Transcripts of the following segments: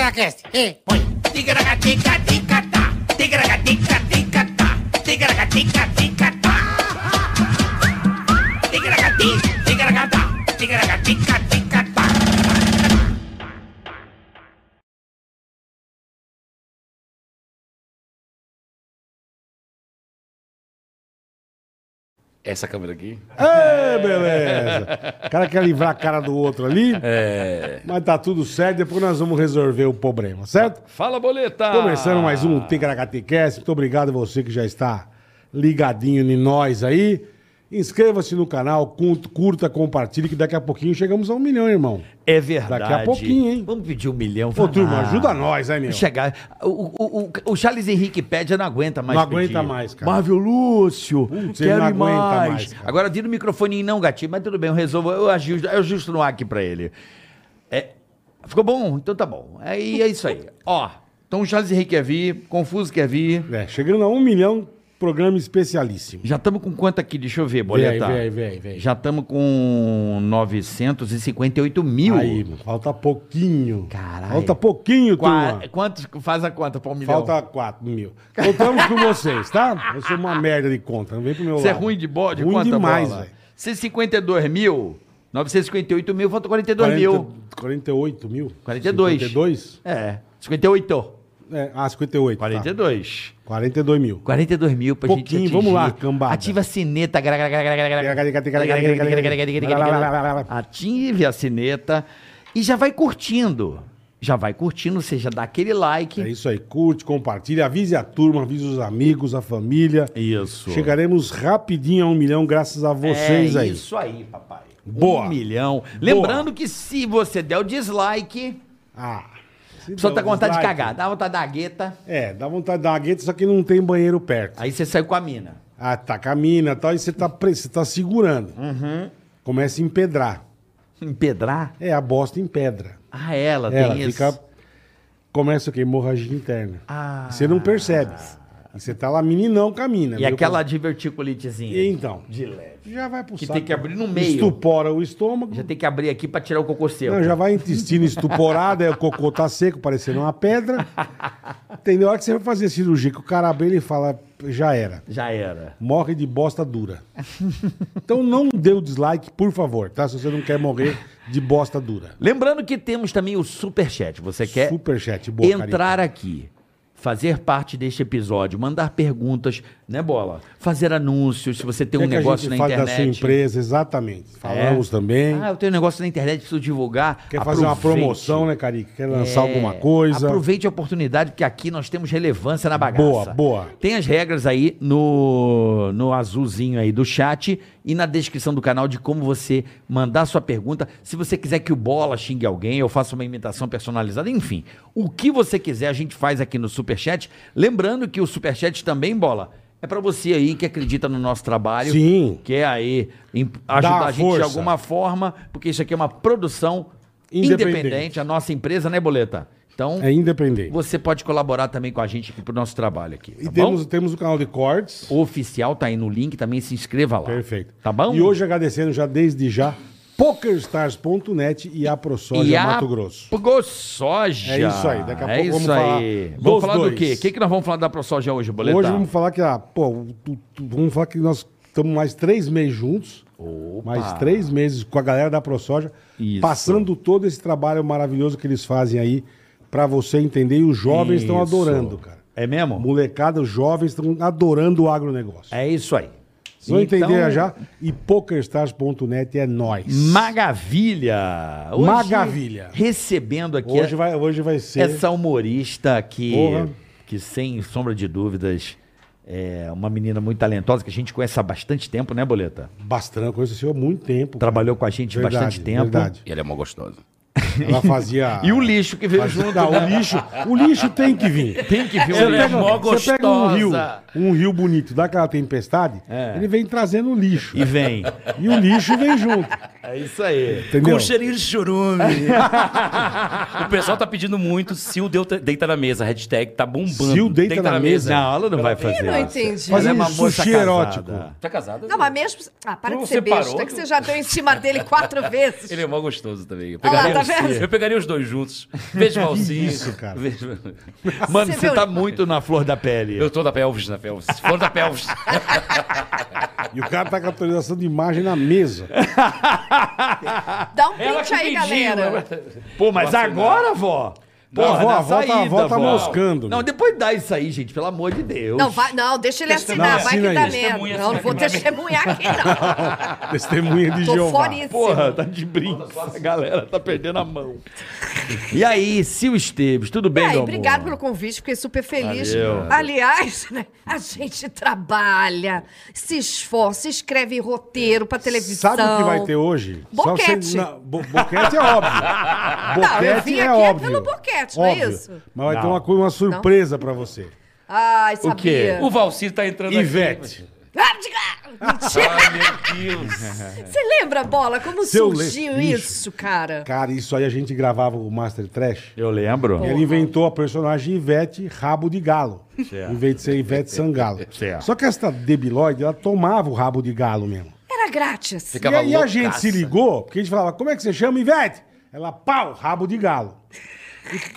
Tigracast. E põe. Tigracatica, ticatá. Tigracatica, ticatá. Tigracatica, ticatá. Tigracati, tigracatá. Tigracatica, ticatá. Essa câmera aqui? É, beleza. O cara quer livrar a cara do outro ali, É. mas tá tudo certo. Depois nós vamos resolver o problema, certo? Fala, Ah. boleta! Começando mais um TKHTCast. Muito obrigado a você que já está ligadinho em nós aí. Inscreva-se no canal, cur- curta, compartilhe, que daqui a pouquinho chegamos a um milhão, irmão. É verdade. Daqui a pouquinho, hein? Vamos pedir um milhão. Ô, Fala, turma, ah, ajuda nós, hein, meu? Chegar. O, o, o, o Charles Henrique pede, eu não aguenta mais. Não aguenta pedir. mais, cara. Marvel Lúcio, Putz, ele quero não ir aguenta mais. mais, cara. Agora vira o microfone não, gatinho, mas tudo bem, eu resolvo. Eu ajusto, eu ajusto no ar aqui pra ele. É, ficou bom? Então tá bom. Aí é isso aí. Ó, então o Charles Henrique quer vir, Confuso quer vir. É, chegando a um milhão, programa especialíssimo. Já estamos com quanto aqui? Deixa eu Vem ver, aí, boletar. vem aí, vem aí, vem aí. Já estamos com 958 mil. Aí, mano, falta pouquinho. Caralho. Falta pouquinho, turma. Qua- quantos, faz a conta pra um milhão? Falta 4 mil. Contamos com vocês, tá? Eu sou uma merda de conta, não vem pro meu Você é lado. ruim de bode? Ruim Quanta demais, bola? velho. 152 mil, 958 mil, falta 42 mil. 40 48 mil? 42. 52? É, 58. É, ah, 58. tá. 42. 42 mil. 42 mil pra gente Pouquinho, atingir. vamos lá, cambada. Ativa a sineta. gra- gra- gra- gra- gra- gra- Gra- gra- gra- gra- gra- gra- gra- gra- gra- gra- gra- Ative a sineta e já vai curtindo. Já vai curtindo, ou seja, dá aquele É like. isso aí. Curte, compartilha, avise a turma, avise os amigos, a família. É Isso. Chegaremos rapidinho a um milhão, graças a vocês é aí. isso aí, papai. Boa. Um milhão. Lembrando que se você der o dislike, Ah. se a pessoa der tá um com vontade de dislike- cagar. Dá vontade da gueta, É, dá vontade de dar uma gueta, só que não tem banheiro perto. aí você saiu com a mina. Ah, tá com a mina e tal, e você tá, pre- você tá segurando. Uhum. Começa a empedrar. Empedrar? É, a bosta em pedra. Ah, ela, Ela tem fica. isso. Começa o quê? Hemorragia interna. Ah. E Você não percebe. E você tá lá, meninão, camina. E aquela diverticulitezinha. E então? De leve. Já vai pro Que saco. tem que abrir no meio. Estupora o estômago. Já tem que abrir aqui pra tirar o cocô seco. Não, já vai intestino estuporado, aí o cocô tá seco, parecendo uma pedra. Entendeu? A hora que você vai fazer cirurgia, que o cara abre ele e fala, já era. Já era. Morre de bosta dura. Então não dê o dislike, por favor, tá? Se você não quer morrer de bosta dura. Lembrando que temos também o superchat. Você quer Superchat, boa, entrar aqui, fazer parte deste episódio, mandar perguntas, né, Bola? Fazer anúncios, se você tem O um É que negócio na fala internet. É. da sua empresa, exatamente. Falamos também. Ah, eu tenho um negócio na internet, preciso divulgar. Quer fazer uma Aproveite. promoção, né, Carica? Quer lançar É, alguma coisa? Aproveite a oportunidade, porque aqui nós temos relevância na bagaça. Boa, boa. Tem as regras aí no, no azulzinho aí do chat e na descrição do canal de como você mandar sua pergunta. Se você quiser que o Bola xingue alguém, eu faça uma imitação personalizada, enfim. O que você quiser, a gente faz aqui no Superchat. Lembrando que o Superchat também, Bola, é pra você aí que acredita no nosso trabalho. Sim. Quer aí em- ajudar Dá a gente de força. alguma forma, porque isso aqui é uma produção Independente. independente a nossa empresa, né, Boleta? Então, É independente. você pode colaborar também com a gente aqui pro nosso trabalho aqui, tá E bom? temos, temos o canal de cortes. O oficial tá aí no link, também se inscreva lá. Perfeito. Tá bom? E hoje agradecendo já desde já PokerStars.net e a ProSoja e é Mato Grosso. ProSoja. É isso aí, daqui a pouco é vamos isso aí. falar dos Vamos falar do dois. quê? O que, que nós vamos falar da ProSoja hoje, Boleta? Hoje vamos falar que, ah, pô, o- tu- tu- vamos falar que nós estamos mais três meses juntos. Mais três meses com a galera da ProSoja, Isso. passando todo esse trabalho maravilhoso que eles fazem aí pra você entender. E os jovens estão Isso. adorando, cara. É mesmo? Molecada, os jovens estão adorando o agronegócio. É isso aí. Vocês vão Então, entender já. E PokerStars.net é nós. Magavilha. Hoje, Magavilha. Recebendo aqui Hoje vai, hoje vai ser. Essa É humorista que, Porra. que sem sombra de dúvidas, é uma menina muito talentosa que a gente conhece há bastante tempo, né, Boleta? Bastante, eu conheço o senhor há muito tempo. cara. Trabalhou com a gente há Verdade, bastante tempo. Verdade. E ela é mó gostosa. Ela fazia. E o lixo que veio fazia- junto, Não, né? o lixo. O lixo tem que vir. Tem que vir Você um Ela é lixo. pega, mó você pega um gostosa. rio, um rio bonito, dá aquela tempestade, É. ele vem trazendo lixo. E vem. E o lixo vem junto. É isso aí. Entendeu? cheirinho de chorume. o pessoal tá pedindo muito. Sil deu- deita na mesa. Hashtag tá bombando. Sil deita na mesa. Não, ela não vai fazer não isso. entendi. Ela Fazer é uma um sushi moça erótico. casada. Tá casada? Não, mas mesmo. Ah, para Não, de você ser besta, parou? que você já deu em cima dele quatro vezes. Ele é mó gostoso também. Eu Olha lá, tá pegaria Eu pegaria os dois juntos. Festivalzinho. Isso, cara. Vejo- Mano, Você você viu- tá muito na flor da pele. Eu tô da pelvis, na pelvis. Flor da pelvis. E o cara tá com a atualização de imagem na mesa. É, Dá um Ela né? print que pediu. aí, galera. ela- Pô, mas agora, vó. a vó- na a vó tá- a saída, vó tá vó. moscando. Não, depois dá isso aí, gente, pelo amor de Deus. Não, vai, não, deixa ele assinar, Não, vai assina que dá aí. medo. Testemunha, Não, não vou testemunhar aqui, não. Testemunha de Tô Jeová. foríssimo. Porra, tá de brinco. A galera tá perdendo a mão. E aí, Sil Esteves, tudo bem, Ai, meu obrigado pelo amor? convite, fiquei super feliz. Valeu. Aliás, né, a gente trabalha, se esforça, escreve roteiro pra televisão. Sabe o que vai ter hoje? Só Boquete. você- na- bo- boquete é óbvio. Boquete eu vim é aqui é óbvio. pelo boquete, não é isso? Mas vai ter Não. uma, coisa- uma surpresa pra você. Ai, sabia. quê? O Valcir tá entrando aqui. Ivete. Ah, diga- ah, Mentira! Ai, meu Deus. Você lembra, Bola, como Se eu le- surgiu Bicho. isso, cara? Cara, isso aí a gente gravava o Master Trash. Eu lembro. E ele inventou a personagem Ivete Rabo de Galo. Em vez de ser Ivete Sangalo. Certo. Só que essa debilóide, ela tomava o rabo de galo mesmo. Era grátis. E, Ficava aí a loucaça. gente se ligou, porque a gente falava, como é que você chama, Ivete? Ela, pau, rabo de galo.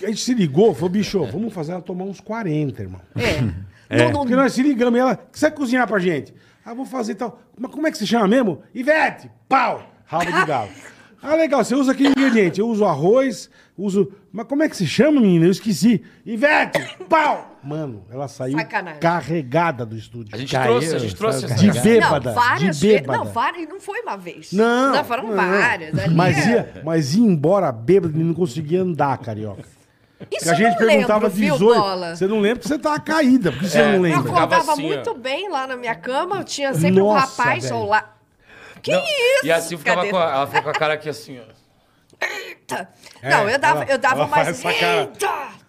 E a gente se ligou, falou, bicho, vamos fazer ela tomar uns 40, irmão. É. Não, Porque não, nós se ligamos e ela, o que você vai cozinhar pra gente? Ah, vou fazer tal. Mas como é que se chama mesmo? Ivete, pau, rabo de galo. Ah, legal, você usa que ingrediente? Eu uso arroz, uso. Mas como é que se chama, menina? Eu esqueci. Ivete, pau! Mano, ela saiu Sacanagem. carregada do estúdio. A gente Caiu, trouxe, a gente trouxe. sabe? essa- De não, bêbada. várias de vezes. bêbada. Não, várias, não foi uma vez. Não. Não, foram não. várias. Ali Mas é- ia, mas ia embora bêbado e não conseguia andar, carioca. Isso Porque a gente eu não perguntava lembro, viu, 18. Bola? Você não lembra porque você tava caída. Por que É. você não Eu lembra? acordava Ficava assim, ó. muito bem lá na minha cama, eu tinha sempre um Nossa, rapaz velho. ou lá. Que Não, isso? E assim ficava Cadê? com a, ela ficou com a cara aqui assim, ó. Eita. É, não, eu dava, ela- eu dava ela mais. faz essa cara. Eita!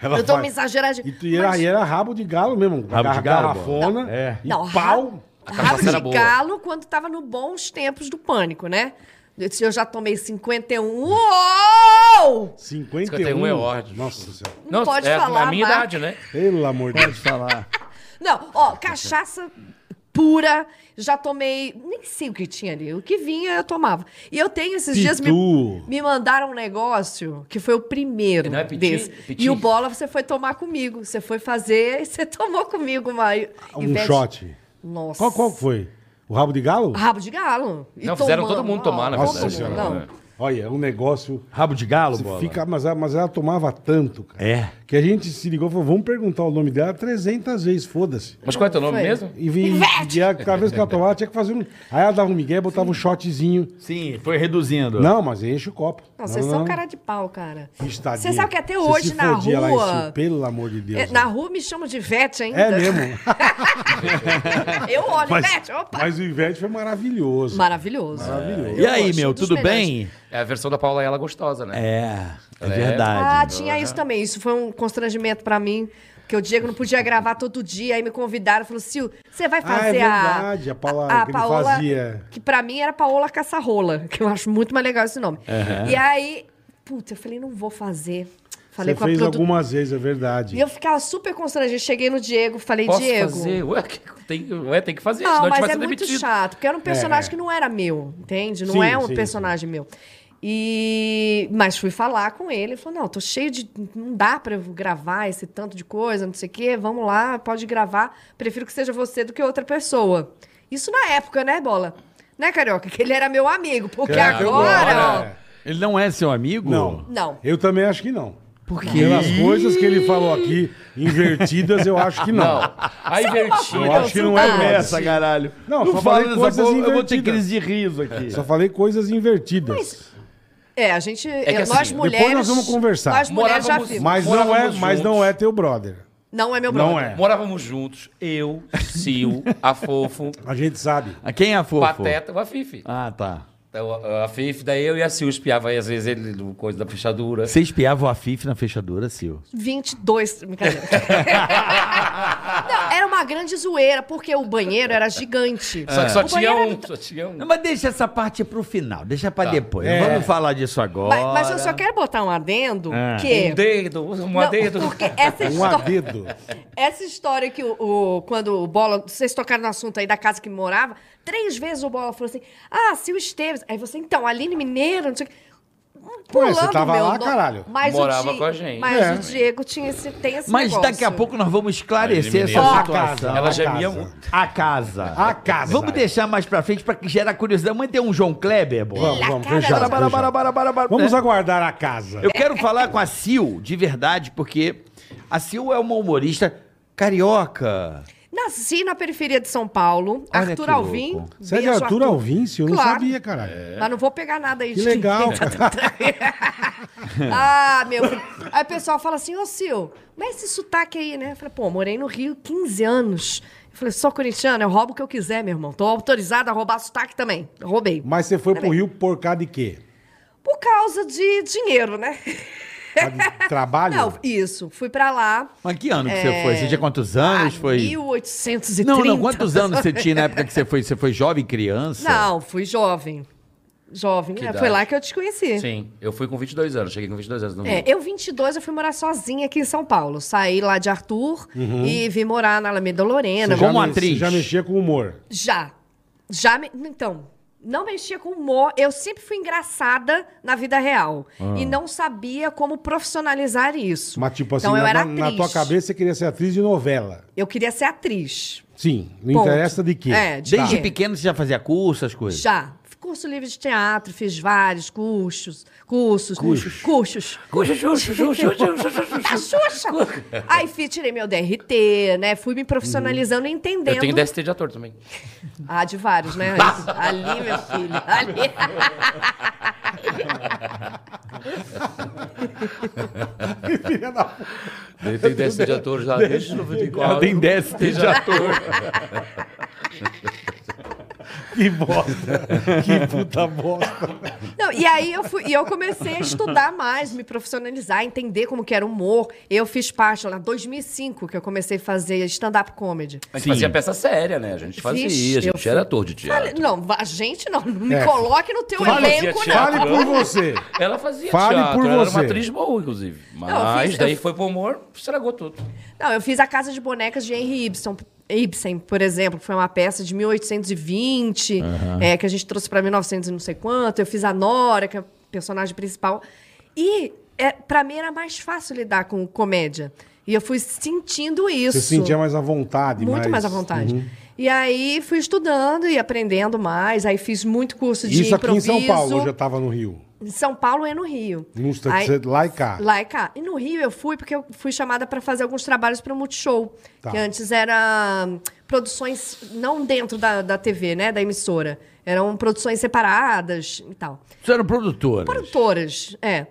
Ela Eu tô faz- me exagerando. E tu era, Mas- e era rabo de galo mesmo. Rabo de galo, Garrafona. Bola. É. E Não, pau. Rabo cachaça era de boa. galo quando tava no bons tempos do pânico, né? Eu disse, eu já tomei 51. Uou! 51. 51 é ódio. Nossa senhora. Não pode é, falar, a minha Marco. idade, né? Pelo amor de Deus. falar. Não, ó, cachaça pura, já tomei, nem sei o que tinha ali, o que vinha eu tomava. E eu tenho esses dias me, Pitu. me mandaram um negócio que foi o primeiro Não é piti? desse. Piti? E o bola você foi tomar comigo, você foi fazer e você tomou comigo uma Um Ivete. shot. Nossa. Qual, qual foi? O rabo de galo? Rabo de galo. E Não, fizeram tomando, todo mundo ó, tomar, na todo verdade. mundo, Senhora. não. Olha, um negócio. Rabo de galo, Você bola. Fica, mas, ela- mas ela tomava tanto, cara. É. Que a gente se ligou e falou: vamos perguntar o nome dela 300 vezes, foda-se. Mas qual é teu nome Foi. mesmo? E, vi- e, a- cada vez que ela tomava, tinha que fazer um. Aí ela dava um migué, botava um shotzinho. Sim, foi reduzindo. Não, mas enche o copo. Não, vocês são cara de pau, cara. Você Você sabe que até hoje na rua. pelo amor de Deus. é, Na rua me chamam de Vete ainda. É mesmo. Eu olho, Mas, Vete, opa! mas o Ivete foi maravilhoso. Maravilhoso. Maravilhoso. E aí, gosto, meu, um dos tudo melhores. bem? É a versão da Paula Ela gostosa, né? É, é Ah, verdade. tinha isso também. Isso foi um constrangimento pra mim. Porque o Diego não podia gravar todo dia. Aí me convidaram. Falou, Sil, você vai Ah, é fazer verdade, a Paola- que ele fazia. Que pra mim era Paola Caçarrola. Que eu acho muito mais legal esse nome. E aí, puta, eu falei, não vou fazer. Falei Você com a fez produ- algumas vezes, é verdade. E eu ficava super constrangida. Cheguei no Diego, falei, Posso Diego... fazer? Ué, que- tem, ué, tem que fazer, senão Não, a gente mas vai é ser muito demitido. chato, porque era um personagem É. que não era meu, entende? Não Sim, é um sim, personagem meu. E mas fui falar com ele, ele falou: "Não, tô cheio de não dá pra eu gravar esse tanto de coisa, não sei o quê. Vamos lá, pode gravar. Prefiro que seja você do que outra pessoa". Isso na época, né, bola? Né, carioca? Que ele era meu amigo, porque Caraca, né? agora, agora- Ele não é seu amigo? Não. Não. Eu também acho que não. Por quê? Pelas coisas que ele falou aqui, invertidas, eu acho que não. Não. é A coisa? invertida. Eu acho que não é Não, essa. caralho. Não, assim. Não, só falei não fala É dessa coisas porra, eu vou ter invertidas. crise de riso aqui. Só falei coisas invertidas. é, a gente, que nós assim, mulheres, depois nós vamos conversar. Nós mulheres já Morávamos- vimos. Mas, não é, Morávamos mas não juntos. é teu brother. Não é meu brother. Não é. Morávamos juntos, eu, Sil, a Fofo, A gente sabe. Ah, Quem é a fofa? Pateta, a Fifi. Ah, tá. Então, a- a Fifi, daí eu e a Sil espiava, aí às vezes ele, do coisa da fechadura. Você espiava o Afif na fechadura, Sil? 22. Brincadeira. Não, era uma grande zoeira, porque o banheiro era gigante. Só que só O tinha banheiro é um, era- só tinha um. Não, mas deixa essa parte pro final, deixa pra depois. É. Não Vamos falar disso agora. Mas, mas eu só quero botar um adendo Ah. que. Um dedo, um Não, dedo. Porque essa Um a história, dedo. essa história que o, o- Quando o Bola. Vocês tocaram no assunto aí da casa que morava, três vezes o Bola falou assim: Ah, se o Esteves. Aí você, então, Aline Mineiro, não sei o quê. Ué, você pulando tava meu lá, nome. caralho. Mas o Morava Di- com a gente. Mas É. o Diego tinha esse, tem esse Mas negócio. daqui a pouco nós vamos esclarecer Aí, essa menino. Ó, a situação. casa. Ela é a gemia casa. muito. A casa. A casa. Vamos deixar mais pra frente pra que gera curiosidade. Mãe tem um João Kleber, boa. Vamos, Lá, vamos, cara, fechado, lá, É. Bara, fechado. bara, bara, bara, bara, Vamos né? aguardar a casa. Eu quero falar com a Sil, de verdade, porque a Sil é uma humorista carioca. Nasci na periferia de São Paulo. Olha Arthur que Alvim. louco. Você é de Beijo, Arthur Alvíncio? Eu não Claro. É. sabia, caralho. Mas não vou pegar nada aí. Que de quem legal, tem cara. Ah, meu. Aí o pessoal fala assim, ô Sil, mas esse sotaque aí, né? Eu falei, pô, morei no Rio 15 anos. Eu falei, sou corintiano, eu roubo o que eu quiser, meu irmão. Tô autorizada a roubar sotaque também. Eu Roubei. Mas você foi Tá pro bem. Rio por causa de quê? Por causa de dinheiro, né? Por causa de trabalho? Não, isso. Fui pra lá. Mas que ano que você foi? Você tinha quantos anos? É. ah, foi... 1830. Não, não, quantos anos você tinha na época que você foi? Você foi jovem, criança? Não, fui jovem. Jovem. Que É, foi idade? lá que eu te conheci. Sim, eu fui com 22 anos, cheguei com 22 anos no Rio. É, eu 22 eu fui morar sozinha aqui em São Paulo. Saí lá de Arthur e vim morar na Alameda Lorena. Uhum. Você Como me- atriz. Você já mexia com humor. Já. Já me- Então, não mexia com humor. Eu sempre fui engraçada na vida real. E não sabia como profissionalizar isso. Ah. Mas, tipo assim, então, eu na, era na atriz. tua cabeça você queria ser atriz de novela. Eu queria ser atriz. Sim. Não Ponto. interessa de quê. É, de Desde quê? pequeno você já fazia curso, as coisas? Já. Curso livre de teatro, fiz vários cursos. Cursos. Cursos. Cursos. Da Tá, Xuxa. Aí fi- tirei meu DRT, né? Fui me profissionalizando e entendendo. Uhum. Eu tenho DST de ator também. Ah, de vários, né? Ali, meu filho. Ali. Filha da puta. Eu tenho DST de ator já desde 94. Tem 10 já Que bosta. que puta bosta. Não, e aí eu, fui, e eu comecei a estudar mais, me profissionalizar, entender como que era o humor. Eu fiz parte, lá, 2005, que eu comecei a fazer stand-up comedy. A gente fazia peça séria, né? A gente fazia, Vixe, a eu gente fui- era ator de teatro. Falei- não, a gente não. Não me É. coloque no teu Fala, elenco, tia, tia. não. Fale por você. Ela fazia Fale teatro, por ela era você. uma atriz boa, inclusive. Mas Não, eu fiz- daí eu- foi pro humor, estragou tudo. Não, eu fiz a Casa de Bonecas de Henry Ibsen, Ibsen por exemplo, que foi uma peça de 1820, é, que a gente trouxe pra 1900 e não sei quanto. Eu fiz a Nora, que é a personagem principal. E é, para mim era mais fácil lidar com comédia. E eu fui sentindo isso. Você sentia mais à vontade. Uhum. Muito mais à vontade. E aí fui estudando e aprendendo mais. Aí fiz muito curso de Isso aqui em improviso. São Paulo, eu já tava no Rio. Em São Paulo e no Rio. Musta, Aí- você- é lá e cá. Lá e cá. E no Rio eu fui porque eu fui chamada para fazer alguns trabalhos para o Multishow. Tá. Que antes era hum, produções não dentro da, da TV, né? Da emissora. Eram produções separadas e tal. Você era um né? produtora. Produtoras, é.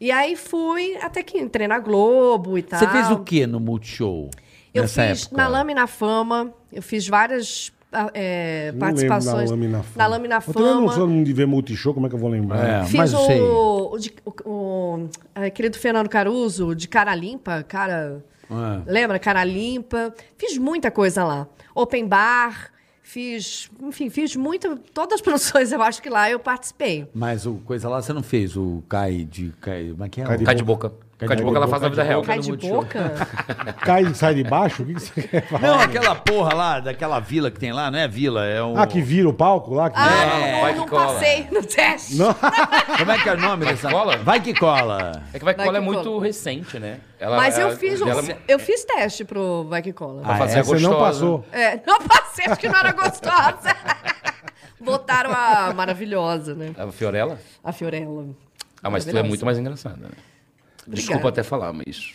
E aí fui até que entrei na Globo e tal. Você fez o que no Multishow? Eu nessa fiz época? na Lama e na Fama. Eu fiz várias ah, é, Não participações. lembro da Lâmina Fama. Na Lama e na Eu também não Fama. sou não de ver multishow, como é que eu vou lembrar? É. Fiz mas eu sei. o, o, de- o- o- é, querido Fernando Caruso, de cara limpa, cara. É. Lembra? Cara limpa. Fiz muita coisa lá. Open bar, fiz. Enfim, fiz muita. Todas as produções, eu acho que lá eu participei. Mas o coisa lá você não fez, o Cai de. Cai, como é que é? Cai de Cai de boca. Cai de boca ela faz na vida real. é Cai de boca? Cai e sai de baixo? O que que você quer falar? Não, aquela porra lá, daquela vila que tem lá, não é vila, é um. Ah, que vira o palco lá? Que... Ah, É, não, vai não, que não cola. passei no teste. Como é que é o nome Vai que dessa? cola? Vai que cola. É que vai que Vai cola é que muito cola. recente, né? Ela- Mas ela- eu fiz, um- ela- eu fiz teste pro Vai que cola. Ah, fazia é? Você não gostosa. passou. É, não passei porque não era gostosa. Botaram a maravilhosa, né? A é Fiorella? A Fiorella. Ah, mas tu é Maravilhosa. muito mais engraçada, né? Desculpa até falar, mas.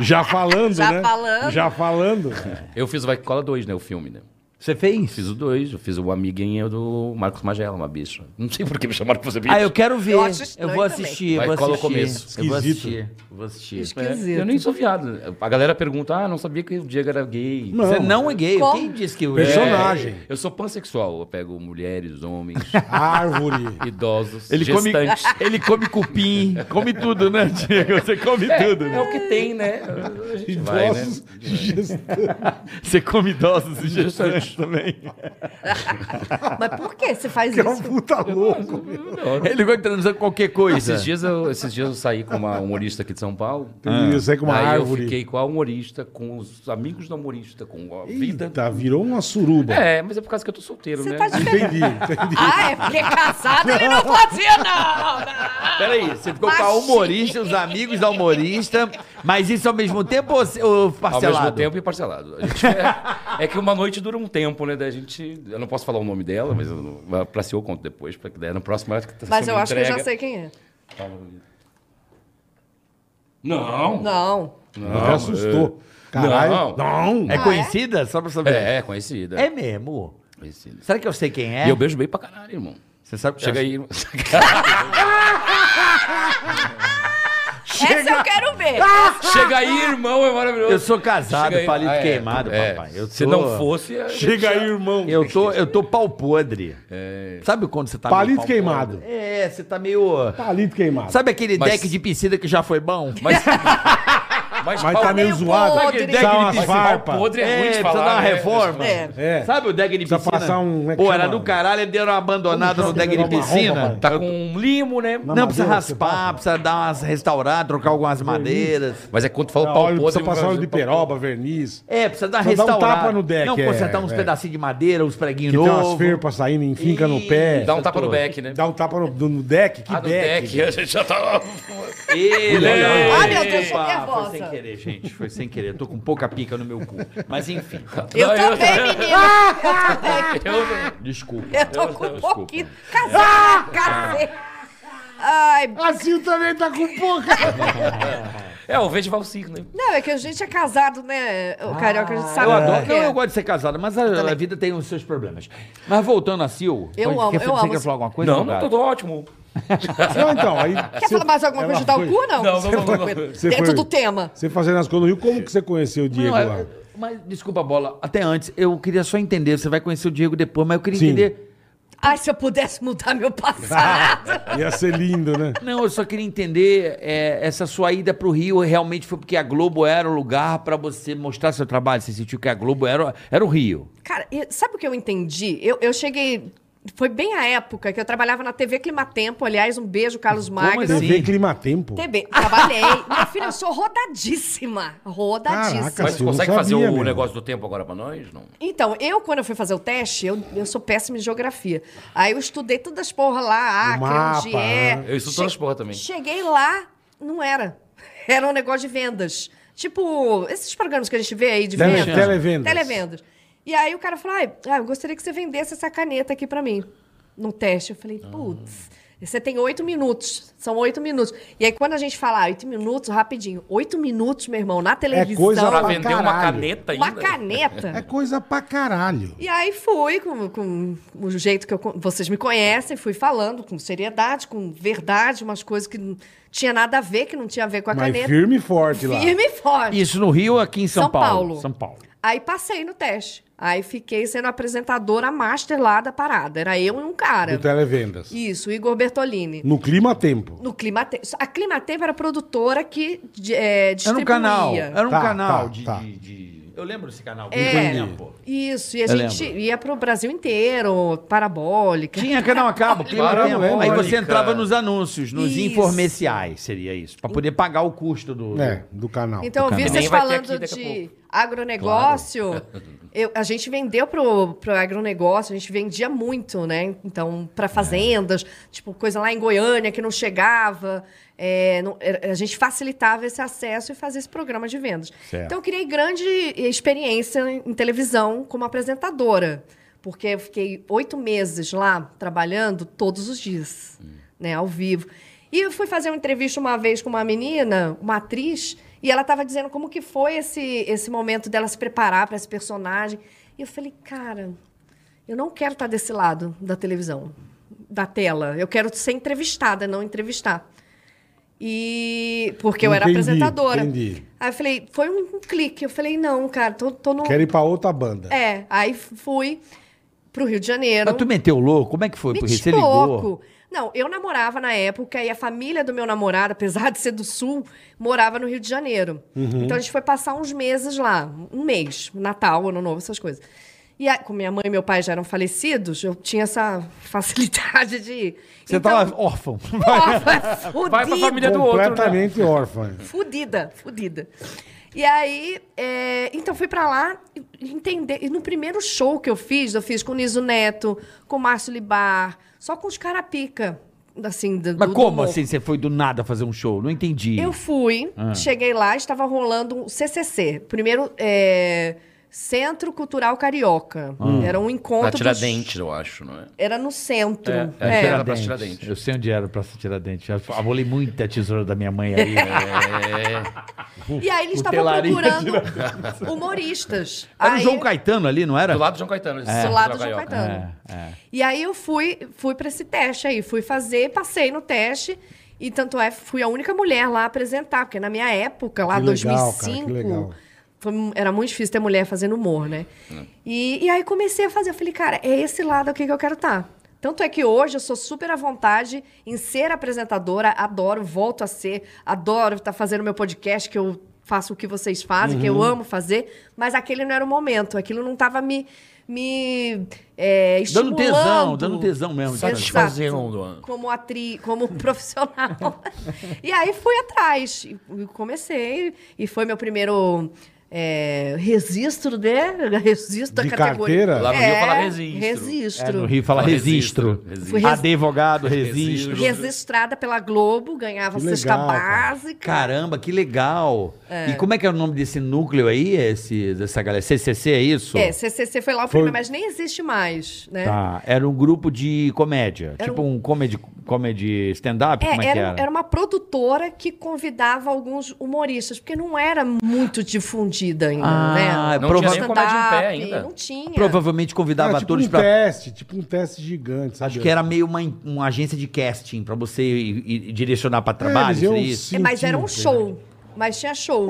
Já falando, Já né? falando. Já falando. Eu fiz o Vai que Cola 2, né? O filme, né? Você fez? Fiz o 2, eu fiz o amiguinho do Marcos Magela, uma bicha. Não sei por que me chamaram pra fazer bicha. Ah, eu quero ver. Eu Eu, acho estranho vou também. assistir, Vai vou que cola o assistir. começo. Eu vou Esquisito. assistir. Vou assistir. Esquisito. né? Eu nem sou viado. A galera pergunta, ah, não sabia que o Diego era gay. Não. Você não é gay. Como? Quem disse que eu Personagem. é? Personagem. eu sou pansexual. Eu pego mulheres, homens, Árvore. idosos, Ele come, gestantes. ele come cupim, come tudo, né, Diego? Você come tudo, É né? o que tem, né? A gente vai, né? Idosos. gestão. Você come idosos e gestantes. bicho também. Mas por que você faz Que é um isso? puta louco. meu. Ele gosta de transar com qualquer coisa. Esses dias, eu, esses dias eu saí com uma humorista aqui de São Paulo. Entendi, eu sei que uma Aí árvore. eu fiquei com a humorista, com os amigos da humorista, com a vida. Eita, virou uma suruba. É, mas é por causa que eu tô solteiro, Você né? tá de Entendi, entendi. Ah, é porque casado ele não fazia, não! Peraí, você ficou com a Baixinho. humorista, os amigos da humorista, mas isso ao mesmo tempo ou se- ou Ao parcelado? mesmo tempo e parcelado. A gente- é, é que uma noite dura um tempo, né? Daí a gente. Eu não posso falar o nome dela, mas eu, não- mas pra se eu conto depois, porque daí no próximo eu acho que tá Mas sendo eu acho que eu já entrega. sei quem é. Não! Não. Não, é. Até assustou. Caralho. Não. Não. Ah, É conhecida? Só pra saber. É, é conhecida. É mesmo? Conhecida. Será que eu sei quem é? E eu beijo bem pra caralho, irmão. Você sabe Chega aí. Essa é eu quero ver. Chega aí, irmão, é maravilhoso. Eu sou casado, Chega aí- palito Ah, é, queimado, é. papai. Eu Se tô- não fosse. a gente Chega aí, já- irmão. Eu tô, eu tô pau podre. É. Sabe quando você tá meio Palito pau queimado. podre? É, você tá meio... Palito queimado. Sabe aquele Mas- deck de piscina que já foi bom? Mas. Mas, Mas tá meio meio zoado. podre. Sabe Dá umas Mas pau farpas. podre é, ruim de precisa falar. dar uma né? reforma. É. É. Sabe o deck de Precisa piscina? passar um- como é que Pô, era chama? do caralho, eles deram uma abandonada Como no deck de chama? piscina. Arromba, Tá com um limo, né? Não. Não, precisa madeira, você raspar, passa. precisa dar umas restaurar, trocar algumas madeiras. Mas é quando fala Ah, pau óleo, podre. precisa passar vai- óleo de peroba, verniz. É, precisa dar Precisa dar um restaurada. tapa no deck, Não, é, consertar uns é. pedacinhos de madeira, uns preguinhos Que tem umas novos. ferpas saindo, enfinca no pé. Dá um tapa no back, né? Dá um tapa no, no- no deck. Que Ah, no deck? deck. A gente já tá. Ele... é- Ai, meu Deus, tô nervosa. Foi sem querer, gente. Foi sem querer. Eu tô com pouca pica no meu cu. Mas enfim. Eu Não, também, menino. Eu também. Eu- Desculpa. Eu tô com um pouquinho. Casar, cacete. Ai, A Sil também tá com pouca. É, o vejo valsico, né? não, é que a gente é casado, né? O carioca, a gente sabe. Eu como adoro. que Não, é. eu gosto de ser casado, mas a, a vida tem os seus problemas. Mas voltando a Sil. Eu foi- amo, quer- eu Você amo. quer falar alguma coisa? Não, não, Gabi? tudo ótimo. Não, então, aí... Quer falar mais alguma coisa de dar o cu, não? Não, não, não, não, não. Você Dentro foi- do tema. Você fazendo as coisas no Rio, como que você conheceu o Diego Não, lá? é- mas desculpa a bola. Até antes, eu queria só entender. Você vai conhecer o Diego depois, mas eu queria Sim. entender. Ai, se eu pudesse mudar meu passado. Ia ser lindo, né? Não, eu só queria entender é, essa sua ida pro Rio realmente foi porque a Globo era o lugar pra você mostrar seu trabalho. Você sentiu que a Globo era, era o Rio. Cara, e sabe o que eu entendi? Eu, eu cheguei. Foi bem a época que eu trabalhava na TV Climatempo. Aliás, um beijo, Carlos Magno. assim? TV Climatempo. TV. Trabalhei. Minha filha, eu sou rodadíssima. Rodadíssima. Caraca, Mas eu você não consegue fazer sabia, meu. o negócio do tempo agora pra nós? Não. Então, eu, quando eu fui fazer o teste, eu, eu sou péssima em geografia. Aí eu estudei todas as porra lá, Acre, mapa, onde é. né? Eu estudo todas as Che- porra também. Cheguei lá, não era. Era um negócio de vendas. Tipo, esses programas que a gente vê aí de Tele- vendas. televendas. Televendas. E aí o cara falou, "Ai, ah, eu gostaria que você vendesse essa caneta aqui pra mim, num teste. Eu falei, putz, você tem oito minutos, são oito minutos. E aí quando a gente fala "Ah, oito minutos, rapidinho, oito minutos, meu irmão, na televisão, coisa É Pra Pra vender uma caralho. caneta ainda. uma caneta. É coisa pra caralho. E aí fui, com, com o jeito que eu con- vocês me conhecem, fui falando com seriedade, com verdade, umas coisas que não tinha nada a ver, que não tinha a ver com a Mas caneta. firme e forte lá. Firme e forte. Isso no Rio, aqui em São, São Paulo. Paulo. São Paulo. Aí passei no teste. Aí fiquei sendo apresentadora master lá da parada. Era eu e um cara. Do Televendas. Isso, o Igor Bertolini. No Climatempo. No Climatempo. A Climatempo era a produtora que de- é, Era distribuía. um canal. Era um Tá, canal tá, de, tá. de- de- Eu lembro desse canal. É, Entendi. isso. E a Eu gente lembro. ia pro Brasil inteiro, parabólica. Tinha canal a cabo, clima Claro, tempo. lembro. Aí você Olha, entrava cara. nos anúncios, nos Isso. informerciais, seria isso. Pra poder pagar o custo do. É, do canal. Então, eu vi canal. vocês Nem vai ter aqui falando daqui a de agronegócio. Eu- a gente vendeu pro, pro agronegócio, a gente vendia muito, né? Então, para fazendas, tipo, coisa lá em Goiânia que não chegava. É, não- era- a gente facilitava esse acesso e fazia esse programa de vendas. Certo. Então, eu criei grande experiência em, em televisão como apresentadora. Porque eu fiquei oito meses lá trabalhando todos os dias, Hum. né? Ao vivo. E eu fui fazer uma entrevista uma vez com uma menina, uma atriz, e ela estava dizendo como que foi esse, esse momento dela se preparar para esse personagem. E eu falei, cara, eu não quero estar desse lado da televisão, da tela. Eu quero ser entrevistada, não entrevistar. E porque eu era Entendi, apresentadora. entendi. Aí eu falei, foi um, um clique. Eu falei, não, cara, tô, tô no. Quero ir pra outra banda. É, aí fui pro Rio de Janeiro. Mas tu meteu o louco? Como é que foi? Me Porque você ligou. desloco. Não, eu namorava na época e a família do meu namorado, apesar de ser do Sul, morava no Rio de Uhum. Janeiro. Então a gente foi passar uns meses lá, um mês, Natal, Ano Novo, essas coisas. E aí, como minha mãe e meu pai já eram falecidos, eu tinha essa facilidade de ir. Você então, tava órfão. órfã, fudida, Vai pra É, família do outro, né? Completamente órfã. fudida, fudida. E aí, é, então fui pra lá e- entender. E no primeiro show que eu fiz, eu fiz com o Niso Neto, com o Márcio Libar, só com os carapica, assim, do, Mas do como humor. assim você foi do nada fazer um show? Não entendi. Eu fui, cheguei lá, estava rolando um CCC. Primeiro, é, Centro Cultural Carioca. Era um encontro. Pra dos- tirar dente, eu acho, não é? Era no centro. É, é, É. era pra Tiradentes. tirar dente. Eu sei onde era pra se tirar dente. Eu abolei muita tesoura da minha mãe né? aí. E aí eles estavam telaria procurando humoristas. Era o Aí- João Caetano ali, É. não era? Do lado do João Caetano. eles Do são lado do João João Carioca. Caetano. É, é. E aí eu fui, fui para esse teste aí, fui fazer, passei no teste. E tanto é, fui a única mulher lá apresentar, porque na minha época, lá Que legal, cara, 2005, que legal. foi mu- era muito difícil ter mulher fazendo humor, né? É. E, e aí comecei a fazer, eu falei, cara, é esse lado aqui que eu quero estar. Tanto é que hoje eu sou super à vontade em ser apresentadora, adoro, volto a ser, adoro estar fazendo meu podcast, que eu faço o que vocês fazem, que Uhum. eu amo fazer, mas aquele não era o momento, aquilo não estava me, me é, Dando tesão, estimulando. é dando tesão mesmo, de Exato. satisfazendo. Como atriz, como profissional. e aí fui atrás. E e comecei. E foi meu primeiro é, registro, né? Registro De da categoria. carteira? Lá no Rio É, fala registro. Registro. É, no Rio fala Fala registro. registro, registro. Fui res- Advogado, registro. Registro. Registrada pela Globo, ganhava Que cesta legal, cara. básica. Caramba, que legal. E como é que é o nome desse núcleo aí, esse, dessa galera? CCC, é isso? É, CCC foi lá o primeiro, mas nem existe mais, né? Tá, era um grupo de comédia. Era tipo um, comedy, comedy stand-up, É, como é era, que um- era? era uma produtora que convidava alguns humoristas, porque não era muito difundida ainda, Ah, né? Não tinha nem Stand-up, comédia em pé ainda. Não tinha. Provavelmente convidava Era tipo atores um pra... teste, tipo um teste gigante, sabe? Acho que é era meio uma, uma agência de casting pra você ir- ir- direcionar pra eles trabalhos, iam é isso? É, mas era um científico, né? show. Mas tinha show.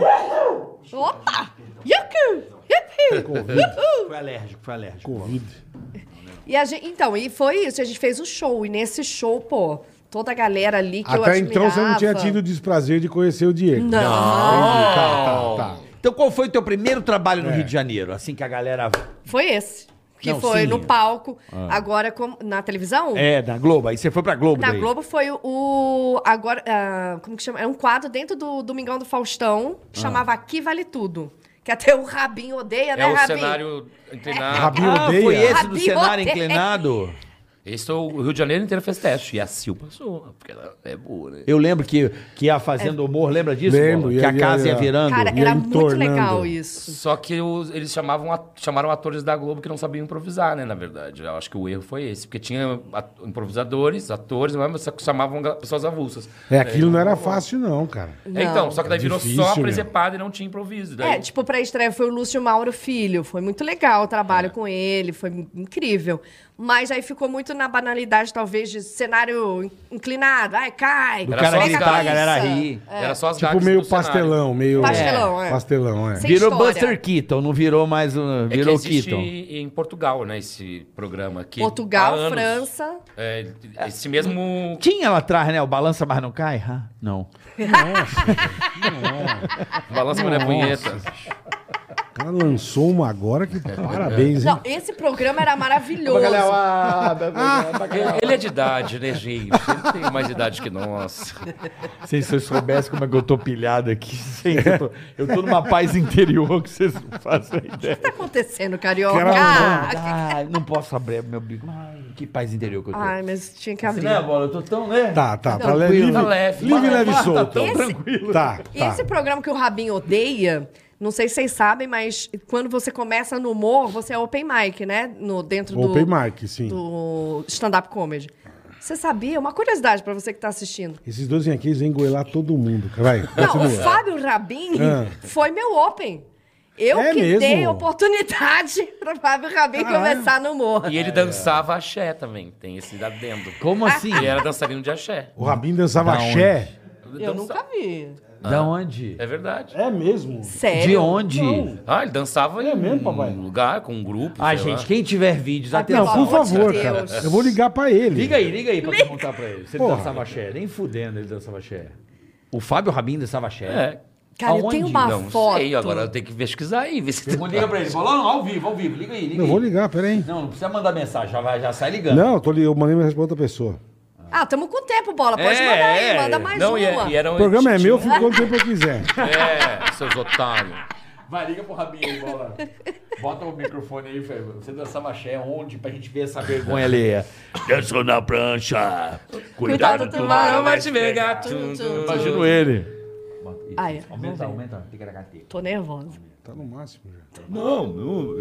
Opa! Yucu! Yupi! Foi alérgico, foi alérgico. Covid. E a gente, então, e foi isso. A gente fez o show. E nesse show, pô, toda a galera ali que eu Até então você não tinha admirava. tido o desprazer de conhecer o Diego. Não. Entendi, tá, tá, tá. Então qual foi o teu primeiro trabalho no É. Rio de Janeiro? Assim que a galera... Foi esse. Que Não, foi sim. no palco. Agora, como- na televisão? Ah. É, na Globo. Aí você foi pra Globo Na daí. Globo foi o- o. Agora. ah, como que chama? É um quadro dentro do Domingão do Faustão Ah. que chamava Aqui Vale Tudo. Que até o Rabinho odeia, É né, É. o Rabinho? cenário inclinado. Rabinho Ah, odeia. foi esse do Rabinho cenário odeia. inclinado? Esse é o o Rio de Janeiro inteiro fez teste. E a Sil passou, porque ela é boa, né? Eu lembro que, que a Fazenda Humor, lembra disso? Lembro, Bola? ia- Que a ia- casa ia, ia. virando. Cara, E era aí muito tornando. legal isso. Só que os- eles chamavam a- chamaram atores da Globo que não sabiam improvisar, né? Na verdade, eu acho que o erro foi esse. Porque tinha at- improvisadores, atores, mas só que chamavam ga- pessoas avulsas. É, aquilo não era fácil, não, cara. Não. Então, só que daí É virou difícil, só meu. presepada e não tinha improviso. Daí, É, tipo, pra estreia foi o Lúcio Mauro Filho. Foi muito legal o É. trabalho com ele, foi incrível. Mas aí ficou muito na banalidade, talvez, de cenário in- inclinado. Ai, cai. Do Era cara só pega gritar, a isso. galera pizza. rir. Era só as Tipo gags meio do cenário. pastelão, meio... Pastelão, é. Pastelão, é. Sem Virou história. Buster Keaton, não virou mais um. É que Virou existe Keaton. em Portugal, né? Esse programa aqui. Portugal, França. É, esse mesmo. Tinha lá atrás, né? O Balança Mas Não Cai? Ah, não. Balança Maria Punheta. O cara lançou uma agora que parabéns, hein? é. Não, esse programa era maravilhoso. Tá Ele- Ele é de idade, né, gente? Ele tem mais idade que nós. Se vocês soubessem como é que eu tô pilhado aqui, gente, eu, tô, eu tô numa paz interior que vocês não fazem ideia. O que tá acontecendo, carioca? né? Quero Ah, Ah, Ai, não posso abrir meu bico. Ai, que paz interior que eu tô. Ai, mas tinha que Você abrir. né, bola? Eu tô tão, né? Tá, tá. Pra Tranquilo. leve, livre, Tá leve. livre, Mas- leve e mas tá solto. tão Esse- tranquilo. Tá, E tá. esse é programa que o Rabinho odeia, não sei se vocês sabem, mas quando você começa no humor, você é open mic, né? No, dentro Open do, mic, sim. do stand-up comedy. Você sabia? Uma curiosidade pra você que tá assistindo. Esses dois vêm aqui, eles vêm engoelar todo mundo. cara. Vai, Não, o continua. Fábio Rabin Ah. foi meu open. Eu É que mesmo? dei a oportunidade pro Fábio Rabin Caralho. começar no humor. É. E ele dançava axé também. Tem esse adendo. Como assim? Ele era dançarino de axé. O Rabinho dançava Da axé. Eu nunca vi. Da onde? É verdade. É mesmo? Sério? De onde? Ah, ele dançava em É mesmo, papai? um lugar, com um grupo. Ai, sei gente, lá. quem tiver vídeos, atenção. Não, por Pelo amor um de favor, Deus. cara. Eu vou ligar pra ele. Liga aí, liga aí pra perguntar pra ele. Se ele Porra. dançava axé. Nem fudendo ele dançava axé. O Fábio Rabin dançava axé. É. Cara, eu tenho uma não foto. sei, agora eu tenho que pesquisar aí. Ver se tem- Liga pra ele, falou, não, ao vivo, ao vivo, liga aí, liga Eu aí. vou ligar, peraí. Não, não precisa mandar mensagem, já, vai, já sai ligando. Não, eu, tô, li- eu mandei mensagem pra outra pessoa. Ah, tamo com tempo, bola. Pode mandar aí, manda mais não, uma. e é- e era um- O programa é meu, eu fico quanto tempo eu quiser. É, seus otários. Vai, liga pro Rabinho aí, bola. Bota o microfone aí, Fê. Você dançar maché onde pra gente ver essa vergonha alheia. Dançou na prancha. Cuidado, tubarão vai te pegar. Imagino ele. Ai, Aumenta, aumenta. Ticaracati. tô nervosa. Tá no máximo já. Não, não.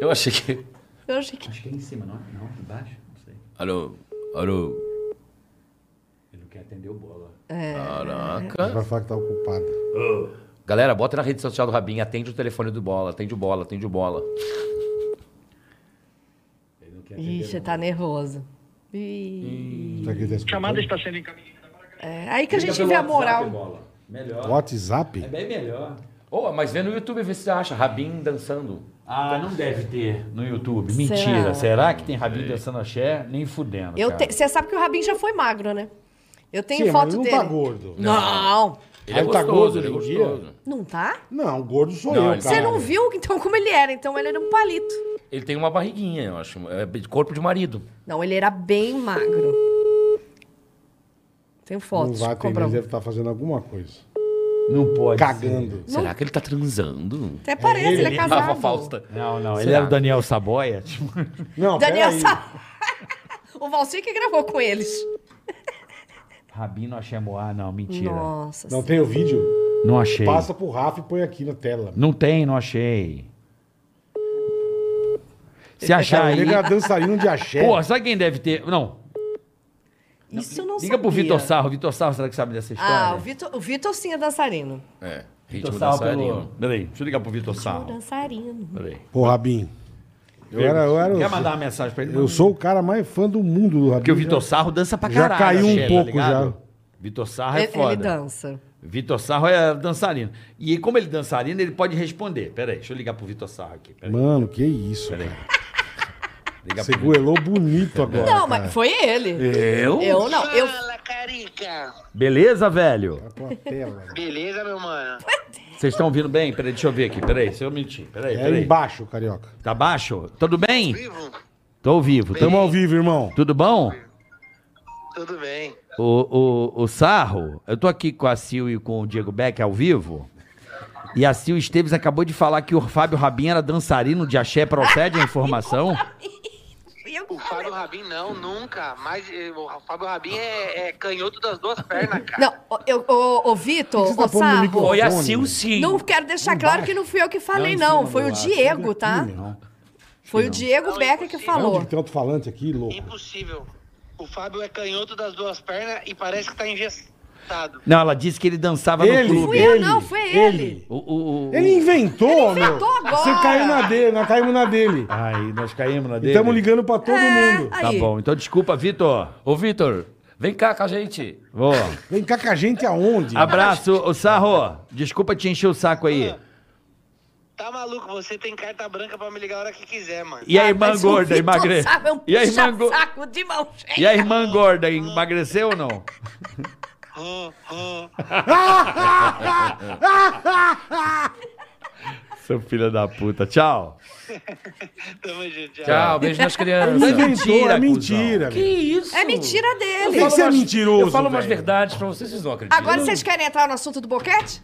Eu achei que. Eu achei que... Acho que é em cima, não? Não, embaixo? Não sei. Alô, alô. Ele não quer atender o bola. Caraca. Vai falar que tá ocupado. Galera, bota na rede social do Rabinho, atende o telefone do Bola, atende o Bola, atende o Bola. Ele não quer atender. Ixi, tá nervoso. Ih. Será que ele tá escutando? chamada está sendo encaminhada. É, aí que a Liga tá gente pelo vê a WhatsApp, moral. Bola. Melhor. É WhatsApp? bem melhor. Ô, mas vê no YouTube, vê se você acha Rabin dançando. Ah, não deve ter no YouTube. Mentira. Será, que tem Rabinho dançando axé? Nem fudendo. Eu cara. te- Você sabe que o Rabin já foi magro, né? Eu tenho Sim, mas foto ele não dele. tá gordo. Não, Ele é Aí tá gostoso, gordo ele é hoje em dia? gostoso. não tá? Não, tá gordo sou Não, eu, cara. ele- Você não viu então como ele era? Então ele era um palito. Ele tem uma barriguinha, eu acho. É de corpo de marido. Não, ele era bem magro. Não Tenho fotos. vai ter, comprar mas um. deve estar fazendo alguma coisa. Não pode. Cagando. Será que ele tá transando? Até parece, ele, é Rafa casado. Fausta. ser. Não, não. Ele Será? era o Daniel Saboia. Não, Daniel peraí. Sa... O Valsir que gravou com eles. Rabino Axé Moá. Não, mentira. Nossa. Não Não, tem o vídeo? Não achei. Passa pro Rafa e põe aqui na tela. Não tem, não achei. Se achar aí. Ele era dançarino um de axé. Porra, sabe quem deve ter? Não. Isso eu não Liga pro sabia. Vitor Sarro. Vitor Sarro, será que sabe dessa Ah, história? o Vitor, o Vitor sim é dançarino. É, Vitor Então ritmo Sarro dançarino. pelo. Peraí, deixa eu ligar pro Vitor Sarro. Dançarino. Peraí. Pô, Rabinho. Eu era, eu era. Quer mandar uma mensagem pra ele? Eu sou o cara mais fã do mundo do Rabinho. Porque o Vitor Sarro dança pra Já caralho. caiu um axé, tá pouco, ligado? já. Vitor Sarro é Ele, foda. ele dança. Vitor Sarro é dançarino. E como ele é dançarino, ele pode responder. Peraí, deixa eu ligar pro Vitor Sarro aqui. Peraí. Mano, que isso, cara. Ligar Você pro Vitor. goelou bonito agora. cara. Não, mas foi ele. Eu? Eu não. Eu... Fala, Carica. Beleza, velho? Põe a tela. Beleza, meu mano? Vocês estão ouvindo bem? Peraí, deixa eu ver aqui. Peraí, se eu mentir. Peraí, É aí peraí. embaixo, carioca. Tá baixo? Tudo bem? Vivo? Tô ao vivo. Tamo Tamo ao vivo, irmão. Tudo bom? Tudo bem. O, o, o Sarro, eu tô aqui com a Sil e com o Diego Beck ao vivo. E a Sil Esteves acabou de falar que o Fábio Rabin era dançarino de axé. Procede a informação? eu- O Fábio Rabin não, nunca. Mas eh, o Fábio Rabin é, é canhoto das duas pernas, cara. Não, o- eu, o, o Vitor, Por que você tá o pondo no Sarro. microfone? Olha, Sil, assim sim. Não quero deixar claro que não fui eu que falei, não. Foi o Diego, tá? Foi o é Diego Becker que Onde falou. que tem alto-falante aqui, louco? Impossível. O Fábio é canhoto das duas pernas e parece que tá engessado. Não, ela disse que ele dançava no clube. Fui eu, não, foi ele. O, o, o- Ele inventou, meu. inventou agora. Você caiu na dele, nós caímos na dele. Aí, nós caímos na dele. Estamos ligando pra todo mundo. É, Tá aí. bom, então desculpa, Vitor. Ô, Vitor, vem cá com a gente. Ó, Vem cá com a gente aonde? abraço, ô Sarro. Desculpa te encher o saco aí. Tá maluco? Você tem carta branca pra me ligar a hora que quiser, mano. E a irmã Ah, Mas o gorda, Vitor emagreceu. Sarro é um E a irmã, go- puxa-saco de mão cheia. e a irmã gorda emagreceu ou não? Hum, hum. Seu filho da puta. Tchau. Tamo junto, tchau. Tchau, beijo nas Ele crianças. inventou, Mentira, é mentira. Que meu. isso? É mentira Eu dele. falo Tem que ser umas- mentiroso, Eu falo umas velho. verdades pra vocês, vocês não acreditam. Agora vocês querem entrar no assunto do boquete?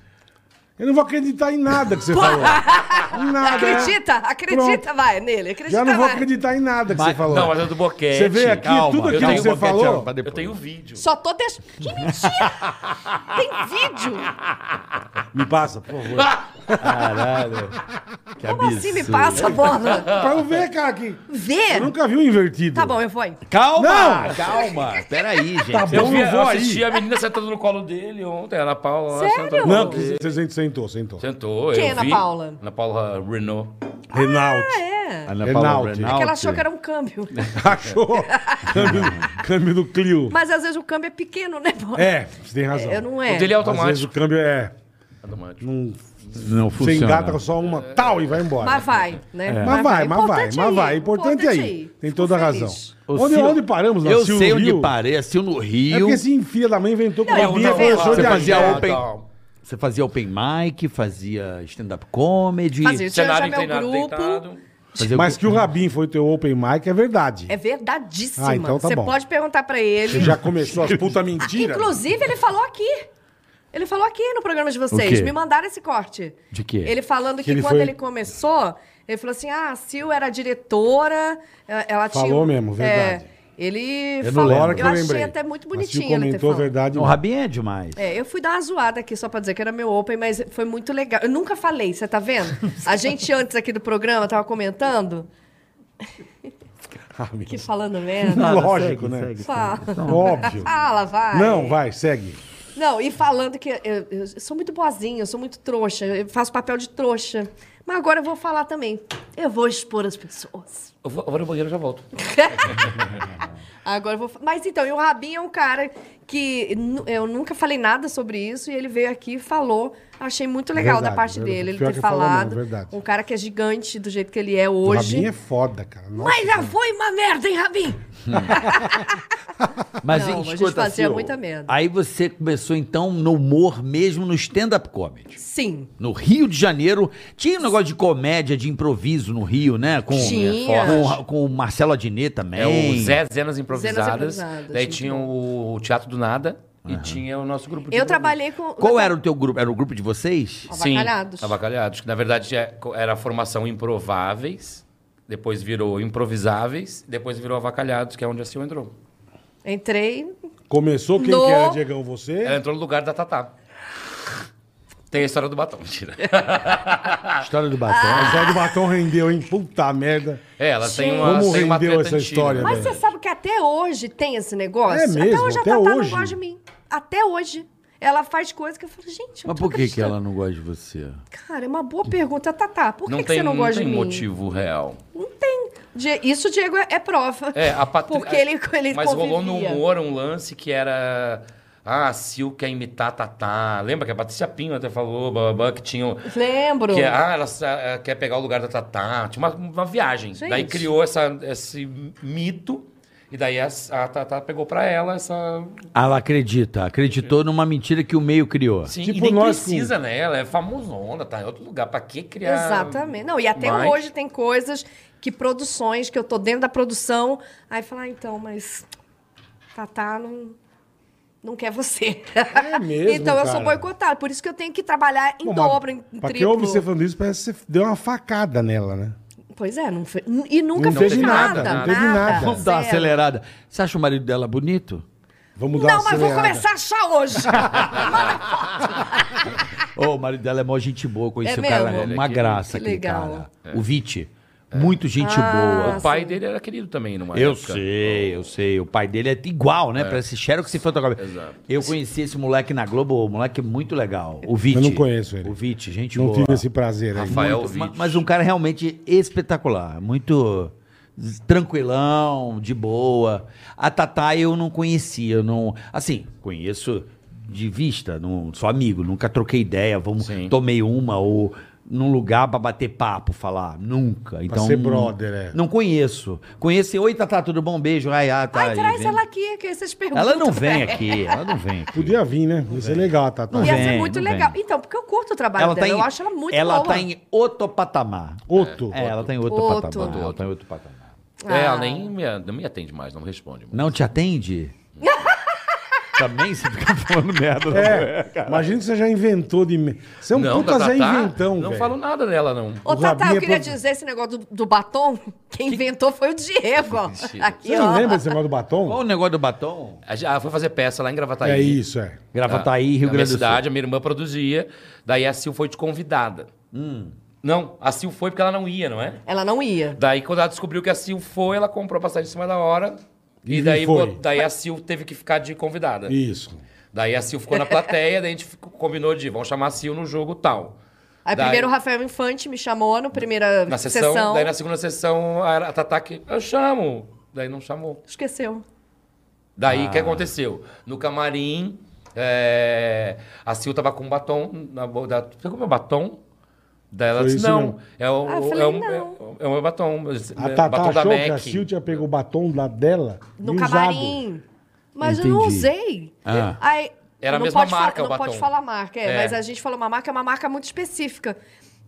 Eu não vou acreditar em nada que você falou. Nada. né? Acredita, acredita, vai nele. Acredita, Ah, é. Já não vou vai. acreditar em nada que você falou. Não, mas é do boquete. Você veio aqui, tudo eu aquilo tenho que você um boquete, falou. ó, Eu tenho vídeo. Só tô deixando. Que mentira! Tem vídeo! Me passa, por favor. Caralho. Que Como assim me passa a bola? pra eu ver, cara, que... Vê! Eu nunca vi um invertido. Tá bom, eu vou aí. Calma, Não! calma. Peraí, gente. Tá Eu, bom. Eu vi, não vou eu assisti aí. a menina sentando no colo dele ontem, a Ana Paula. lá, Sério? sentou no Não, colo que dele. você gente sentou, sentou. Sentou, Quem é eu Ana vi. Paula? Ana Paula Renault. Renault. É. Ana Renaldi. Que ela achou que era um câmbio. Achou. câmbio, câmbio do Clio. Mas às vezes o câmbio é pequeno, né, bola? É, você tem razão. Eu não O é. dele é Às vezes automático. o câmbio é... A Automático. Não, Não você funciona. engata só uma tal e vai embora. Mas vai, né? um- É. Mas vai, mas vai, mas vai. Importante aí. Tem Fico toda a razão. feliz. Ô, Onde, Sil- onde paramos lá? Eu Sil, sei no onde Rio? parei, assim no É Rio. porque esse filho da mãe inventou com Não, É um a Bia, tá vendo? professor de Você fazia agenda, open- tal. Você fazia open mic, fazia stand-up comedy. Fazia isso, já Cenário meu inclinado, grupo. deitado. fazia- Mas que o Rabin foi teu open mic é verdade. É verdadíssima. Ah, então tá Você bom. pode perguntar pra ele. Você já começou as puta mentiras. Inclusive, ele falou aqui. Ele falou aqui no programa de O vocês. quê? Me mandaram esse corte. De quê? Ele falando que, ele quando foi- ele começou, ele falou assim: ah, a Sil era diretora, eh, ela tinha. Falou mesmo, verdade. É, ele não falou. lembro. Eu, Agora que achei lembrei. até muito Mas Sil bonitinho ele ter comentou a falado. verdade. O Rabin é demais. É, eu fui dar uma zoada aqui só pra dizer que era meu open, mas foi muito legal. Eu nunca falei, você tá vendo? A gente antes aqui do programa tava comentando Ah, meu. que falando merda. Nada, Lógico, né? Fala. Óbvio. Fala, vai. Não, vai, segue. Não, e falando que eu, eu sou muito boazinha, eu sou muito trouxa, eu faço papel de trouxa. Mas agora eu vou falar também. Eu vou expor as pessoas. Eu vou, eu vou no banheiro e já volto. Agora eu vou. fa- Mas então, e o Rabinho é um cara que nu- eu nunca falei nada sobre isso e ele veio aqui e falou. Achei muito legal Verdade, da parte verdade. dele ele Pior ter que falou mesmo, falado. verdade. um cara que é gigante do jeito que ele é O hoje. Rabin é foda, cara. Nossa, Mas já foi uma merda, hein, Rabinho? Mas Não, a gente escuta, fazia Sil, muita merda. Aí você começou, então, no humor mesmo, no stand-up comedy. Sim. No Rio de Janeiro, tinha um negócio de comédia, de improviso no Rio, né? Com, Tinha. com, com o Marcelo Adnet também. É o Zé Zenas Improvisadas. Improvisadas, daí muito tinha bom. o, Teatro do Nada e tinha o nosso grupo de Eu improviso. trabalhei com. Qual era o teu grupo? Era o grupo de vocês? Sim, Avacalhados. Avacalhados. que Na verdade é- era a formação Improváveis, depois virou Improvisáveis, depois virou Avacalhados, que é onde a Sil entrou. Entrei. Começou quem No- que era, Diegão? Você? Ela entrou no lugar da Tatá. Tem a história do batom, mentira. História do A Ah. batom. história do batom rendeu, hein? Puta merda. É, ela tem Gente. uma, Como tem uma rendeu treta essa antiga. história, Mas É. você sabe que até hoje tem esse negócio? É mesmo, até tá, hoje até a Tatá hoje. não gosta de mim. Até hoje. Ela faz coisas que eu falo, gente, eu Mas não tô por que, que acreditando. ela não gosta de você? Cara, é uma boa pergunta, Tatá. Por que, Não que tem, você não não gosta tem de mim? motivo real. Não tem. Die- Isso, Diego, é, é prova. É, a Patrícia. Porque ele, ele Mas rolou no convivia. humor um lance que era. Ah, a Sil quer imitar a Tatá. Lembra que a Patrícia Pinho até falou, blá, blá, blá, que tinha. o- Lembro. Que, ah, ela sa- eh, quer pegar o lugar da Tatá. Tinha uma, uma viagem. Gente. Daí criou essa, esse mito. E daí a, a Tatá pegou pra ela essa. Ah, Ela acredita. Acreditou numa mentira que o meio criou. Sim, Tipo assim, e nem nós com- precisa, né? Ela é famosona, tá em outro lugar. Pra que criar. Exatamente. Não, e até mais? hoje tem coisas que produções, que eu tô dentro da produção, aí fala, ah, então, mas Tatá não, não quer você. É mesmo, então eu sou cara. boicotada, por isso que eu tenho que trabalhar em Pô, mas dobro, em Pra quem triplo. ouve você falando isso, parece que você deu uma facada nela, né? Pois é, não fe... n- e nunca Não fez teve nada, nada, não teve nada. Vamos dar uma zero. acelerada. Você acha o marido dela bonito? Vamos dar Não, uma mas vou acelerada. começar a achar hoje. Ô, o marido dela é mó gente boa. eu Conheci É o cara. mesmo? Uma Que É. graça aquele legal. Ah, cara. O Vite. Muito gente boa. O pai dele era querido também, numa Eu época. sei, eu sei. O pai dele é igual, né? Parece Xerox e fotocópia. Exato. Eu conheci esse moleque na Globo, o moleque é muito legal. O Vite. Eu não conheço ele. O Vite, gente Não boa. tive esse prazer aí. Rafael Muito- Witt. ma- Mas um cara realmente espetacular. Muito tranquilão, de boa. A Tatá eu não conhecia. eu não, assim, conheço de vista, não sou amigo, nunca troquei ideia. Vamos, Sim. tomei uma ou num lugar pra bater papo, falar. Nunca. Então, ser brother, é. Não conheço. Conheci. Oi, Tatá, tudo bom? Beijo. Ai, ah, tá Ai, aí, traz vem." ela aqui, que vocês perguntam. Ela não vem aqui. Ela não vem aqui. Podia vir, né? Isso é legal, Tata. Não Ia vem, ser muito não legal. vem. Então, porque eu curto o trabalho Ela dela, tá em, eu acho ela muito ela boa. tá em outro patamar. Outro. É, ela tá em outro, Outro. patamar. Ela Outro. tá em outro patamar. É, Ah. ela nem me, não me atende mais, não me responde. mais. Não te atende? Também você fica falando merda. não É, imagina que você já inventou de... me- Você é um não, puta da Zé tá? Tatá, Inventão, Não velho. falo nada dela, não. Ô, O Tatá, Rabinho é eu queria pro- dizer esse negócio do, do batom. Quem inventou foi o Diego, ó. Mentira. Aqui, Você não ó. lembra desse negócio do Qual o batom? negócio do batom? A gente- Ah, foi fazer peça lá em Gravataí. É isso, é. Ah, Gravataí, Rio na minha Grande do Sul. cidade, a minha irmã produzia. Daí a Sil foi de convidada. Não, a Sil foi porque ela não ia, não é? Ela não ia. Daí quando ela descobriu que a Sil foi, ela comprou a passagem em cima da hora. E, E daí, foi. bot- daí a Sil teve que ficar de convidada. Isso. Daí a Sil ficou na plateia, daí a gente ficou- combinou de vamos chamar a Sil no jogo tal. Aí Daí- primeiro o Rafael Infante me chamou na primeira Na sessão, sessão. daí na segunda sessão a a Tatá que eu chamo. Daí não chamou. Esqueceu. Ah. Daí o que aconteceu? No camarim, É, a Sil tava com um batom na boca. Você comeu batom? Daí ela Foi disse, isso não, mesmo. é o, Ah, eu falei, é, um, não. é, o- é o meu batom. A é, Tatá batom da tá, achou que a Mac. Silvia pegou o batom lá dela No e usado. camarim. Mas eu não Entendi. usei. Ah. Aí, Era a não mesma pode marca falar- o Não batom. pode falar marca, é, É. Mas a gente falou uma marca, é uma marca muito específica.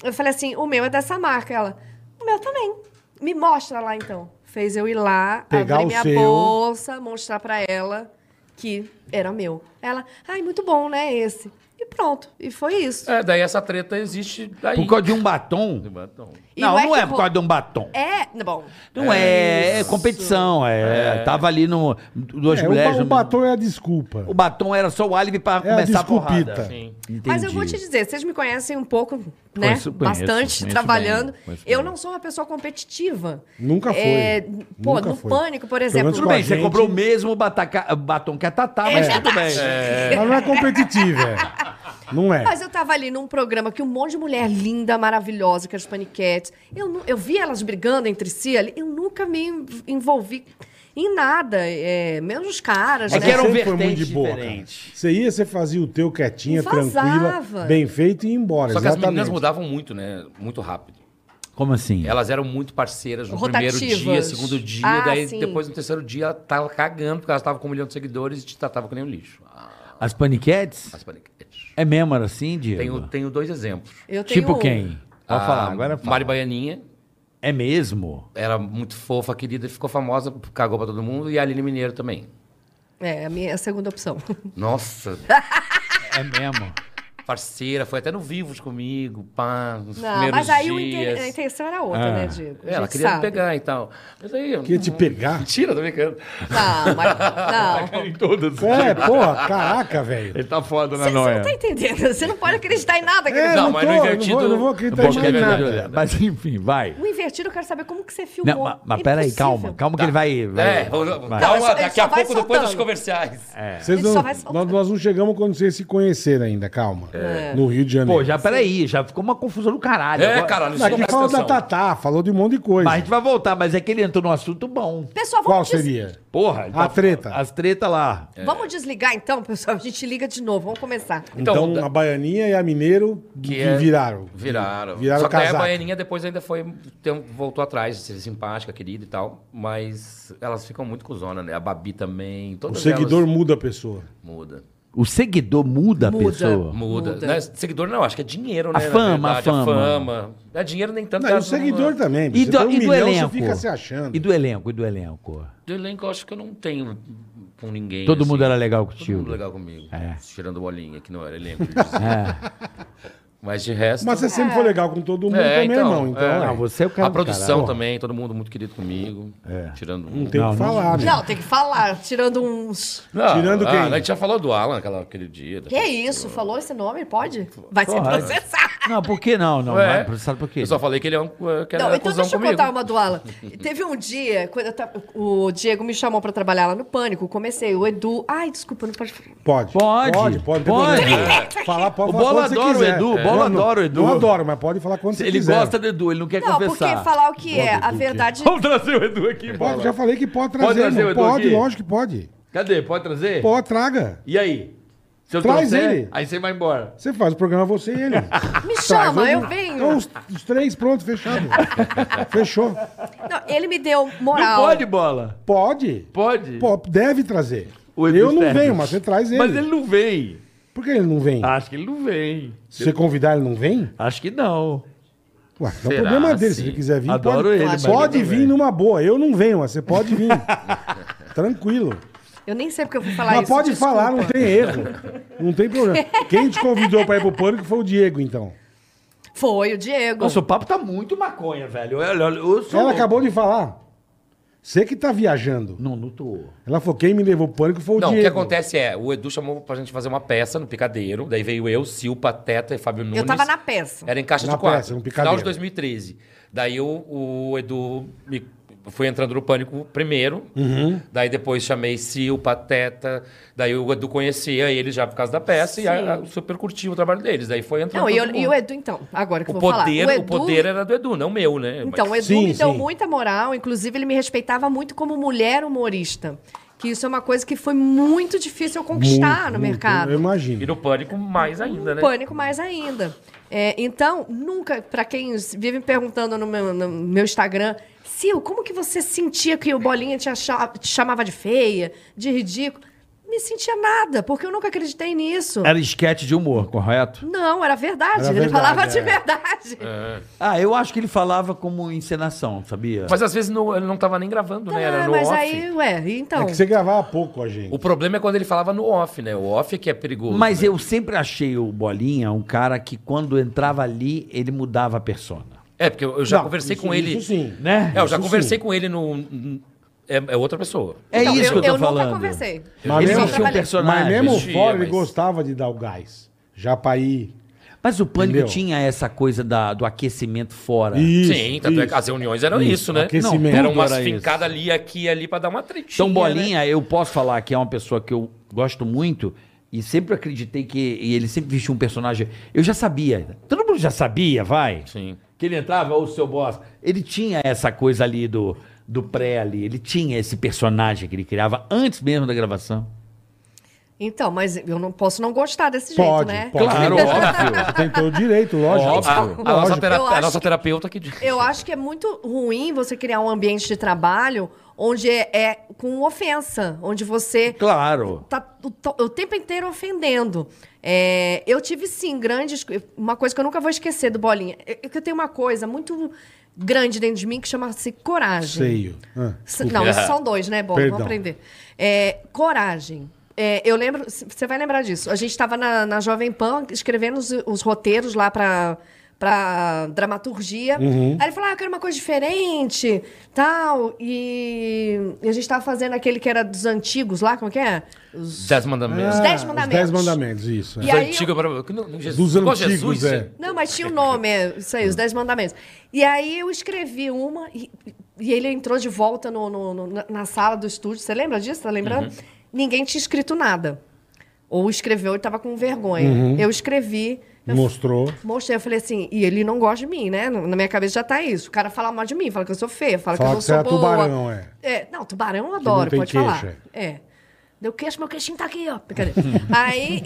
Eu falei assim, o meu é dessa marca. Ela, o meu também. Me mostra lá, então. Fez eu ir lá, Pegar abrir o minha seu. bolsa, mostrar pra ela que era meu. Ela, ai, muito bom, né, esse. E pronto. E foi isso. É, daí essa treta existe daí. Por causa de um batom? De batom. E não, não que é eu por vou- causa de um batom. É, bom. Não é, é competição. É, Tava ali no. Duas É, o, mulheres. ba- o no- batom é a desculpa. o batom era só o álibi pra É a começar a desculpita. porrada. assim. Sim. Entendi. Mas eu vou te dizer, vocês me conhecem um pouco, né? Conheço- conheço, Bastante, conheço trabalhando. bem, conheço eu bem. não sou uma pessoa competitiva. Nunca foi. É, pô, Nunca no foi. pânico, por Pelo exemplo. menos Tudo com a bem, você gente- comprou o mesmo bataca- batom que a Tatá, É mas tudo bem. Mas não é competitiva, é. Não é. Mas eu tava ali num programa que um monte de mulher linda, maravilhosa, que era os paniquetes. Eu, nu- eu vi elas brigando entre si ali. Eu nunca me en- envolvi em nada. é, menos os caras, É né? que eram Você sempre foi muito vertentes de boa, cara. diferentes. Você ia, você fazia o teu quietinha, Não vazava. tranquila, bem feito e ia embora. Só que as meninas exatamente. mudavam muito, né? Muito rápido. Como assim? Elas eram muito parceiras no primeiro dia, Rotativas. segundo dia, Ah, daí sim. depois no terceiro dia ela tava cagando, porque elas estavam com um milhão de seguidores e te tratavam que nem um lixo. Ah, As paniquetes? as paniquetes. É mesmo, era assim, Diego? Tenho, tenho dois exemplos. Eu tenho Tipo um. quem? Pode A falar, agora fala. Mari Baianinha, É mesmo? era muito fofa, querida, ficou famosa, cagou pra todo mundo, e a Aline Mineiro também. É, a minha segunda opção. Nossa, É mesmo. parceira, foi até no Vivos comigo, pá, nos Não, primeiros mas aí o inte- dias. a intenção era outra, Ah. né, Diego? A É, ela gente queria me sabe. pegar e tal. Mas aí... eu Queria não- te pegar? Mentira, tô brincando. Não, mas. Não. Em todas. É, porra, caraca, velho. Ele tá foda na Você você noia. não tá entendendo. Você não pode acreditar em nada que ele É, fala. Não, não, mas tô, no não invertido- vou, não vou acreditar Bom, em mais é verdade, nada. olha. Mas enfim, vai. O invertido, eu quero saber como que você filmou. Não, ma- mas, peraí, Impossível. calma, calma que ele vai. vai- É, vamos- vai. Não, ele calma, só- ele daqui só a vai pouco, depois dos soltando. comerciais. Vocês Ele não, só vai nós, soltar. nós não chegamos quando vocês se conheceram ainda, calma. É. No Rio de Janeiro. Pô, já peraí, já ficou uma confusão do caralho. É, Agora- caralho, isso não Aqui presta falou da atenção. Tatá, falou de um monte de coisa. Mas a gente vai voltar, mas é que ele entrou num assunto bom. Pessoal, vamos, Qual des- seria? Porra, ele A treta. As treta lá. vamos desligar então, pessoal. A gente liga de novo. Vamos começar. Então, Então, da- a Baianinha e a Mineiro Que vi- é- viraram. Viraram. Viraram Só que daí a casaca. baianinha depois ainda foi. tem- um, voltou atrás, de ser simpática, querida e tal. Mas elas ficam muito cuzona, né? A Babi também. O Todas seguidor elas... muda a pessoa. muda. O seguidor muda a Muda. pessoa. Muda. Muda. Não é seguidor não, acho que é dinheiro, A né? na fama, a verdade, fama. fama. É dinheiro nem tanto. Não, e cara, o seguidor também. tá, E você do, tem um e do milhão, elenco? Você fica se achando. E do elenco, e do elenco. tá- Do elenco, eu acho que eu não tenho com ninguém. assim. Todo mundo era legal Todo contigo. mundo legal comigo. É. Tirando bolinha, que não era elenco. eu dizia. É. Mas de resto. Mas você sempre foi legal com todo mundo É, também, então, irmão. Então, é. é. Não, você é o cara É. a do produção caralho. também, todo mundo muito querido comigo. Tirando um. não tem o Não, que não- falar, né? Não, tem que falar, tirando uns. Não, Tirando ah, quem? A gente já falou do Alan aquela, aquele dia. Que é isso? Falou esse nome? Pode? Vai ser Porra. processado. Não, por que não? Não, É. vai processar por quê? Eu só falei que ele é um que era Não, então cuzão deixa eu comigo. contar uma do Alan. Teve um dia, quando eu ta- o Diego me chamou pra trabalhar lá no Pânico, comecei, o Edu. Ai, desculpa, não pode falar. Pode. Pode. Pode, pode. Pode. pode. Falar, pode O falar Bola quando você adora o quiser. Edu, o Bola Não, não- adora o Edu. Não adoro, mas pode falar quando você Ele quiser. gosta do Edu, ele não quer Não, confessar. porque falar o que é, a verdade. Vamos trazer o Edu aqui, Pode, bola. já falei que pode trazer, trazer irmão. o Edu Pode, aqui? lógico que pode. Cadê? Pode trazer? Pode, traga. E aí? Se eu Traz trouxer, ele. aí você vai embora. Você faz o programa você e ele. Me Traz o chama, eu Edu. venho. Então, os, os três, pronto, fechado. Fechou. Não, ele me deu Não moral. pode, bola. Pode. Pode. Pô, deve trazer. O Edu eu não Sterling. venho, mas você traz ele. Mas ele Ah, não vem. Por que ele não vem? Acho que ele não vem. Se você convidar, ele não vem? Acho que não. Ué, não é Será, problema dele. Se sim. ele quiser vir, Adoro pode, ele, mas pode ele não vir vem. numa boa. Eu não venho, mas você pode vir. Tranquilo. Eu nem sei porque eu vou falar Mas isso. pode desculpa. falar, não tem erro. Não tem problema. Quem te convidou pra ir pro pânico foi o Diego, então. Foi o Diego. Nossa, o papo tá muito maconha, velho. Olha, olha, eu sou... Ela acabou de falar. Você que tá viajando. Não, não tô. Ela falou, quem me levou pro pânico foi o Não, Diego. o que acontece é, o Edu chamou pra gente fazer uma peça no Picadeiro, daí veio eu, Sil, Pateta e Fábio Nunes. eu tava na peça. Era em caixa Na de quatro. peça, no Picadeiro. final de 2013. Daí eu, o Edu me foi entrando no pânico primeiro. Uhum. Daí depois chamei Sil, Pateta. Daí o Edu conhecia ele já por causa da peça e a, a- super curtiu o trabalho deles. Daí foi entrando. Não, e, eu- todo e mundo. o Edu, então, agora que o eu vou poder, falar. o poder era do Edu, não meu, né? Então, o Mas- Edu Sim, me deu sim. muita moral, inclusive ele me respeitava muito como mulher humorista. Que isso é uma coisa que foi muito difícil eu conquistar Muito, no muito, Eu mercado. imagino. E no pânico, mais ainda, né? Pânico mais ainda. É, então, nunca, pra quem vive me perguntando no meu, no meu Instagram, Sil, como que você sentia que o Bolinha te, acha- te chamava de feia, de ridículo? Me sentia nada, porque eu nunca acreditei nisso. Era esquete de humor, correto? Não, era verdade. Era Ele verdade, falava de é. verdade. Ah, eu acho que ele falava como encenação, sabia? Mas às vezes não- ele não tava nem gravando, né? Era Ah, no mas off. aí, ué, então. É que você gravava pouco a gente. O problema é quando ele falava no off, né? O off é que é perigoso. Mas né? eu sempre achei o Bolinha um cara que quando entrava ali, ele mudava a persona. É, porque eu eu já Não, conversei isso- com ele. Isso sim. Né? É, eu já Isso conversei sim. com ele no. É, é outra pessoa. É Então, isso eu, que eu tô eu falando. nunca conversei. Mas mesmo- ele existia um trabalhei. personagem. Mas mesmo Existia, fora, ele mas- gostava de dar o gás. Já pra ir. Mas o pânico Entendeu? tinha essa coisa da- do aquecimento fora. Isso, Sim, tanto é que isso. as reuniões eram Isso, isso, né? aquecimento. Não, eram Tudo umas era isso. fincadas ali, aqui e ali pra dar uma tretinha. Então, né? Bolinha, eu posso falar que é uma pessoa que eu gosto muito e sempre acreditei que e ele sempre vestiu um personagem. Eu já sabia. Todo mundo já sabia, vai. Sim. Que ele entrava, ou o seu boss. Ele tinha essa coisa ali do, do pré ali. Ele tinha esse personagem que ele criava antes mesmo da gravação. Então, mas eu não posso não gostar desse Pode, jeito, né? pode. Claro, óbvio. Você tem todo o direito, lógico. A, Lógico. a nossa, tera- Eu a acho nossa que- terapeuta que diz. Eu acho que é muito ruim você criar um ambiente de trabalho onde é, é com ofensa, onde você Claro. tá o, to- o tempo inteiro ofendendo. É, eu tive, sim, grandes. Uma coisa que eu nunca vou esquecer do Bolinha é que eu tenho uma coisa muito grande dentro de mim que chama-se coragem. Seio. Ah. S- Não, esses são dois, né, Bob? Perdão. Vamos aprender. É, coragem. É, eu lembro, c- você vai lembrar disso. A gente estava na, na Jovem Pan escrevendo os, os roteiros lá para para dramaturgia. Aí ele falou: ah, eu quero uma coisa diferente, tal. E, e a gente estava fazendo aquele que era dos antigos lá, como que é? Os, Dez mandamentos. Os Dez Ah, Mandamentos. Dez mandamentos, isso. é. E aí eu- Antigo, pra- que não- não- Jesus- Dos igual antigos, é. gente. Não, mas tinha o nome, é, isso aí, os Dez Mandamentos. E aí eu escrevi uma e, e ele entrou de volta no- no- no- na- na sala do estúdio. Você lembra disso? Tá lembrando? Uhum. Ninguém tinha escrito nada. Ou escreveu e tava com vergonha. Uhum. Eu escrevi. eu Mostrou. Mostrei, eu falei assim, e ele não gosta de mim, né? Na minha cabeça já tá isso. O cara fala mal de mim, fala que eu sou feia, Fala fala, que eu não que você sou era boa. tubarão, é. Não, tubarão eu adoro, tem pode falar. queixo, É. Deu queixo, meu queixinho tá aqui, ó. Brincadeira. aí.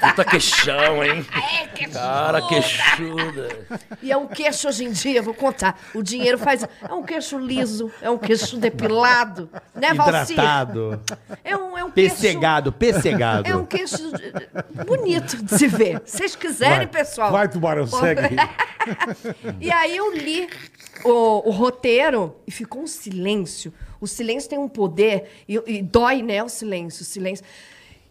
Puta queixão, hein? É, Cara, queixuda. E é um queixo hoje em dia, eu vou contar. O dinheiro faz. É um queixo liso, é um queixo depilado, né, Valci? Hidratado. É um, é um queixo. Pessegado, pessegado. É um queixo eh, bonito de se ver. Se vocês quiserem, pessoal. Vai, tubarão, segue. E aí eu li o, o roteiro e ficou um silêncio. O silêncio tem um poder e, e dói, né? O silêncio, o silêncio.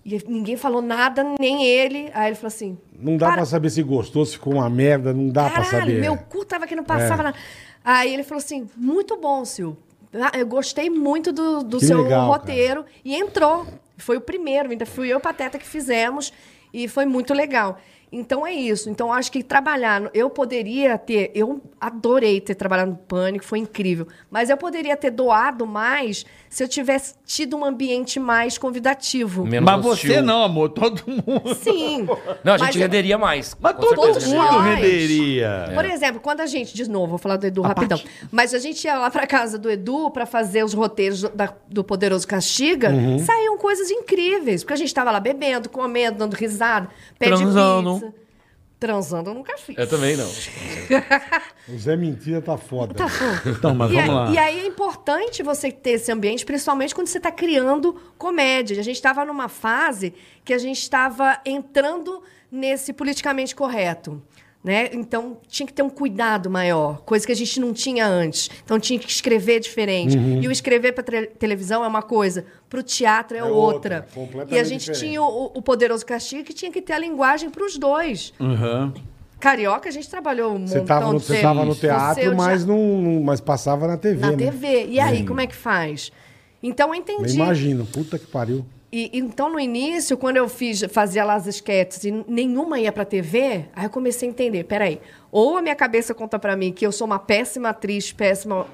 E ninguém falou nada, nem ele. Aí ele falou assim: Não dá pra saber se gostou, se ficou uma merda, não dá pra Caralho, saber. meu cu tava que não passava É. nada. Aí ele falou assim: muito bom, Sil. Ah, Eu gostei muito do, do Que seu legal, roteiro. E entrou. Foi o primeiro, ainda fui eu e o Pateta que fizemos. E foi muito legal. Então é isso. Então acho que trabalhar. no- Eu poderia ter. Eu adorei ter trabalhado no Pânico, foi incrível. Mas eu poderia ter doado mais se eu tivesse tido um ambiente mais convidativo. Menos Mas você hostil. não, amor. Todo mundo. Sim. Não, a Mas gente eu- renderia mais. Mas com todo certeza, né? mundo mundo renderia. É. renderia. Por exemplo, quando a gente, de novo, vou falar do Edu rapidão, mas a gente ia lá pra casa do Edu pra fazer os roteiros do, da- do Poderoso Castiga, Uhum. saíam coisas incríveis, porque a gente tava lá bebendo, comendo, dando risada, pé Transando. de pizza. Transando eu nunca fiz. Eu também não. O Zé Mentira tá foda. Tá bom. Então, mas E aí, vamos lá. e aí é importante você ter esse ambiente, principalmente quando você está criando comédia. A gente estava numa fase que a gente estava entrando nesse politicamente correto. Né? Então tinha que ter um cuidado maior, coisa que a gente não tinha antes. Então tinha que escrever diferente. Uhum. E o escrever para televisão é uma coisa, para o teatro é, É outra, outra. E a completamente gente diferente. tinha o, o Poderoso Castigo que tinha que ter a linguagem para os dois. Aham. Carioca, a gente trabalhou um Você montão tava no, de você tava no tempos. Você, teatro, o mas, não, não- mas passava na TV, na né? TV. E aí, como é que faz? Então, eu Eu entendi. imagino, puta que pariu. E, então, no início, quando eu fiz, fazia lá as esquetes e nenhuma ia pra TV, aí eu comecei a entender, peraí, ou a minha cabeça conta pra mim que eu sou uma péssima atriz, péssima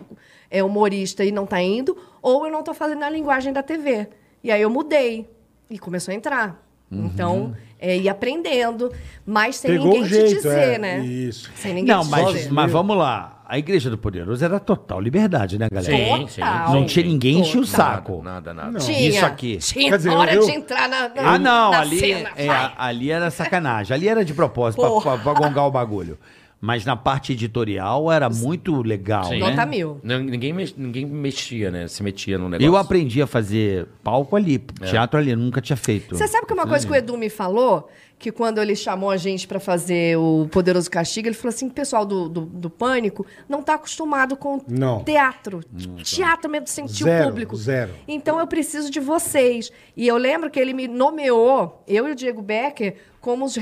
é, humorista e não tá indo, ou eu não tô fazendo a linguagem da TV. E aí eu mudei e começou a entrar. Então, é, ir aprendendo, mas sem Uhum. Pegou ninguém o jeito, te dizer, é. né? Isso. Sem ninguém Não, te mas, dizer. mas vamos lá. A Igreja do Poderoso era total liberdade, né, galera? Sim, sim. Total. Não tinha ninguém enchia o Total. saco. Nada, nada. Não. Tinha. Isso aqui. Tinha Quer dizer, hora eu- de entrar na, na Ah, não, na ali, cena, é, vai. ali era sacanagem. Ali era de propósito, pra, Porra. pra, pra gongar o bagulho. Mas na parte editorial era muito legal, Sim. né? Nota mil. Não, Ninguém, mex- ninguém mexia, né? Se metia no negócio. Eu aprendi a fazer palco ali, teatro ali, eu nunca tinha feito. Você sabe que uma coisa que o Edu me falou, que quando ele chamou a gente pra fazer o Poderoso Castigo, ele falou assim, o pessoal do, do, do Pânico não tá acostumado com Não. tá. teatro. Teatro mesmo, sentir Zero, o público. zero. Então eu preciso de vocês. E eu lembro que ele me nomeou, eu e o Diego Becker, como os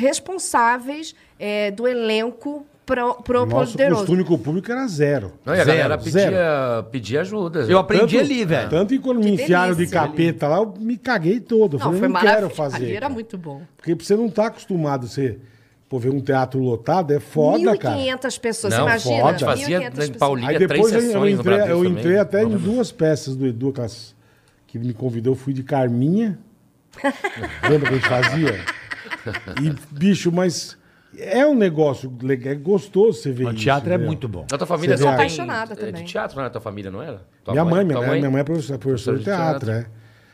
responsáveis eh, do elenco pro, pro Nosso Poderoso. costume com o público era zero. Não, e a galera Zero, zero. pedia, pedia ajuda. Eu aprendi ali, velho. Tanto que quando me Que enfiaram de delícia. capeta lá, eu me caguei todo. Eu Não, falei, foi não quero maravilhoso. fazer. Ali era cara. muito bom. Porque você não tá acostumado, você pô, ver um teatro lotado é foda, cara. 1.500 pessoas, Não, imagina. foda. 1.500 Fazia pessoas. em Paulínia. Aí Tinha três depois eu, eu sessões no entrei, Brasil eu também. entrei até em Não. duas peças do Edu, aquelas que ele me convidou, eu fui de Carminha. Lembra que a gente fazia? E, bicho, mas é um negócio legal, é gostoso você ver O isso, teatro é entendeu? muito bom. Na tua família Você vê só a- tem... Apaixonada é, também. De teatro, não era tua família, não era? Tua minha mãe, minha, tua mãe, minha mãe é professora, professora de Professora teatro, é.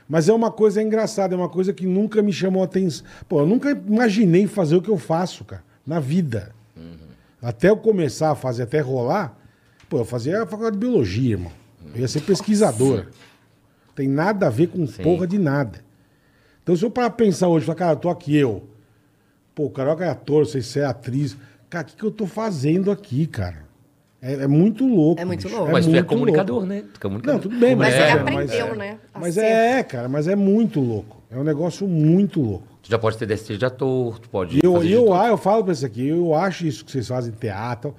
Mas é uma coisa engraçada, é uma coisa que nunca me chamou atenção. Pô, eu nunca imaginei fazer o que eu faço, cara, na vida. Uhum. Até eu começar a fazer, até rolar, pô, eu fazia a faculdade de biologia, irmão. Eu ia ser pesquisador. Tem nada a ver com porra de nada. Então, se eu parar pra pensar hoje, falar, cara, eu tô aqui, eu. Pô, o Carioca é ator, sei se é atriz. Cara, o que, que eu tô fazendo aqui, cara? É, é muito louco. É muito bicho. louco. Mas tu é muito comunicador, louco. né? Tu é Não, comunicador. tudo bem, mas, Mas é, ele mas aprendeu, é. né? a Mas ser. é, cara, mas é muito louco. É um negócio muito louco. Tu já pode ter desejo de ator, tu pode E eu, fazer de eu, tudo. ah, eu falo pra isso aqui, eu acho isso que vocês fazem teatro,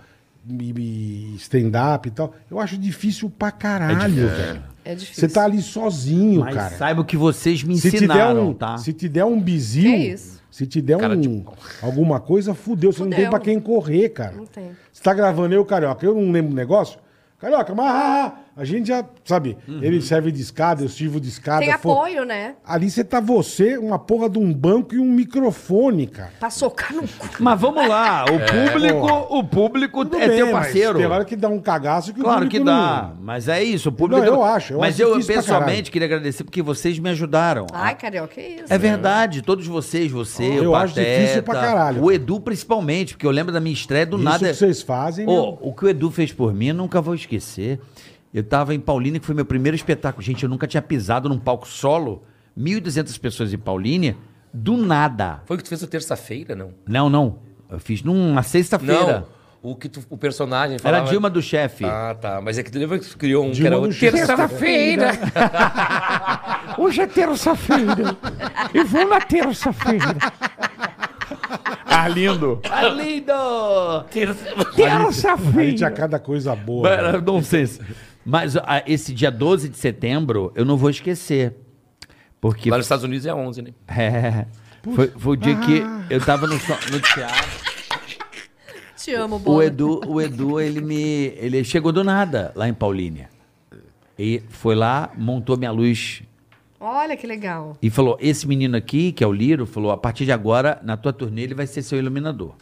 e- e stand-up e tal, eu acho difícil pra caralho, velho. É difícil. Você tá ali sozinho, Mas cara. saiba o que vocês me Se te, der ensinaram, um, tá? se te der um bizil, É isso. se te der Cara um, de alguma coisa, fudeu. Você não tem Fudeu. pra quem correr, cara. Não tem. Você tá gravando eu, Carioca, eu não lembro o negócio. Carioca, mas ah, ah, a gente já, sabe, Uhum. ele serve de escada, eu sirvo de escada. Tem fo- apoio, né? Ali você tá você, uma porra de um banco e um microfone, cara. Pra socar no cu. Mas vamos lá, É. o público, o público Tudo é bem, teu mas parceiro. Tem hora que dá um cagaço que o Claro que público dá, não- mas é isso, o público. Não, eu acho, eu mas acho eu difícil pra pessoalmente caralho. queria agradecer porque vocês me ajudaram. Ai, Carioca, que isso? É verdade, todos vocês, você, Eu o acho Pateta, difícil pra caralho. o Edu principalmente, porque eu lembro da minha estreia do Isso nada. é- que vocês fazem, Ô, meu. o que o Edu fez por mim, eu nunca vou esquecer. Eu tava em Paulínia, que foi meu primeiro espetáculo. Gente, eu nunca tinha pisado num palco solo, 1.200 pessoas em Paulínia, do nada. Foi o que tu fez o terça-feira, não? Não, não. Eu fiz numa sexta-feira. Não. O que tu, o personagem Era falava... a Dilma do chefe. Ah, tá. Mas é que tu lembra que tu criou um que Dilma era do o Chefe. terça-feira. Hoje é terça-feira. E vou na terça-feira. Arlindo. Ah, lindo! Aí tinha Terça-feira. é cada coisa boa. Mas cara. Era nonsense. Mas ah, esse dia 12 de setembro, eu não vou esquecer. Porque Lá nos Estados Unidos é 11, né? É. Foi, foi o dia que eu tava no, so- no teatro. Te amo, Bola. O Edu, o Edu, ele me. Ele chegou do nada lá em Paulínia. E foi lá, montou minha luz Olha que legal. e falou: esse menino aqui, que é o Liro, falou: a partir de agora, na tua turnê, ele vai ser seu iluminador.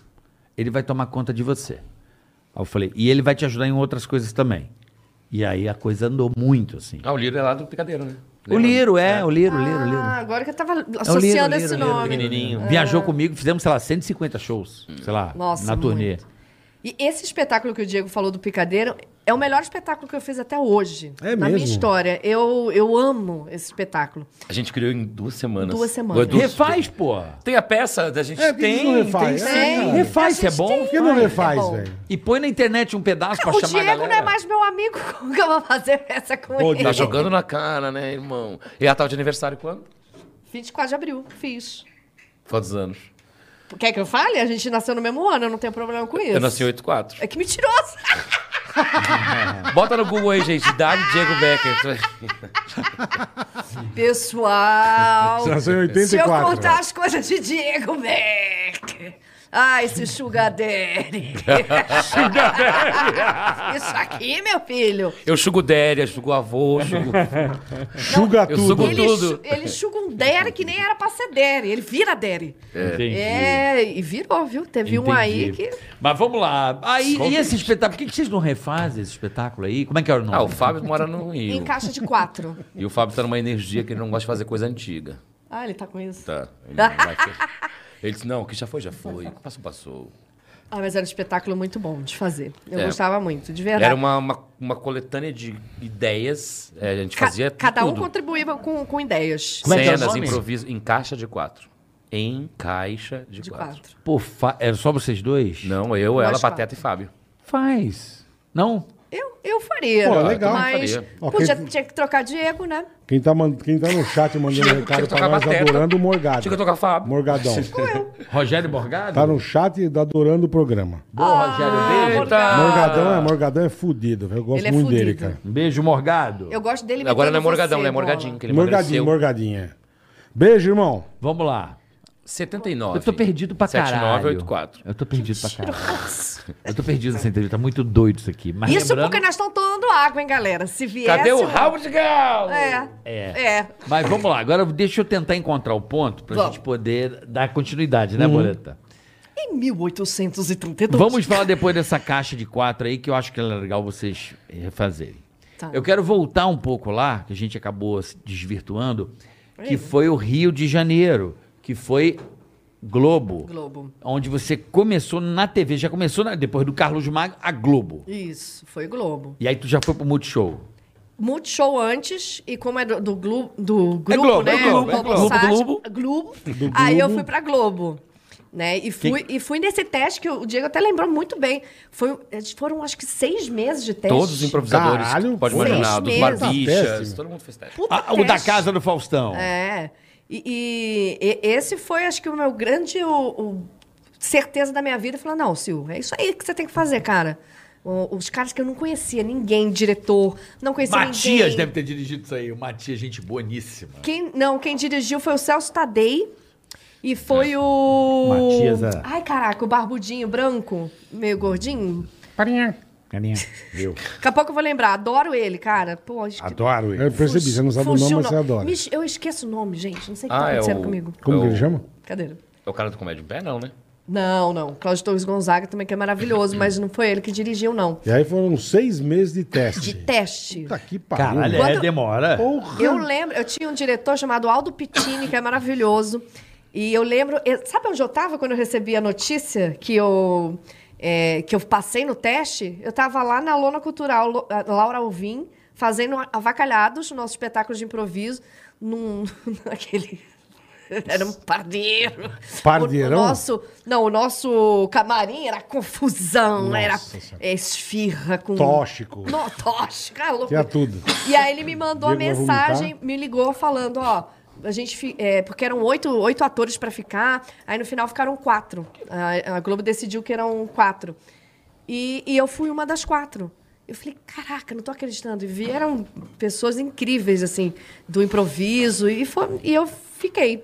Ele vai tomar conta de você. Aí eu falei, e ele vai te ajudar em outras coisas também. E aí a coisa andou muito, assim. Ah, o Liro é lá do Picadeiro, né? O Liro, é, o Liro, o Liro, o Liro. Ah, agora que eu tava É o Liro, associando Liro, esse Liro, nome. pequenininho. Viajou comigo, fizemos, sei lá, 150 shows, sei lá, Hum. Nossa, na turnê. muito. E esse espetáculo que o Diego falou do Picadeiro é o melhor espetáculo que eu fiz até hoje. É na minha mesmo? história. Eu, eu amo esse espetáculo. A gente criou em duas semanas. Duas semanas. O Edu- Refaz, pô. Tem a peça da gente É, por que tem. que não refaz? tem É, sim. cara. Refaz, se é A gente bom. tem- Por que não Ai, refaz, é bom. velho? E põe na internet um pedaço pra O chamar a Diego galera. não é mais meu amigo. Como que eu vou fazer essa com Pô, ele? Tá jogando na cara, né, irmão? E a tal de aniversário quando? 24 de abril, fiz. Quantos anos? Quer que eu fale? A gente nasceu no mesmo ano, eu não tenho problema com isso. Eu nasci em 84. É que mentiroso! Bota no Google aí, gente. Idade Diego Becker. Pessoal, Você nasceu em se eu 84. né? contar as coisas de Diego Becker, Ah, esse sugar daddy. Isso aqui, meu filho. Eu chugo Déria, chugo avô, chugo... Chuga eu tudo. sugo- Ele, tudo. chu- ele chuga um daddy que nem era pra ser daddy. Ele vira daddy. Entendi. É, e virou, viu? Teve um aí Entendi. que... Mas vamos lá. Aí, e esse espetáculo? Por que, que vocês não refazem esse espetáculo aí? Como é que era o nome? Ah, o Fábio mora no Rio. Em caixa de quatro. E o Fábio tá numa energia que ele não gosta de fazer coisa antiga. Ah, ele tá com isso. Tá. Ele, não vai fechar. Ele disse, não, o que já foi, já foi. O que passou, passou. Ah, mas era um espetáculo muito bom de fazer. Eu É. gostava muito, de verdade. Era uma, uma, uma coletânea de ideias. é, a gente Ca- fazia Cada um tudo. contribuía com, com ideias. Como é que é o Cenas, nome? improviso, em caixa de quatro. Em caixa de, De quatro. quatro. Pô, fa- era só vocês dois? Não, eu, ela, Nós Pateta e Fábio. Faz. Não? Eu, eu faria. Pô, legal. Mas Eu faria. Ó, podia, quem- tinha que trocar Diego, né? Quem tá, man- Quem tá no chat mandando recado pra nós, adorando o Morgado. Tinha que tocar Fábio. Morgadão. Rogério Borgado? Tá no chat e tá adorando o programa. Boa, Ah. Rogério. Beijo. Eita! Morgadão é, Morgadão é fudido. Eu gosto Ele é muito dele, fudido. cara. Um beijo, Morgado. Eu gosto dele Agora não é imitando Morgadão, você, ele é Bola. Morgadinho, que ele Morgadinho, emagreceu. morgadinho, é. Beijo, irmão. Vamos lá. 79. Eu tô perdido pra caralho. 7984. Eu tô perdido pra caralho. Eu tô perdido nessa entrevista. Tá muito doido isso aqui. Mas Isso lembrando- porque nós estamos tomando água, hein, galera? Se viesse... tá Cadê o Howard Gal? É. É. É. Mas vamos lá. Agora deixa eu tentar encontrar o ponto pra Vamos. gente poder dar continuidade, né, Boleta? Em 1832. Vamos falar depois dessa caixa de quatro aí, que eu acho que é legal vocês refazerem. Tá. Eu quero voltar um pouco lá, que a gente acabou se desvirtuando, que foi o Rio de Janeiro, que foi Globo, Globo. onde você começou na TV, já começou na- depois do Carlos Magno, a Globo. Isso, foi Globo. E aí tu já foi pro Multishow. Multishow antes, e como é do, do, Glu- do grupo, Globo, né? é Globo, é Globo. Sat, Globo, Globo. Aí eu fui pra Globo. Né? E, fui, e fui nesse teste que o Diego até lembrou muito bem. Foi, foram acho que seis meses de teste. Todos os improvisadores, Caralho, pode seis imaginar, dos meses. barbichas, Péssimo. todo mundo fez teste. Puta Ah, o da teste. Casa do Faustão. É. E, e- e esse foi, acho que, o meu grande o- o certeza da minha vida. Falar, não, Sil, é isso aí que você tem que fazer, cara. O- os caras que eu não conhecia, ninguém, diretor, não conhecia Matias ninguém. deve ter dirigido isso aí. O Matias, gente boníssima. Quem, não, quem dirigiu foi o Celso Tadei. E foi É. o. Matias, é. Ai, caraca, o barbudinho branco, meio gordinho. Carinha. Carinha. Daqui a pouco eu vou lembrar. Adoro ele, cara. Pô, acho que- Adoro ele. Eu percebi, você não sabe o nome, fugiu mas você adora. Me- Eu esqueço o nome, gente. Não sei o que Ah, tá é acontecendo o- comigo. Como que Eu- ele chama? Cadê? É o cara do Comédia em Pé, não, né? Não, não. Cláudio Torres Gonzaga também, que é maravilhoso, mas não foi ele que dirigiu, não. E aí foram seis meses de teste. De teste. Puta que pariu. Caralho, é, Quando- demora. Porra. Eu lembro, eu tinha um diretor chamado Aldo Pittini, que é maravilhoso. E eu lembro. eu- sabe onde eu tava quando eu recebi a notícia que eu, é, que eu passei no teste? Eu tava lá na Lona Cultural, Lo- a Laura Alvim, fazendo a- avacalhados, nosso espetáculo de improviso, num. naquele. Era um pardeiro. Pardeirão? O, o nosso, não, o nosso camarim era confusão, era é, esfirra com. Tóxico. No, tóxico, é louco. Tinha tudo. E aí ele me mandou a Diego vai mensagem, vomitar? me ligou falando, ó, a gente fi- é, porque eram oito, oito atores pra ficar, aí no final ficaram quatro. A, a Globo decidiu que eram quatro. E, e eu fui uma das quatro. Eu falei, caraca, não tô acreditando. E vieram pessoas incríveis, assim, do improviso, e, foi- e eu fiquei.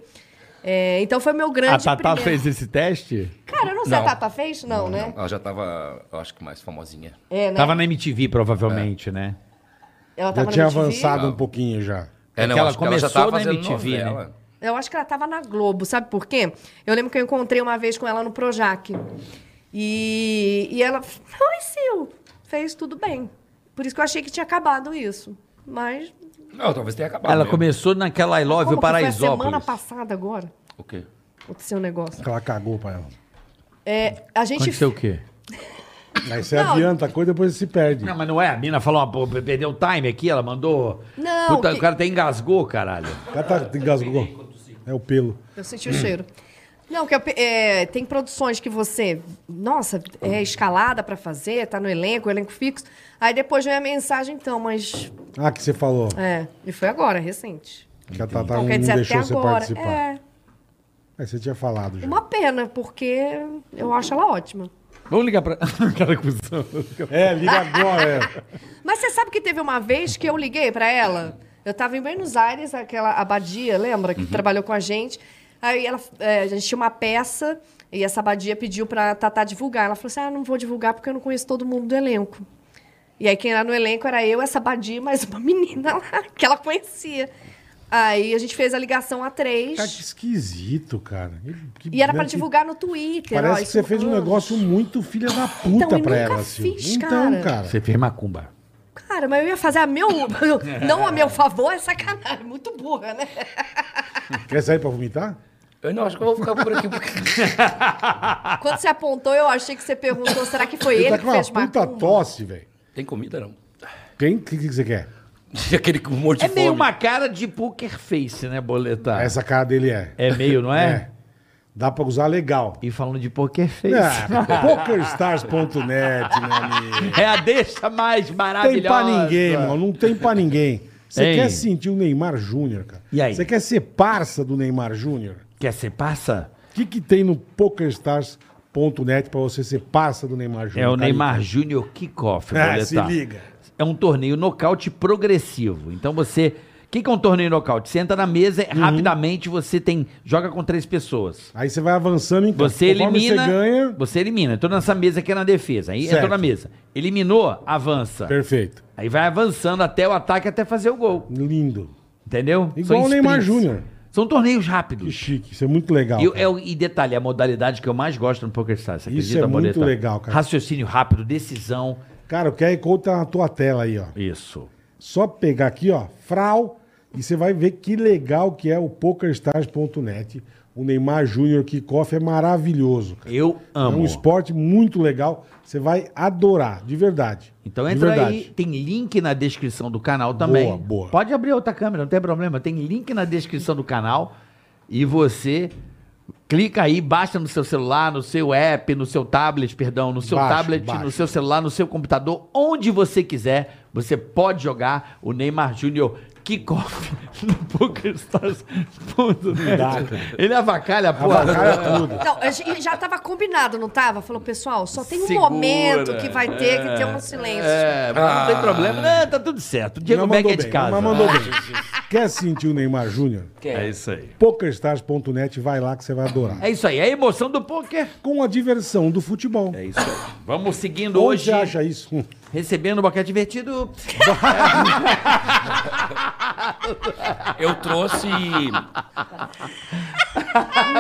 É, então foi meu grande. A Tatá primeiro- fez esse teste? Cara, eu não sei, Não. a Tata fez? Não, né? Ela já tava, eu acho que mais famosinha. É, né? Tava na MTV, provavelmente, né? Ela Já na tinha MTV. avançado um pouquinho já. É, Porque ela acho começou na MTV, né? novela. Eu acho que ela tava na Globo, sabe por quê? Eu lembro que eu encontrei uma vez com ela no Projac. E, e ela. Oi, Sil! Fez tudo bem. Por isso que eu achei que tinha acabado isso. Mas. Não, talvez tenha acabado. Ela mesmo. começou naquela I Love como o que Foi a semana Paraisópolis. passada agora O quê? aconteceu um negócio. Ela cagou pra ela. É, a gente. Aconteceu o quê? Aí você Não. adianta a coisa, depois você se perde. Não, mas não é. A mina falou, ó, pô, perdeu o time aqui, ela mandou. Não, Puta, que- o cara até engasgou, caralho. Ela tá, engasgou. É o pelo. Eu senti o cheiro. Não, que eu pe- é, tem produções que você, nossa, é escalada pra fazer, tá no elenco, elenco fixo. Aí depois vem a mensagem, então, mas. Ah, que você falou. É, e foi agora, recente. Que a Tata Então, um não quer dizer, até deixou você agora. participar. É, Aí você tinha falado já. uma pena, porque eu acho ela ótima. Vamos ligar pra. cara cuzão. É, liga agora. É. Mas você sabe que teve uma vez que eu liguei pra ela? Eu tava em Buenos Aires, aquela abadia, lembra? Que trabalhou com a gente. Aí ela, é, a gente tinha uma peça e a Sabadia pediu pra Tatá divulgar. Ela falou assim: ah, não vou divulgar porque eu não conheço todo mundo do elenco. E aí quem era no elenco era eu, essa Badia, mais uma menina lá que ela conhecia. Aí a gente fez a ligação a três. Cara, que esquisito, cara. Que- E era né, pra que- divulgar no Twitter. ó, Parece que isso- você fez um Ah, negócio muito filha da Então, puta e pra nunca ela, Silvio. fiz, Então, cara. cara. Você fez macumba. Cara, mas eu ia fazer a meu. não a meu favor, é sacanagem. Muito burra, né? Quer sair pra vomitar? Eu não, acho que eu vou ficar por aqui. porque- Quando você apontou, eu achei que você perguntou: será que foi Ele ele, tá que com uma fez puta macumba? tosse, velho. Tem comida, não? Quem? O que, que você quer? Aquele com um monte de É meio fome. uma cara de poker face, né, Boletar? Essa cara dele é. É meio, não é? Dá pra usar legal. E falando de poker face. Ah, Pokerstars.net, meu amigo. É a deixa mais maravilhosa. Tem pra ninguém, irmão. Não tem pra ninguém. Você Hein? quer sentir o Neymar Júnior, cara? E aí? Você quer ser parça do Neymar Júnior? Quer ser passa? O que, que tem no PokerStars.net pra você ser parça do Neymar Júnior? É o Carica? Neymar Júnior Kickoff, Ah, Boletar. se liga. É um torneio nocaute progressivo. Então você... O que, que é um torneio nocaute? Você entra na mesa, Uhum. rapidamente você tem... Joga com três pessoas. Aí você vai avançando em campo. Você Tá. Conforme elimina. Você ganha. Você elimina. Entrou nessa mesa que é na defesa. Aí Certo. entrou na mesa. Eliminou, avança. Perfeito. Aí vai avançando até o ataque até fazer o gol. Lindo. Entendeu? Igual o Neymar sprints. Júnior. São torneios Que rápidos. chique. Isso é muito legal. E, eu- cara. é o- e detalhe, é a modalidade que eu mais gosto no PokerStars. Isso Você acredita, é muito Boleta? legal, cara. Raciocínio rápido, decisão. Cara, o QR Code tá na tua tela aí, ó. Isso. Só pegar aqui, ó, Frau, e você vai ver que legal que é o PokerStars.net. O Neymar Júnior Kickoff é maravilhoso, cara. Eu É um amo. esporte muito legal. Você vai adorar, de verdade. Então De entra verdade. aí, tem link na descrição do canal também. Boa, boa. Pode abrir outra câmera, não tem problema. Tem link na descrição do canal e você clica aí, baixa no seu celular, no seu app, no seu tablet, perdão, no seu Baixa, tablet, baixa. no seu celular, no seu computador, onde você quiser, você pode jogar o Neymar Júnior Kickoff no dá, PokerStars.net. cara. Ele avacalha a porra. Abacalha tudo. Não, a gente- já tava combinado, não tava? Falou, pessoal, só tem um Segura. momento que vai ter que ter um silêncio. É, mas não tem problema. Não, tá tudo certo. O Diego Mas Beck Ah. mandou é de bem, casa. Mas mandou bem. Quer sentir o Neymar Júnior? É isso aí. PokerStars.net, vai lá que você vai adorar. É isso aí, é a emoção do poker. Com a diversão do futebol. É isso aí. Vamos seguindo Onde hoje, você acha isso? Hum. recebendo o Boquete Divertido. Eu trouxe.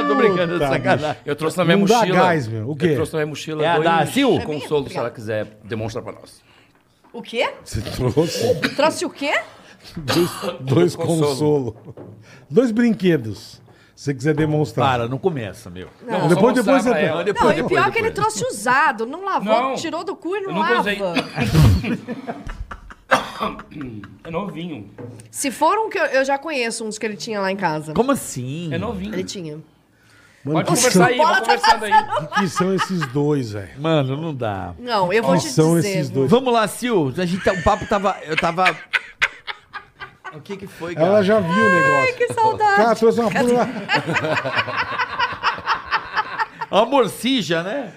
tô brincando, Puta, sacanagem. Eu trouxe na minha Não dá mochila. gás, meu. O quê? Eu trouxe na minha mochila. É a dois da Sil? Consolo, se ela quiser demonstrar pra nós. O quê? Você trouxe Trouxe o quê? dois Consolo. consolo. Dois brinquedos. Se você quiser demonstrar. Para, não começa, meu. Não, vou só Depois- mostrar depois pra você- ela. Não, e o pior é depois, que ele depois. trouxe usado, não lavou, Não. tirou do cu e não Eu nunca lava. usei. É novinho. Se for um que eu, eu já conheço, uns que ele tinha lá em casa. Como assim? É Ele novinho. tinha. tá Mano, Pode que conversar aí, vamos conversando aí. são- que são esses dois, velho? Mano, não dá. Não, eu vou Que te são dizer. esses viu? dois? Vamos lá, Sil. A gente, tá- o papo tava... Eu tava... O que que foi, cara? Ela já viu o negócio. Que saudade. Cara, trouxe uma puta. A morcija, né?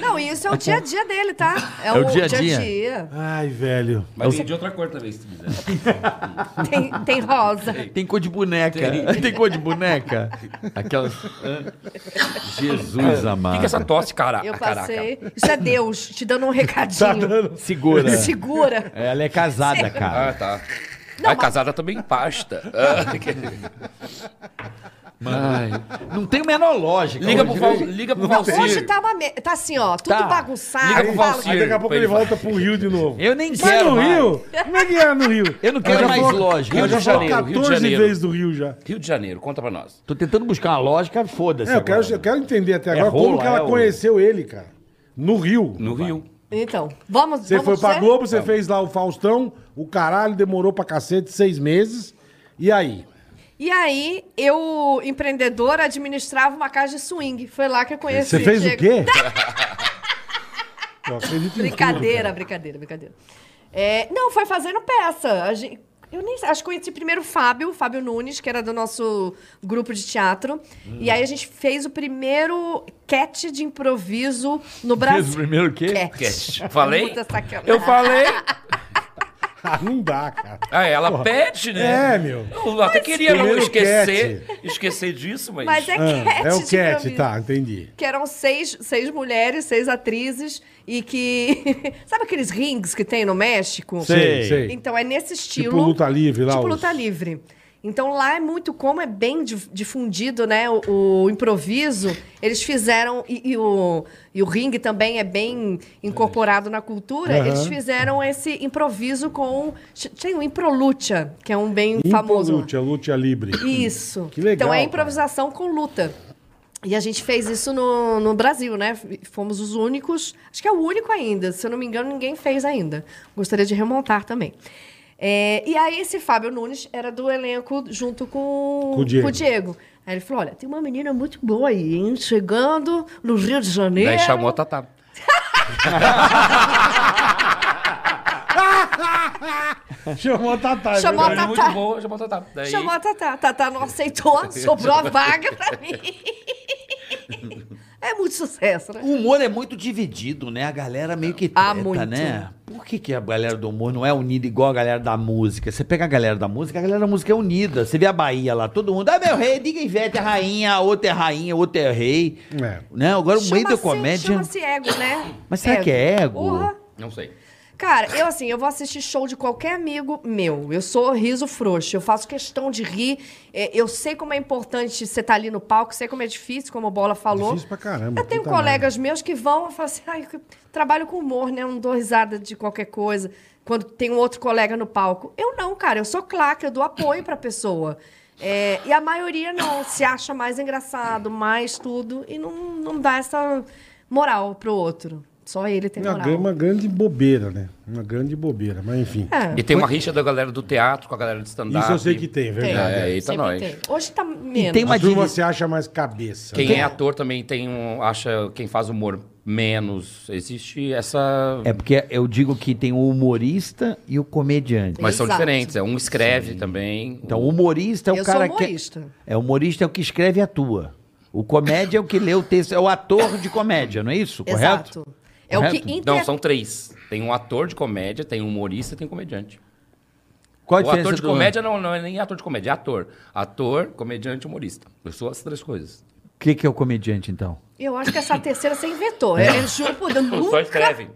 Não, e isso é o dia a dia dele, tá? É, o dia a dia. dia. Ai, velho. Mas tem de outra cor também, se tu quiser. Tem, tem rosa. Tem cor de boneca. Tem, cor de boneca. Aquelas... Jesus O amado. que, que é essa tosse, cara? Eu caraca? passei. Isso é Deus te dando um Tá Tá recadinho. Segura. Segura. Ela é casada, cara. Ah, tá. a casada também tá pasta. Ah, que- Não tem o menor lógica. liga, hoje. pro Val, liga pro É. Hoje Valcir. tá, uma me... tá assim, ó, tudo Tá. bagunçado. Liga pro fala- Valcir. Aí daqui a pouco Pra ele ele volta pro Rio de novo. Eu nem Mas quero no mais. Rio? Como é que é no Rio? Eu não Ela quero já mais falou- lógica. Rio Ela de já falou Janeiro, Rio de 14 Janeiro. vezes do Rio já. Rio de Janeiro, conta pra nós. Tô tentando buscar uma lógica, foda-se. É, eu quero, agora. eu quero entender até agora como rola, que ela é o- conheceu ele, cara. No Rio. No Rio. É. Então, vamos. Você vamos foi pra dizer? Globo, você fez lá o Faustão, o caralho demorou pra cacete seis meses. E aí? E aí, eu, empreendedora, administrava uma casa de swing. Foi lá que eu conheci. Você fez o Diego. quê? Eu acredito em Brincadeira, tudo, brincadeira, brincadeira. É, não, foi fazendo peça. A gente- eu nem sei, acho que conheci primeiro o Fábio, o Fábio Nunes, que era do nosso grupo de teatro. E aí a gente fez o primeiro cat de improviso no Brasil. Fez o primeiro quê? Cat. Falei? Puta sacanagem. Eu falei. Não dá, cara. Ah, ela pede, né? É, meu. Eu até queria não primeiro esquecer, esquecer disso, mas... Mas é Ah, cat. é o de cat, improviso. tá, entendi. Que eram seis, seis mulheres, seis atrizes, e que. Sabe aqueles rings que tem no México? Sei, Sei. sei. Então é nesse estilo. Tipo luta livre lá. Tipo os- luta livre. Então lá é muito como é bem dif- difundido, né? O, o improviso, eles fizeram e, e o e o ringue também é bem incorporado na cultura. Aham. Eles fizeram esse improviso com tem o improlucha, que é um bem famoso. lá. Luta, luta livre. Isso. Que legal, Então é cara. improvisação com luta. E a gente fez isso no, no Brasil, né? F- Fomos os únicos. Acho que é o único ainda. Se eu não me engano, ninguém fez ainda. Gostaria de remontar também. É, e aí, esse Fábio Nunes era do elenco junto com, Com o Diego. Aí ele falou: olha, tem uma menina muito boa aí, hein? Chegando no Rio de Janeiro. Daí chamou a Tatá. Chamou a Tatá. é Chamou a verdade. Tatá. Muito boa, chamou a Tatá. Daí... Chamou a Tatá. Tatá não aceitou, sobrou a vaga pra mim. é muito sucesso, né? O humor é muito dividido, né? A galera meio que treta, Ah, muito. né? Por que, que a galera do humor não é unida igual a galera da música? Você pega a galera da música, a galera da música é unida. Você vê a Bahia lá, todo mundo, ah, meu rei, diga Ivete é rainha, outro é rainha, outro é rei. É. Né? Agora o meio da Chama-se- comédia... Chama-se ego, né? Mas será que é ego? Porra. Não sei. Cara, eu assim, eu vou assistir show de qualquer amigo meu. Eu sou riso frouxo, eu faço questão de rir. É, Eu sei como é importante você estar ali no palco, sei como é difícil, como o Bola falou. Difícil pra caramba, Eu tenho puta colegas meus que vão e falam assim, ai, eu trabalho com humor, né? Eu não dou risada de qualquer coisa. Quando tem um outro colega no palco. Eu não, cara, eu sou claque, eu dou apoio pra pessoa. É, e a maioria não, se acha mais engraçado, mais tudo, e não, não dá essa moral pro outro. Só ele tem Uma, moral. gran- uma grande bobeira, né? Uma grande bobeira, mas enfim. É. E tem uma rixa da galera do teatro com a galera do stand-up. Isso eu sei que tem, verdade. É, eita Sempre nós. tem. Hoje tá menos. tem A uma turma divi- se acha mais cabeça. né? Quem é ator também tem um... Acha quem faz humor menos. Existe essa... É porque eu digo que tem o humorista e o comediante. Mas são Exato. diferentes. é Um escreve também. Então, o humorista é o Eu sou cara humorista. que. É, o humorista é o que escreve e atua. O comédia é o que lê o texto, é o ator de comédia, não é isso? Correto? Exato. É o que Correto? inter... Não, são três. Tem um ator de comédia, tem um humorista e tem um comediante. Qual a o diferença ator de do- comédia não, não é nem ator de comédia, é ator. Ator, comediante, humorista. Eu sou as três coisas. O que, que é o comediante, então? Eu acho que essa terceira você inventou. Eu juro por Deus, Uns É. Só nunca... escrevem.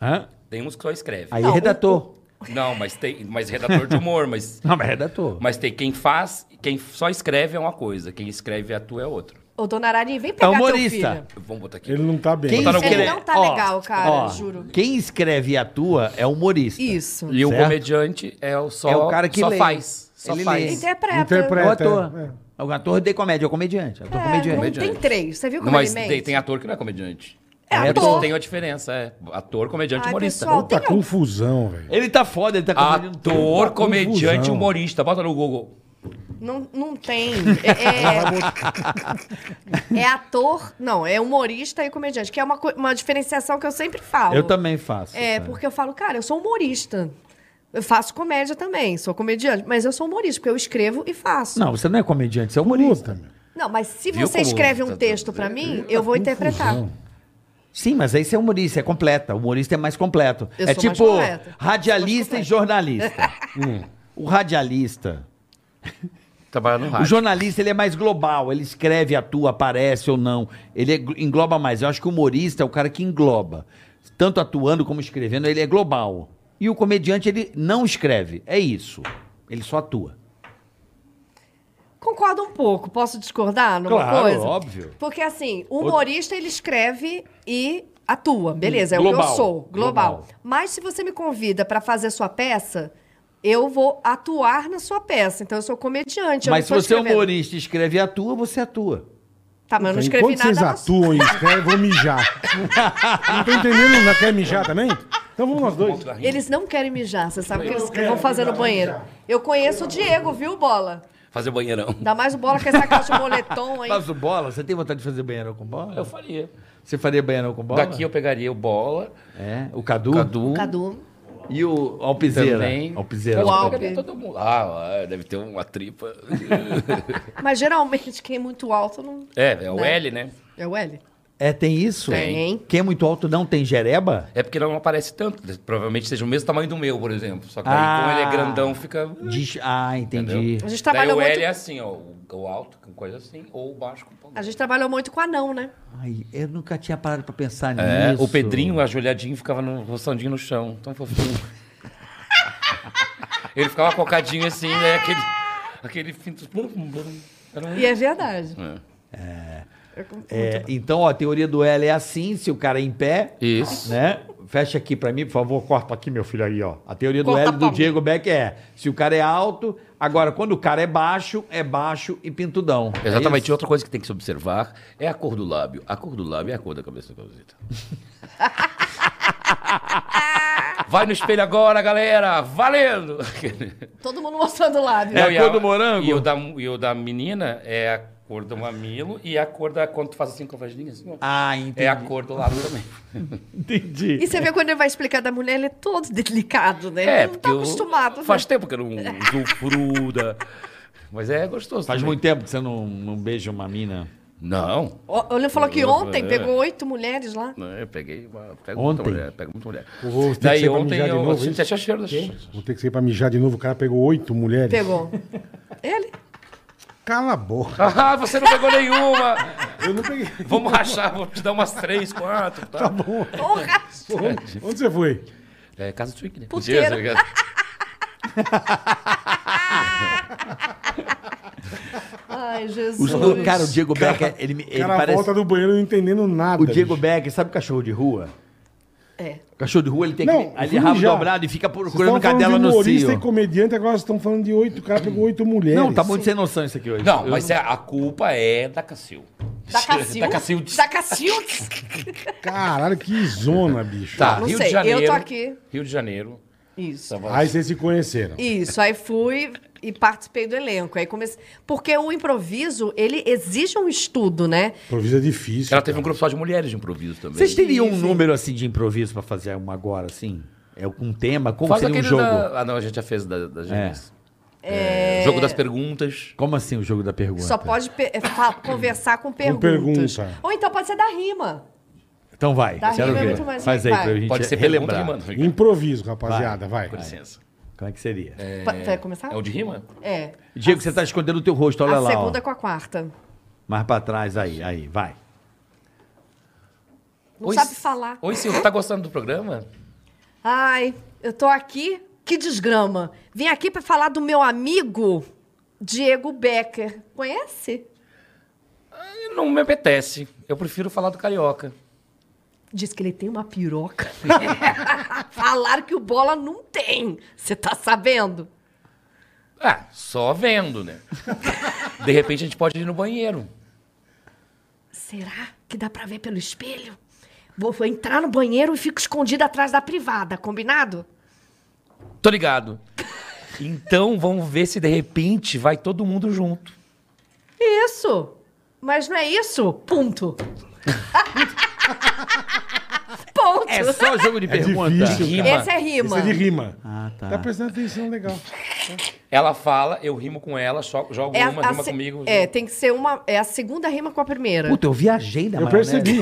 Hã? Tem uns que só escrevem. Aí Não, é redator. Não, mas tem, mas redator de humor, mas Não, mas é redator. mas tem quem faz, quem só escreve é uma coisa, quem escreve e atua é outra. Ô, dona Arari, vem pegar É humorista. teu filho. Vamos botar é? aqui. Ele não tá bem. Botaram algum- Ele não tá legal, cara, juro. Quem escreve e atua é humorista. Isso. E o Certo. comediante é o só É o cara que só lê. faz, só Ele faz. lê. Interpreta. É Interpreta. o É, é. ator. É. O ator de comédia, é o comediante. É o ator É, comediante. não tem três. Você viu como Mas ele mente? tem, tem ator que não é comediante. É Por isso ator. Tem uma diferença, é. Ator, comediante, Ai, humorista. pessoal, Puta tem algum- confusão, velho. Ele tá foda, ele tá confundindo tudo. Ator, Tá comediante, confusão. humorista. Bota no Google. Não, não tem. É, é- é ator... Não, é humorista e comediante, que é uma, co- uma diferenciação que eu sempre falo. Eu também faço. É, cara. porque eu falo, cara, eu sou humorista. Eu faço comédia também, sou comediante, mas eu sou humorista, porque eu escrevo e faço. Não, você não é comediante, você é humorista. Puta, meu. Não, mas se Viu você como escreve tá um tudo texto pra tá mim, eu vou interpretar. Confusão. Sim, mas aí você é humorista, é completa. O humorista é mais completo. Eu é sou mais tipo completa. Hum. radialista e jornalista. O radialista. Trabalha no O rádio. jornalista ele é mais global, ele escreve, atua, aparece ou não. Ele é- engloba mais. Eu acho que o humorista é o cara que engloba. Tanto atuando como escrevendo, ele é global. E o comediante, ele não escreve. É isso. Ele só atua. Concordo um pouco, posso discordar numa Claro, coisa? óbvio. Porque assim, o humorista ele escreve e atua, beleza, é o que Global. eu sou, global. Global. Mas se você me convida pra fazer sua peça, eu vou atuar na sua peça. Então eu sou comediante, eu Mas se não tô você é escrevendo. humorista e escreve e atua, você atua. Tá, mas eu não escrevi Enquanto nada. vocês na- atuam e escrevem, eu vou mijar. Não tô entendendo, não quer mijar também? Então vamos nós dois. Eles não querem mijar, você sabe o que eles vão fazer no banheiro. Eu conheço o Diego, viu, Bola? Fazer banheirão. Ainda mais o Bola com essa calça de moletom aí. Faz o bola, você tem vontade de fazer banheirão com bola? Eu faria. Você faria banheirão com bola? Daqui eu pegaria o Bola, É, o Cadu. o Cadu, Cadu. E o Alpizeira. também. Alpizeira. Eu Uau. pegaria todo mundo. Ah, ah, deve ter uma tripa. Mas geralmente quem é muito alto não. É, é o Né? L, né? É o L? É, tem isso? Tem. Quem é muito alto não tem jereba? É porque não aparece tanto. Provavelmente seja o mesmo tamanho do meu, por exemplo. Só que Ah. aí, como ele é grandão, fica. Diz- Ah, entendi. Entendeu? A gente Daí trabalhou o L muito. é assim, ó. O o alto com coisa assim, ou o baixo com A gente trabalhou muito com anão, né? Ai, eu nunca tinha parado pra pensar É, nisso. o Pedrinho ajoelhadinho ficava no roçandinho no chão, tão fofinho. ele ficava cocadinho assim, né? Aquele. Aquele finto. Era um- E é verdade. É, então, ó, a teoria do L é assim, se o cara é em pé, Isso. né? Fecha aqui pra mim, por favor, corta aqui, meu filho, aí, ó. A teoria do Corta L a do palma. Diego Beck é, se o cara é alto, agora, quando o cara é baixo, é baixo e pintudão. É Exatamente. isso? Outra coisa que tem que se observar é a cor do lábio. A cor do lábio é a cor da cabeça do Causita. Vai no espelho agora, galera! Valendo! Todo mundo mostrando o lábio. É a e cor do morango? E o da, e o da menina é a cor do mamilo e a cor da. Quando tu faz assim com a vagininha, assim, ó, Ah, entendi. é a cor do lábio também. Entendi. E você vê quando ele vai explicar da mulher, ele é todo delicado, né? É, ele não tá eu- acostumado. né? Faz tempo que eu não uso fruda. Mas é gostoso. Faz também. muito tempo que você não, não beija uma mina. Não. O- Ele falou que Eu- ontem é. pegou oito mulheres lá. Não, Eu peguei uma. Pego Ontem? muita mulher. Pego muita mulher. vou ter que sair Daí pra ontem mijar de eu. assim, novo, eu isso? senti cheiro da- Vou ter que sair pra mijar de novo. O cara pegou oito mulheres. Pegou. Ele? Cala a boca. Ah, você não pegou nenhuma! Eu não peguei. Vamos rachar, vou te dar umas três, quatro. Tá. Bom, Porra! onde, onde você foi? É casa do Twig, né? Puteiro. Podia, tá ligado? Ai, Jesus. Os do- cara, o Diego Beck, é, ele, me- O ele cara parece... volta do banheiro não entendendo nada. O Diego bicho. Beck, sabe o cachorro de rua? É. O cachorro de rua, ele tem Não, aquele, ali fui rabo mijar. dobrado e fica Vocês procurando estão cadela falando de no humorista cio. e comediante, agora vocês estão falando de oito. O cara pegou oito mulheres. Não, tá muito sem noção isso aqui hoje. Não, Eu- mas é, a culpa é da Cacil. Da Cacilde. Da Cacilde. Da Cacilde. Caralho, que zona, bicho. Tá, Não Rio sei, de Janeiro. eu tô aqui. Rio de Janeiro. Isso. Aí vocês se conheceram. Isso, aí fui e participei do elenco. Aí comecei... Porque o improviso, ele exige um estudo, né? Improvisa é difícil. Ela teve um grupo só de mulheres de improviso também. Vocês teriam um número assim de improviso pra fazer um agora, assim? É um tema? Como Faz seria um aquele jogo? da... Ah, não, a gente já fez da, da Gênesis. É, Jogo das perguntas. Como assim o jogo da pergunta? Só pode pe- é, fa- conversar com perguntas. pergunta. Ou então pode ser da rima. Então vai, Da quero rima é ver. muito mais- Faz aí vai. pra gente Pode ser relembrar. relembrar. mano. Com Improviso, rapaziada, vai. licença. Como é que seria? Pa- Vai começar? É o de rima? É. Diego, você tá escondendo o teu rosto, olha A lá. segunda ó. com a quarta. Mais pra trás, aí, aí, vai. Não sabe falar. Oi, Silvio, tá gostando do programa? Ai, eu tô aqui. Que desgrama. Vim aqui pra falar do meu amigo Diego Becker. Conhece? Ah, Não me apetece. Eu prefiro falar do Carioca. Diz que ele tem uma piroca. Falaram que o Bola não tem. Você tá sabendo? Ah, só vendo, né? De repente a gente pode ir no banheiro. Será que dá pra ver pelo espelho? Vou vou entrar no banheiro e fico escondida atrás da privada, combinado? Tô ligado. Então vamos ver se de repente vai todo mundo junto. Isso! Mas não é isso? Ponto. Ponto! É só jogo de É pergunta. difícil. Rima. Esse é rima. Isso é de rima. Ah, tá. Tá prestando atenção, legal. Ela fala, eu rimo com ela, só- jogo É a- uma, a rima se- comigo. É, tem que ser uma. É a segunda rima com a primeira. Puta, eu viajei né, da Eu maionese. percebi.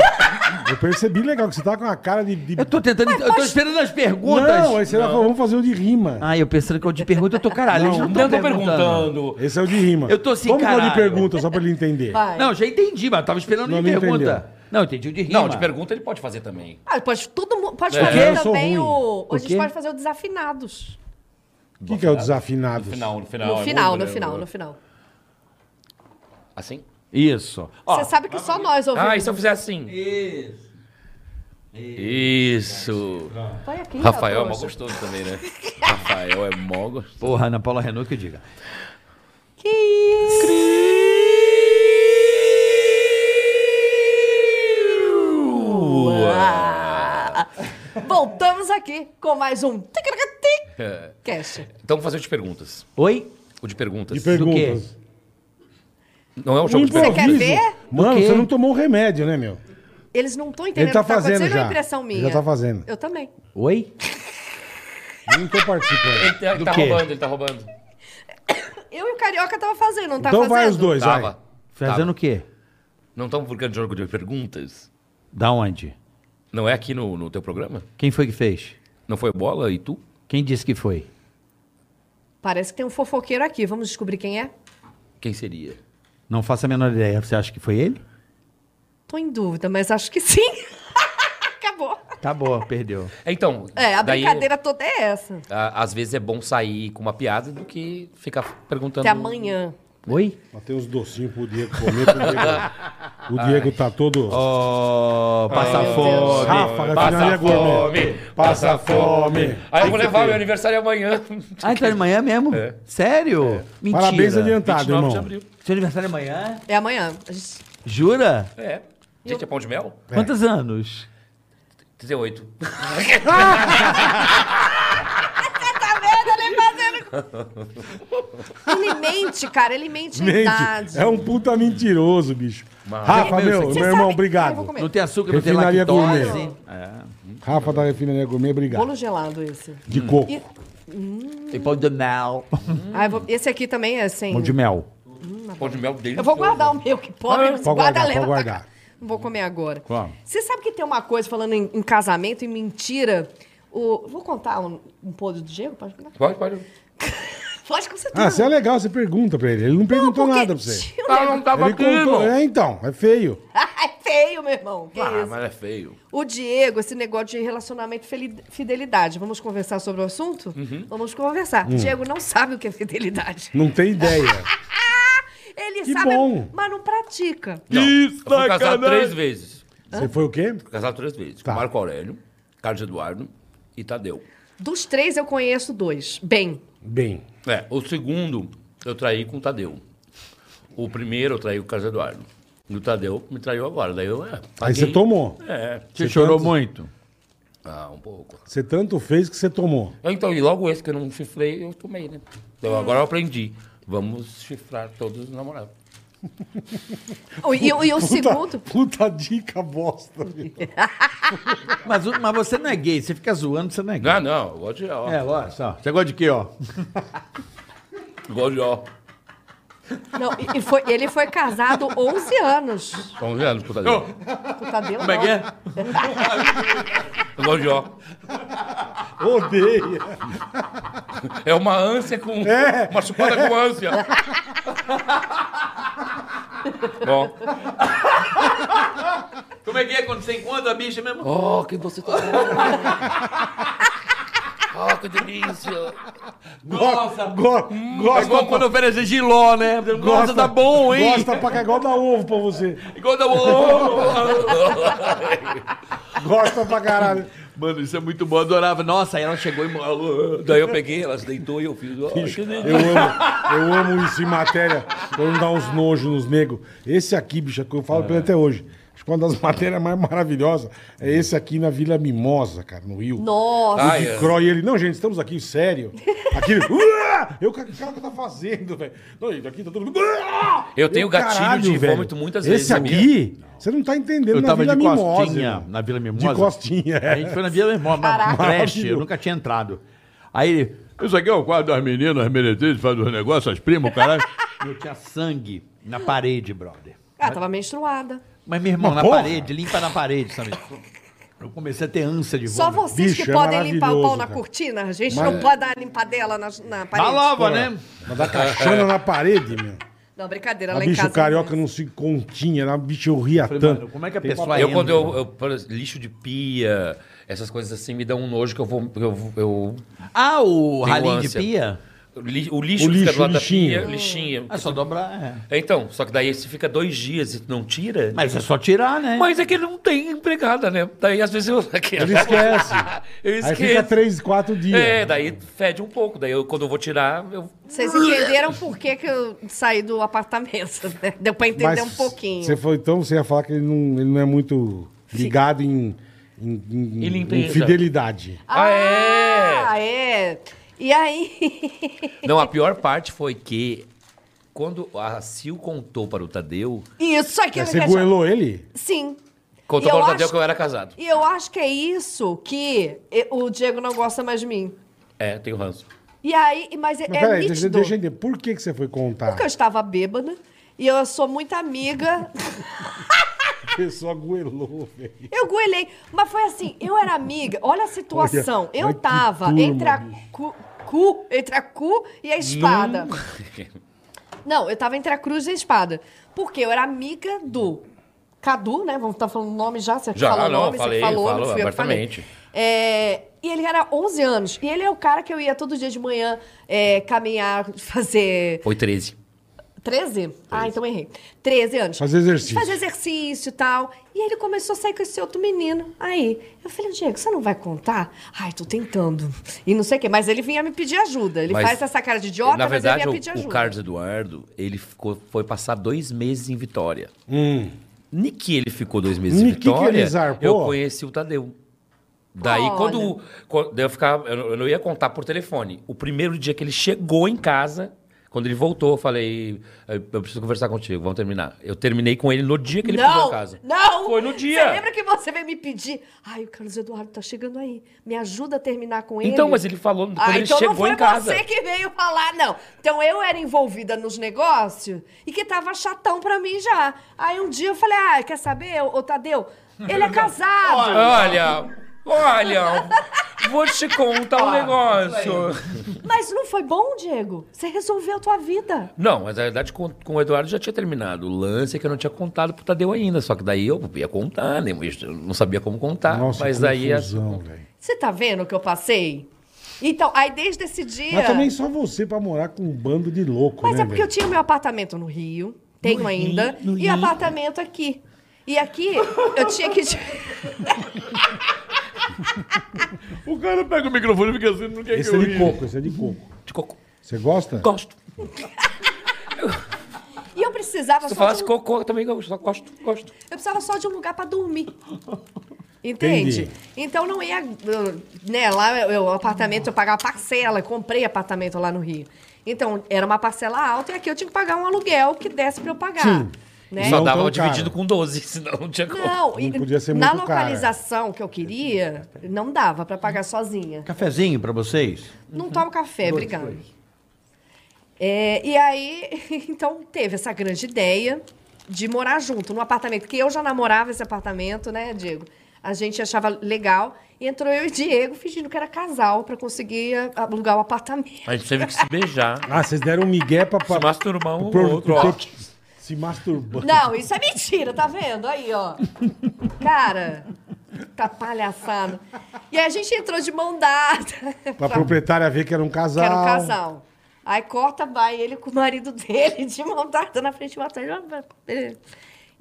Eu percebi, legal, que você tá com uma cara de... de- Eu tô tentando. eu tô esperando as perguntas. Não, é aí você vai falar, vamos fazer o de rima. Ah, eu pensando que eu te pergunto, eu tô caralho. eles Não, Não, não tô tão perguntando. Esse é o de rima. Eu tô assim, Vamos pôr de caralho. pergunta, só pra ele entender. Vai. Não, já entendi, mas eu tava esperando Não, de não pergunta. entendeu. Não, entendi o de rima. Não, de pergunta ele pode fazer também. Ah, pode, todo mundo, pode É. fazer Eu sou também ruim. o. O A gente quê? pode fazer o desafinados. O que, que é o desafinado? No final, no final. no é final, muito, no né? final, no final. Assim? Isso. Ó, Você sabe que só nós ouvimos. Ah, e se eu fizer assim? Isso. Põe aqui, Rafael é ó, mó trouxa. gostoso também, né? Rafael é mó gostoso. porra, Ana Paula Renault que eu diga. Que isso? Ah. Voltamos aqui com mais um Ticaracati É. Cast. Então vou fazer o de perguntas. Oi? O de perguntas. De perguntas. Não é um O jogo de perguntas. quer ver? Mano, O quê? você não tomou o remédio, né, meu? Eles não estão entendendo tá o que tá fazendo acontecendo, é já. impressão Ele minha. já tá fazendo. Eu também. Oi? Tá Não tô participando. Ele tá, ele tá quê? roubando, ele tá roubando. Eu e o Carioca tava fazendo, não tá então fazendo? vai os dois, Tava. vai. Fazendo o quê? Não estamos brincando de jogo de perguntas? Da onde? Não é aqui no, no teu programa? Quem foi que fez? Não foi bola e tu? Quem disse que foi? Parece que tem um fofoqueiro aqui. Vamos descobrir quem é? Quem seria? Não faço a menor ideia. Você acha que foi ele? Tô em dúvida, mas acho que sim. Acabou. Acabou, perdeu. Então, É, a daí, brincadeira toda é essa. a- às vezes é bom sair com uma piada do que ficar perguntando. Até amanhã. Oi? Mas tem uns docinhos pro Diego comer. que O Diego, o Diego tá todo. Ah, Oh, passa Ai, meu fome. Deus. Ráfaga, Passa Pinaria Gourmet. fome, passa fome. Aí eu vou levar meu aniversário amanhã. Ah, então é amanhã mesmo? É. Sério? Mentira. Parabéns adiantado, 29 de irmão. abril. Seu aniversário é amanhã? É amanhã. A gente- Jura? É. Gente, é pão de mel? Quantos anos? 38. Tá vendo? Ele fazendo... Ele mente, cara. Ele mente, a Mente. idade. É um puta mentiroso, bicho. Rafa, Meu, meu, você meu sabe- irmão, Ai, vou obrigado. comer. Não tem açúcar, não tem Refinaria lactose. Rafa da Refinaria Gourmet, obrigado. Bolo gelado esse. De coco. E- Tem pão de mel. Ah, eu vou- Esse aqui também é sem... Pão de mel. pão de mel dele. Eu vou guardar o meu, que pobre. Pode guarda, guardar, pode leva pra guardar. cá. Não vou comer agora. Vamos. Você sabe que tem uma coisa, falando em, em casamento e mentira... O... Vou contar um, um podre do Diego? Pode contar? Pode, pode. Pode com certeza. Ah, você é legal, você pergunta pra ele. Ele não perguntou um- porque nada pra você. tinha um Ah, não tava Ele aqui, contou. irmão. É, então, é feio. Ah, é feio, meu irmão. Que Ah, isso? mas é feio. O Diego, esse negócio de relacionamento e feli- fidelidade. Vamos conversar sobre o assunto? Uhum. Vamos conversar. Hum. Diego não sabe o que é fidelidade. Não tem ideia. Ele Hum. Que sabe, bom. mas não pratica. Não, eu é fui casado três vezes. Você foi o quê? Casado três vezes. Tá. Com Marco Aurélio, Carlos Eduardo e Tadeu. Dos três, eu conheço dois. Bem, Bem. É, o segundo eu traí com o Tadeu. O primeiro eu traí com o Carlos Eduardo. E o Tadeu me traiu agora. Daí eu, é, Aí paguei. você tomou. É, Você chorou muito? ah, um pouco. Você tanto fez que você tomou. Então, e logo esse que eu não chifrei, eu tomei, né? Então agora eu aprendi. Vamos chifrar todos os namorados. o- e, o- e o Puta- segundo... Puta dica bosta. meu. Mas, o- mas você não é gay, você fica zoando, você não é gay. Não, Ah, não, eu gosto de ó. É, lógico. só. Você gosta de quê, ó? Eu Gosto de ó. Não, e- e foi- ele foi casado 11 anos. Estão vendo, com o Tadeu? Tu tá deu, Como é que é? Eu gosto de ó. Odeia. É uma ânsia com. É. Uma chupada com ânsia. Bom. Como é que é quando você encontra a bicha mesmo? Oh, que você tá. oh, que delícia. Nossa! Go- É gosta igual pra- quando oferece giló, né? Nossa, tá bom, hein? Gosta pra cagar, igual dá ovo pra você. Igual tá bom. Gosta pra caralho. Mano, isso é muito bom, eu adorava. Nossa, aí ela chegou e falou... Daí eu peguei, ela se deitou e eu fiz. ó, Bicho, que delícia. eu amo, eu amo isso em matéria, quando dá uns nojos nos negros. Esse aqui, bicho, é que eu falo pra ele até hoje. Acho que uma das matérias mais maravilhosas é esse aqui na Vila Mimosa, cara, no Rio. Nossa. Ai, De é. Croy, ele, não, gente, estamos aqui, sério. Aquele. "Uá!" eu, cara, o que tá fazendo, velho? Não, e aqui tá todo mundo. "Uá!" Eu tenho gatilho caralho, de velho. vômito muitas Esse vezes, Esse sabia? aqui, você não tá entendendo Eu na tava Vila de Mimosa. costinha irmão. na Vila Mimosa. De costinha, A é. gente foi na Vila Mimosa, uma Caraca. creche, eu nunca tinha entrado. Aí ele... Isso aqui é o quadro das meninas, as meretrizes, faz os negócios, as primas, o caralho. Eu tinha sangue na parede, brother. Ah, tava menstruada. Mas, meu irmão, Mas na porra! parede, limpa na parede, sabe? Eu comecei a ter ânsia de Só vômito. vocês Bicho, que é podem limpar o pau na maravilhoso, cara. cortina. A gente não pode dar a limpadela na, na parede. Na lava, né? Mas dá caixona na parede, meu. Não, brincadeira. A Tá lá em Ah, bicho casa... o carioca não se continha, a bicho eu ria Falei, tanto. mano, como é que a tá pessoa Eu, entra? quando eu, eu- por exemplo, lixo de pia, essas coisas assim, me dão um nojo que eu vou. Eu, eu- Ah, Tenho o ralinho de ânsia. pia? li- o lixo O que fica lixo, do lado o da pia, lixinho. lixinha. É só dobrar, é. Então, só que daí você fica dois dias e não tira. Mas é só tirar, né? Mas é que ele não tem empregada, né? Daí às vezes eu. Ele esquece. eu Aí esqueço. fica três, quatro dias. É, daí fede um pouco. Daí eu, quando eu vou tirar, eu. Vocês entenderam por que, que eu saí do apartamento, né? Deu pra entender um pouquinho. Você foi, então você ia falar que ele não, ele não é muito ligado em, em, em- E em limpeza. fidelidade. Ah, é! Ah, é! E aí? Não, a pior parte foi que quando a Sil contou para o Tadeu. Isso aqui É, eu você não quero- goelou ele? Sim. Contou E eu para o Tadeu acho- que eu era casado. E eu acho que é isso que e- o Diego não gosta mais de mim. É, tenho ranço. E aí, mas é, Mas é peraí, deixa, nítido. deixa eu entender. Por que, que você foi contar? Porque eu estava bêbada e eu sou muito amiga Você só goelou, velho. Eu goelei, mas foi assim, eu era amiga, olha a situação. Olha, eu olha que tava turma, entre a bicho. cu, cu- entre a cu e a espada. Não, eu tava entre a cruz e a espada. Porque eu era amiga do Cadu, né? Vamos estar falando o nome já, você Já, falou o não, nome, falei, você falou, falou, não fui eu que falei. abertamente. É, e ele era 11 anos. E ele é o cara que eu ia todo dia de manhã é, caminhar, fazer Foi 13. 13? Ah, então errei. 13 anos. Fazer exercício. Fazer exercício e tal. E aí ele começou a sair com esse outro menino. Aí, eu falei, Diego, você não vai contar? Ai, tô tentando. E não sei o quê. Mas ele vinha me pedir ajuda. Ele Mas, faz essa cara de idiota, Na mas ele verdade, vinha o, pedir ajuda. o Carlos Eduardo, ele ficou, foi passar dois meses em Vitória. Nem que ele ficou dois meses em Nem Hum. que que ele Vitória, zarpou? eu conheci o Tadeu. Daí, Olha. quando, o- quando- daí eu, ficava, eu, não- eu não ia contar por telefone. O primeiro dia que ele chegou em casa, quando ele voltou, eu falei: Eu eu preciso conversar contigo, vamos terminar. Eu terminei com ele no dia que ele não, chegou em casa. não! Foi no dia! Você lembra que você veio me pedir? Ai, o Carlos Eduardo tá chegando aí. Me ajuda a terminar com ele. Então, mas ele falou quando Ah, ele então chegou não foi em casa. você que veio falar, não. Então eu era envolvida nos negócios e que tava chatão pra mim já. Aí um dia eu falei, ah, quer saber, ô ô, Tadeu? Ele é casado. Ah. Olha, olha, vou te contar um negócio. Mas não foi bom, Diego? Você resolveu a tua vida. Não, mas na verdade com, com o Eduardo já tinha terminado. O lance é que eu não tinha contado pro Tadeu ainda, só que daí eu ia contar, né? mas Eu não sabia como contar. Nossa, Ah, mas é mas daí. confusão, velho. Você tá vendo o que eu passei? Então, aí desde esse dia... Mas também só você pra morar com um bando de louco, É. Mas né, é porque eu velho? tinha meu apartamento no Rio, tenho ainda, e apartamento aqui. E aqui eu tinha que. O cara pega o microfone e fica assim, não quer Esse que é eu de ria. coco, esse é de coco. De cocô. Você gosta? Gosto. E eu precisava Se eu só falasse de um... cocô, eu também gosto. Só gosto, gosto. Eu precisava só de um lugar pra dormir. Entende? Entendi. Então não ia. eu- Né, lá eu- eu- o apartamento eu pagava parcela, eu comprei apartamento lá no Rio. Então, era uma parcela alta e aqui eu tinha que pagar um aluguel que desse pra eu pagar. Sim. Né? É. Só Não dava tão dividido caro. com 12, senão não tinha como. Não, e Não podia ser na muito cara. localização que eu queria, não dava pra pagar sozinha. Um Cafezinho pra vocês? Não tomo café, obrigada. É, e aí, então, teve essa grande ideia de morar junto num apartamento, que eu já namorava esse apartamento, né, Diego? A gente achava legal. E entrou eu e Diego fingindo que era casal pra conseguir a- alugar o apartamento. A gente teve que se beijar. Ah, vocês deram um migué pra... Se pra- masturbar um pro- ou outro. ó. pro- Se masturbando. Não, isso é mentira, tá vendo? Aí, ó. Cara, tá palhaçada. E aí a gente entrou de mão dada. Pra proprietária ver que era um casal. Quero um casal. Aí corta, vai ele com o marido dele, de mão dada na frente do atalho.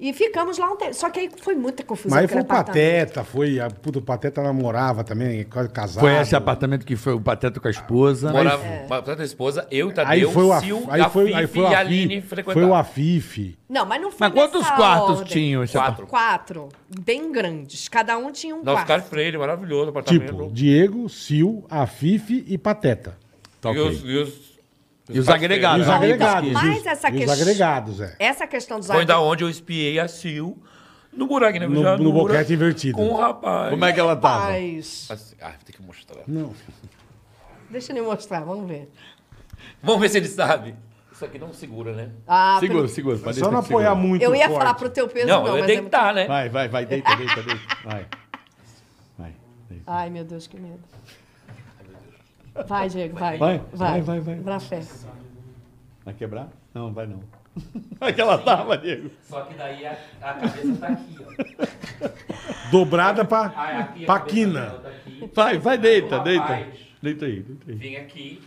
E ficamos lá um tempo. Só que aí foi muita confusão. Mas aí foi um aquele o apartamento. Pateta, foi... A, puta, o Pateta namorava também, quase casado. Foi esse apartamento que foi o Pateta com a esposa. Morava uma outra esposa, eu, o Aí Tadeu, foi o Sil, Afif, aí a foi, Fifi aí foi, o e a Afif, Aline foi o frequentavam. Afife. Não, mas não foi Mas quantos nessa quartos ordem. tinham esse Quatro. Quatro. Bem grandes. Cada um tinha um Nosso quarto. Carlos Freire, maravilhoso, apartamento. Tipo, Diego, Sil, Afife e Pateta. Tá e, tá os, e os- E os Carlos agregados. E os Não, agregados. então, mas os- essa e os questão- agregados, é. Essa questão dos Foi da arquivos- onde eu espiei a Sil no buraco, né? No- Já no boquete invertido. Com o rapaz. Como é que ela tava? Mas- Assim, Ah, vou ter que mostrar. Não. Deixa eu lhe mostrar, vamos ver. Vamos ver se ele sabe. Isso aqui não segura, né? Ah, Segura, pelo- segura. pode Só deixar não que segura. apoiar muito Eu ia forte. falar pro teu peso, não, Não, eu ia mas é muito- deitar, né? Vai, vai, vai, deita, deita, deita. Vai. Vai. deita. Ai, meu Deus, que medo. Vai, Diego, vai. Vai, vai, vai, vai. Na fé. Vai quebrar? Não, vai não. Aquela tava, Diego. Só que daí a, a cabeça tá aqui, ó. Dobrada pra, Aí aqui a pra cabeça quina. dela tá aqui, Vai, vai, deita, Rapaz. deita. Deita aí, deita aí. Vem aqui.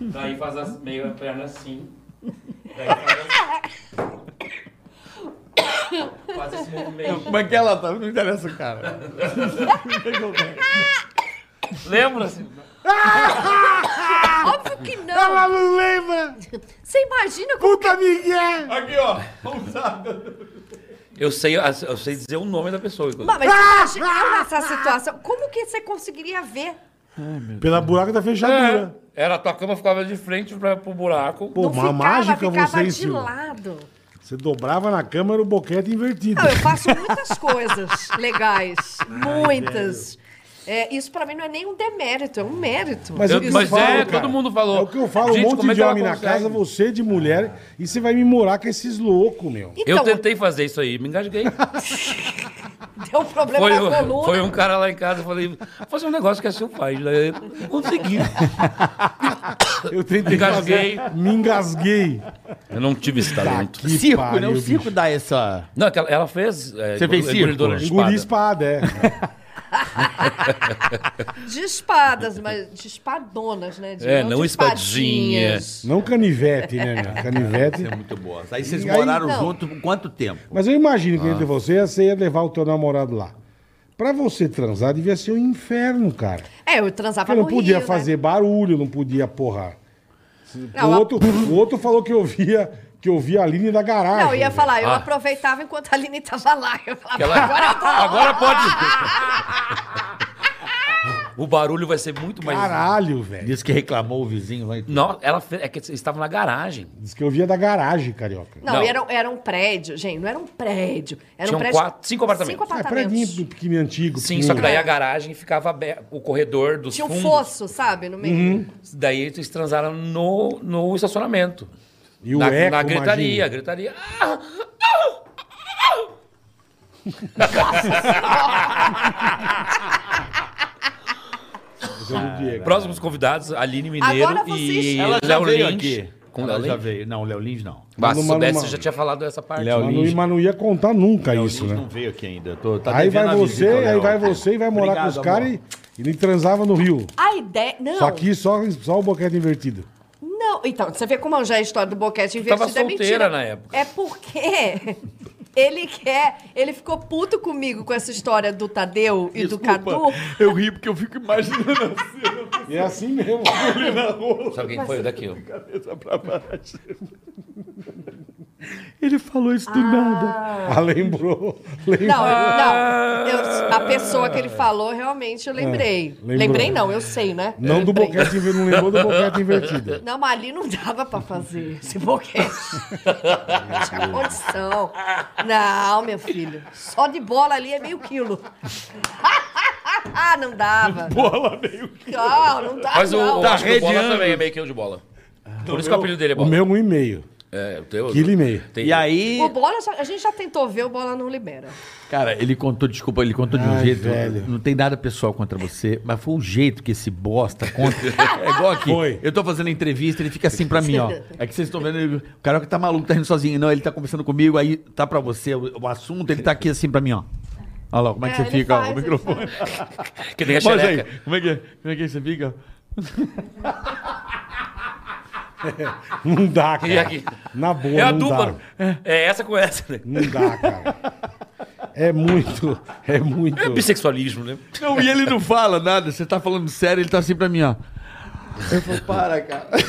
Daí faz as meio a perna assim. Daí faz as... Faz esse movimento. Como é que ela tava? Não interessa, cara. Lembra? Sil? Óbvio que não. não lembra! Você imagina como Puta Miguel! Aqui, ó. Pousada. Eu sei, eu sei dizer o nome da pessoa. inclusive. Mas, mas você imagina eu nessa situação, como que você conseguiria ver? Pela buraca da fechadura. Era a tua cama ficava de frente pra, pro buraco. É. Pô, Não uma mágica ficava você, hein, de Sil? lado. É. Você dobrava na cama, era o boquete invertido. Não, eu faço muitas coisas legais. muitas. É, isso pra mim não é nem um demérito, é um mérito. Mas Eu- o que eu mas falo, é, cara, todo mundo falou. É o que eu falo, Gente, um como monte é de que ela homem na consegue? casa, você de mulher, e você vai me morar com esses loucos, meu. Eu Então, tentei fazer isso aí, me engasguei. deu um problema Foi, na um- coluna. foi um cara lá em casa, eu falei, "Vou fazer um negócio que é seu pai. Daí eu consegui. Eu tentei Engasguei. fazer- me engasguei. Eu não tive esse talento. Que circo, pariu, né? O bicho. circo dá essa. Não, que ela, ela fez. é, Você fez circo? engolidora de Engolir espada. espada, é. De espadas, mas de espadonas, né? De- um- É, não de espadinha. espadinhas. é. Não canivete, né, meu? Canivete. é Muito boa. Aí vocês E aí- então? moraram Não. juntos por quanto tempo? Mas eu imagino que entre Ah. você, você ia levar o teu namorado lá. Pra você transar, devia ser um inferno, cara. É, eu transava Porque não no podia Rio, né? barulho, barulho, não podia porrar. Não, o, a- outro, o outro falou que eu via, que eu via a Aline da garagem. Não, eu ia falar, eu Ah. aproveitava enquanto a Aline tava lá. Eu falava, Que ela- agora tá. eu vou. Agora pode. o barulho vai ser muito mais. Caralho, velho. Disse que reclamou o vizinho lá e tudo. Não, ela fez. É que eles estavam na garagem. Diz que eu via da garagem, carioca. Não, Não. Era, um- era um prédio, gente, não era um prédio. Era Tinham um prédio. quatro- cinco apartamentos. Cinco Ah, é apartamentos. prédio pequeno antigo. Sim, pequenininho. só que daí a garagem ficava aberta, o corredor dos Tinha um fundos. fosso, sabe, no meio. Uhum. Daí eles transaram no, no estacionamento. E o na, eco, na gritaria, imagina. gritaria. Ah, Ah. Gritaria. Diego. Próximos convidados, Aline Mineiro Agora vocês- e Ela Léo veio Lynch. Com Ela Léo já Lynch? veio. Não, o Léo Lins não. Bah, se Manda uma- soubesse, uma- eu já tinha falado essa parte. Léo Mas Lins. não, mas não ia contar nunca isso, Isso né? não veio aqui ainda. Tô, tá aí devendo vai a você, visita, aí Léo. vai você e vai morar Obrigado, com os caras amor. e, e nem transava no Rio. A ideia. Não, Só que só, só o boquete invertido. não. Então, você vê como já a história do boquete invertido tava é solteira mentira. na época. É porque ele quer. Ele ficou puto comigo com essa história do Tadeu e do Cadu. Eu ri porque eu fico imaginando E é assim mesmo. ele na rua, Sabe quem foi? Daqui, ó. cabeça pra baixo. Ele falou isso do nada. Ah, lembrou. lembrou. Não, não. Eu- a pessoa que ele falou, realmente, eu Ah, lembrei. lembrou. lembrei não, eu sei, né? Não do Lembrei. boquete invertido, não lembrou do boquete invertido. Não, mas ali não dava pra fazer esse boquete. Não tinha condição. Não, meu filho. Só de bola ali é meio quilo. Ah, não dava. Bola meio que. Não, não dava. Mas o, Ah, não. eu acho que o bola radiando. também é meio quilo de bola. Por isso que o apelido dele é O bola. meu um e meio. É, o teu. Quilo e meio. Tem- E aí, O bola, já- a gente já tentou ver, o bola não libera. cara, ele contou, desculpa, ele contou de um Ai, jeito. velho. Não tem nada pessoal contra você, mas foi um jeito que esse bosta conta. É igual aqui. Foi. Eu tô fazendo entrevista, ele fica assim pra mim, ó. É que vocês estão vendo, ele- o cara que tá maluco, tá rindo sozinho. Não, ele tá conversando comigo, aí tá pra você o, o assunto, ele tá aqui assim pra mim, ó. Olha lá, como é que É, você ele fica, ó, o faz, ele microfone. Que tem a Mas xereca. aí, como é que, como é que você fica? Não dá, cara. E aqui? Na boa, É a não dupla. dá. É essa com essa, né? Não dá, cara. É muito, é muito. É bissexualismo, né? Não, e ele não fala nada, você tá falando sério, ele tá assim pra mim, ó. Eu falo, para, cara.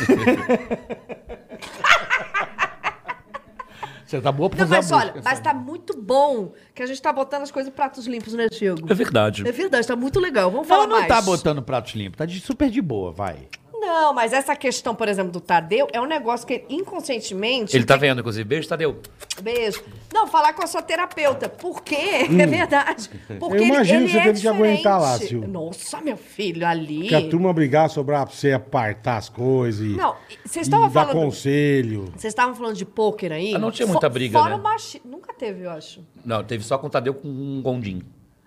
Você tá boa pra Não, fazer mas uma olha, busca, mas tá muito bom que a gente tá botando as coisas em pratos limpos, né, Diego? É verdade. É verdade, tá muito legal. Vamos Não, falar não mais. tá botando pratos limpos, tá de super de boa, vai. Não, mas essa questão, por exemplo, do Tadeu, é um negócio que inconscientemente... Ele tá vendo, inclusive. Beijo, Tadeu. Beijo. Não, falar com a sua terapeuta. Por quê? É verdade. Porque Hum. Eu imagino que você é teve que aguentar lá, diferente. Sil. Nossa, meu filho, ali. Que a turma brigar, a sobrar pra você apartar as coisas e, Não, e- vocês e estavam dar falando. conselho. Vocês estavam falando de pôquer aí? Ah, não tinha Fo- muita briga, né? Fora o machi... Nunca teve, eu acho. Não, teve só com o Tadeu com um gondim.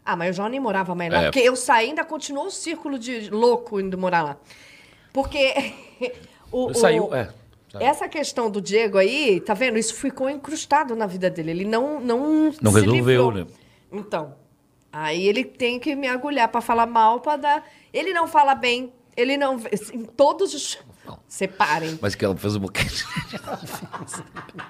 Ah, mas eu já nem morava mais lá. É. Porque eu saí ainda continuou o círculo de louco indo morar lá. Porque. o, o- Saiu, é. Essa questão do Diego aí, tá vendo? Isso ficou encrustado na vida dele. Ele não. Não, Não se resolveu, livrou. né? Então. Aí ele tem que me agulhar pra falar mal, pra dar. Ele não fala bem, ele não. Em todos os. Separem. Mas que ela fez um boquete.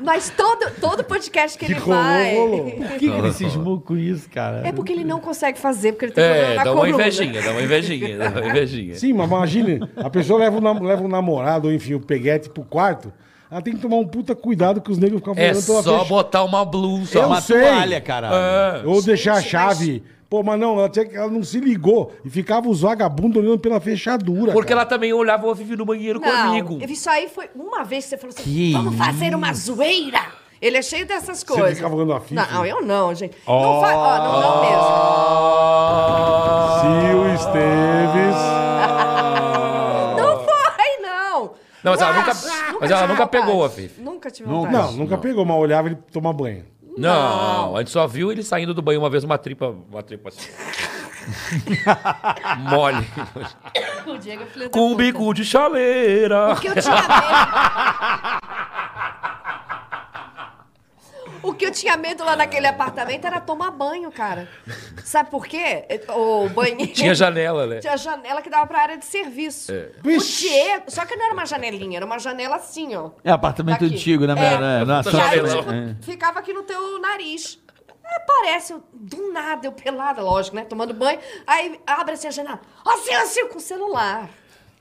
Mas todo, todo podcast que, Que ele rolou, vai. um rolou. Por que, ele cismou com isso, cara? É porque ele não consegue fazer, porque ele tem problema É, na dá uma coluna. invejinha, dá uma invejinha, dá uma invejinha. Sim, mas imagine, a pessoa leva o, nam- leva o namorado, ou enfim, o peguete pro quarto, ela tem que tomar um puta cuidado que os negros ficam É falando pela só fech- botar uma blusa. Eu é uma sei. toalha, cara. Ou deixar a mas- chave. Pô, mas não, ela, tinha que- ela não se ligou. E ficava os vagabundos olhando pela fechadura. Porque cara. ela também olhava o Vivi no banheiro Não, comigo. isso aí foi uma vez que você falou assim, Que vamos fazer uma zoeira. Ele é cheio dessas Você coisas. fica cavalgando a ficha? Não, não, eu não, gente. Oh. Não fa... ó, não, não mesmo. Ah. Se o Esteves. Não foi, não. Oh. Não, mas ela Ah, nunca- mas ela tive nunca pegou vontade. a Fifi. Nunca tive Nunca. Não, vontade. nunca pegou, mas olhava ele tomar banho. Não, a gente só viu ele saindo do banho uma vez, uma tripa, uma tripa assim. Mole. O Diego é filho da Com um puta. bico de chaleira. O que eu tinha medo. O que eu tinha medo lá naquele apartamento era tomar banho, cara. Sabe por quê? O banheiro. Tinha janela, É. né? Tinha janela que dava pra área de serviço. O Vixe. Diego. Só que não era uma janelinha, era uma janela assim, ó. É apartamento Daqui. antigo, né? É. É. Na E aí, janela. tipo, ficava aqui no teu nariz. Aí Aparece, eu, do nada, eu pelada, lógico, né? Tomando banho. Aí abre assim a janela. Assim, assim, com o celular.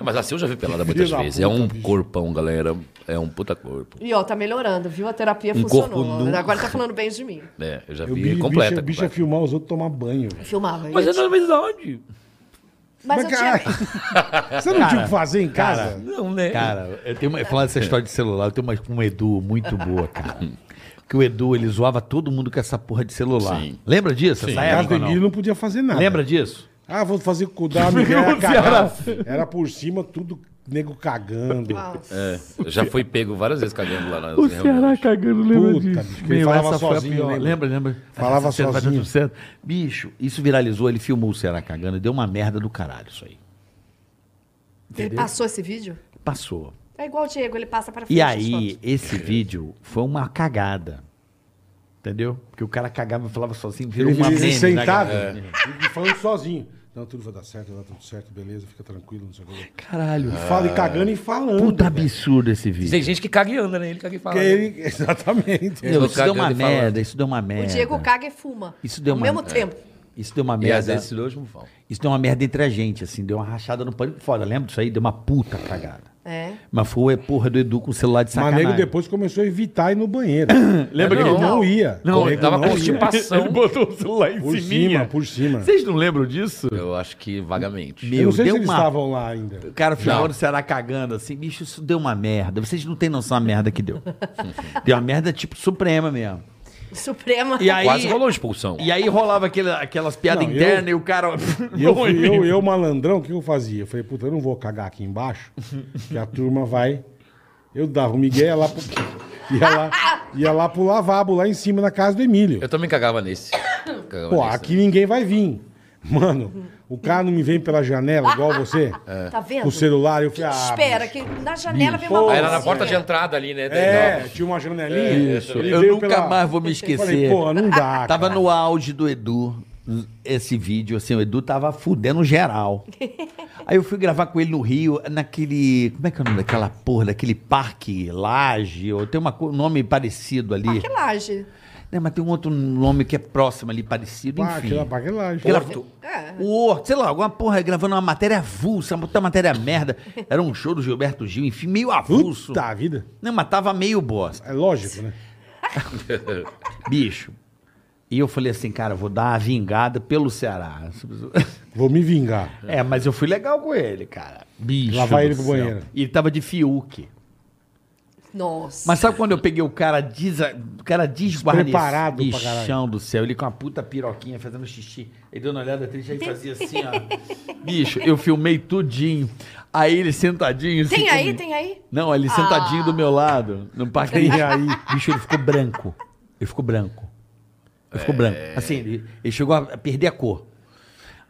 Mas assim eu já vi pelada muitas Filho da vezes. é puta, um bicho. corpão, galera. É um puta corpo. E ó, tá melhorando, viu? A terapia Um funcionou. corpo nu. Agora tá falando bem de mim. É, eu já Eu vi vi, completa. bicho, bicho é completa. filmar os outros tomar banho. velho. Filmava. Mas eu é tinha- normalidade. mas eu Mas, tinha. cara, Você não tinha o que fazer em casa? Não, né? Cara, eu tenho uma, falando dessa história de celular, eu tenho uma com o Edu muito boa, cara. Porque o Edu, ele zoava todo mundo com essa porra de celular. Sim. Lembra disso? Essa é, Em casa do época, não? Emílio não podia fazer nada. Lembra disso? Ah, vou fazer com o da Miguel. Era, cagado. era por cima, tudo nego cagando. Eu É, já fui pego várias vezes cagando lá né? na O Ceará cagando, lembra Puta, disso? bicho, que ele falava essa foi a sozinho, pior. lembra? Lembra, lembra? Falava Vai dar tudo certo, vai dar sozinho. tudo certo. Bicho, isso viralizou, ele filmou o Ceará cagando e deu uma merda do caralho isso aí. Ele passou esse vídeo? Passou. É igual o Diego, ele passa pra frente. E as fotos. aí, esse É. vídeo foi uma cagada. Entendeu? Porque o cara cagava e falava sozinho, virou Ele, uma ele meme. sentado Né? cara? e falando sozinho. Não, tudo vai dar certo, vai dar tudo certo, beleza, fica tranquilo, não sei o que. É. Caralho. E fala e cagando e falando. Puta velho. absurdo esse vídeo. Tem gente que caga e anda, né? Ele caga e fala. Que ele- Exatamente. Meu, isso deu cagando uma e falando. merda, isso deu uma O merda. Diego caga e fuma. é, né? Isso deu Ao uma- mesmo é. tempo. Isso deu uma E às merda. vezes esses dois não vão. Isso deu uma merda entre a gente, assim, deu uma rachada no pânico foda. Lembra disso aí? Deu uma puta cagada. É. Mas foi a porra do Edu com o celular de Mas sacanagem. nego depois começou a evitar ir no banheiro. Lembra ele que ele- não, Não. ia. Não, O ele nego tava não ia. constipação. é Ele botou o celular em Por cima. cima, por cima. Vocês não lembram disso? Eu acho que vagamente. Meu, Eu não sei se deu eles uma... estavam lá ainda. O cara final do Ceará cagando assim, bicho, isso deu uma merda. Vocês não têm noção da merda que deu. deu uma merda tipo suprema mesmo. Suprema. E aí, Quase rolou expulsão. e aí rolava aquele- aquelas piadas Não, eu- internas e o cara. E eu, fui- eu, eu, malandrão, o que eu fazia? Eu falei, puta, eu não vou cagar aqui embaixo, que a turma vai. Eu dava o Miguel ia lá pro. Ia lá, ia lá pro lavabo, lá em cima na casa do Emílio. Eu também cagava nesse. Cagava Pô, nesse aqui ninguém vai vir. Mano, o cara não me vem pela janela igual você. É. Tá vendo? Com o celular, eu falei, ah. Espera, que na janela vem uma Pô. Aí mãozinha. era na porta de entrada ali, né? É, tinha uma janelinha. Isso. ele Eu veio nunca pela- mais vou me Falei, esquecer. pô, não dá. Tava cara. no auge do Edu, esse vídeo, assim, o Edu tava fudendo geral. Aí eu fui gravar com ele no Rio, naquele. Como é que é o nome daquela porra? Daquele parque Laje, ou tem uma co- um nome parecido ali. Que laje. Né, mas tem um outro nome que é próximo ali, parecido, Pá, enfim. aquela pá, aquela lá. Aquela- É. O Horto, sei lá, alguma porra, gravando uma matéria avulsa, uma puta matéria merda. Era um show do Gilberto Gil, enfim, meio avulso. Puta vida. Não, mas tava meio bosta. É lógico, né? Bicho. E eu falei assim, cara, eu vou dar uma vingada pelo Ceará. Vou me vingar. É, mas eu fui legal com ele, cara. Bicho. Lá vai do ele pro céu. banheiro. E ele tava de Fiuk. Nossa. Mas sabe quando eu peguei o cara, desa... o cara desguarnecido? Despreparado pra Bichão caralho. do céu. Ele com a puta piroquinha fazendo xixi. Ele dando uma olhada triste, aí fazia assim, ó. Bicho, eu filmei tudinho. Aí ele sentadinho. assim, Tem aí, comigo. tem aí? Não, ele sentadinho do meu lado, no parque. Tem Bicho, aí. Bicho, ele ficou branco. Ele ficou branco. Ele ficou branco. Assim, ele, ele chegou a perder a cor.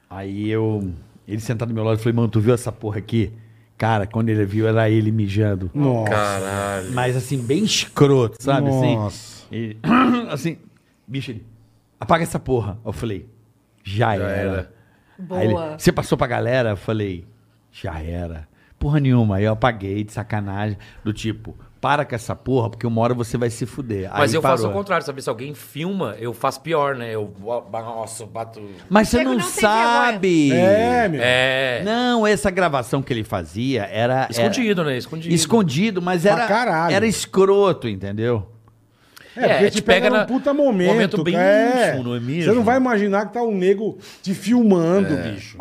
Aí eu. Ele sentado do meu lado, eu falei, mano, tu viu essa porra aqui? Cara, quando ele viu, era ele mijando. Nossa. Caralho. Mas assim, bem escroto, sabe? Nossa. Assim, E- assim, bicho, ele, apaga essa porra. Eu falei, já, era. era. Aí ele, Boa. Você passou pra galera? Eu falei, já era. Porra nenhuma. Aí eu apaguei de sacanagem, do tipo, para com essa porra, porque uma hora você vai se fuder. Mas Aí eu faço parou. o contrário, sabe? Se alguém filma, eu faço pior, né? Eu, nossa, eu bato. Mas você Diego não, não tem sabe. É, meu. É. Não, essa gravação que ele fazia era. era- Escondido, né? Escondido. Escondido, mas Pra era, caralho. era escroto, entendeu? É, porque É, te te pega, pega num na- um puta momento. momento bem cara. é. íntimo, não é mesmo? É. Você não vai imaginar que tá um nego te filmando, bicho.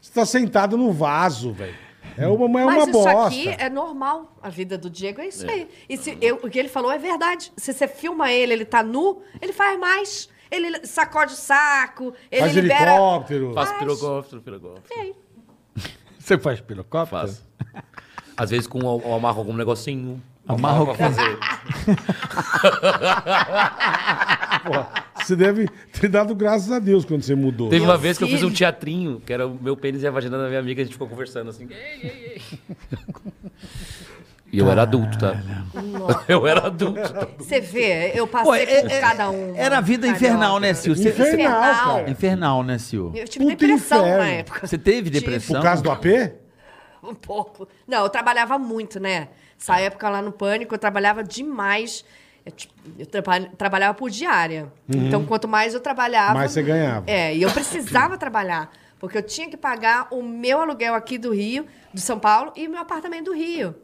Você tá sentado no vaso, velho. É uma, é uma Mas isso bosta. aqui é normal. A vida do Diego é isso aí. E se eu- o que ele falou é verdade. Se você filma ele, ele tá nu, ele faz mais. Ele sacode o saco, ele Faz libera. helicóptero. Faço pirocóptero, pirocóptero. Ei, Você faz pirocóptero? Faço. Às vezes com um, eu amarro algum negocinho. Amarro pra fazer. Você deve ter dado graças a Deus quando você mudou. Teve uma Meu vez que eu fiz filho. um teatrinho, que era o meu pênis e a vagina da minha amiga, a gente ficou conversando assim. Ei, ei, ei. E eu era adulto, tá? Eu era adulto. Tá? Você vê, eu passei Pô, por é- é- cada um. Era a vida Carioca. infernal, né, Sil? Você- Infernal, Infernal. cara. Infernal, né, Sil? Eu tive Puta depressão na inferno. época. Você teve Tive. depressão? Por causa do AP? Um pouco. Não, eu trabalhava muito, né? Tá. Essa época lá no Pânico, eu trabalhava demais. Eu, tipo, eu traba- trabalhava por diária. Então, quanto mais eu trabalhava... Uhum. Mais você ganhava. É, e eu precisava trabalhar. Porque eu tinha que pagar o meu aluguel aqui do Rio, de São Paulo, e meu apartamento do Rio.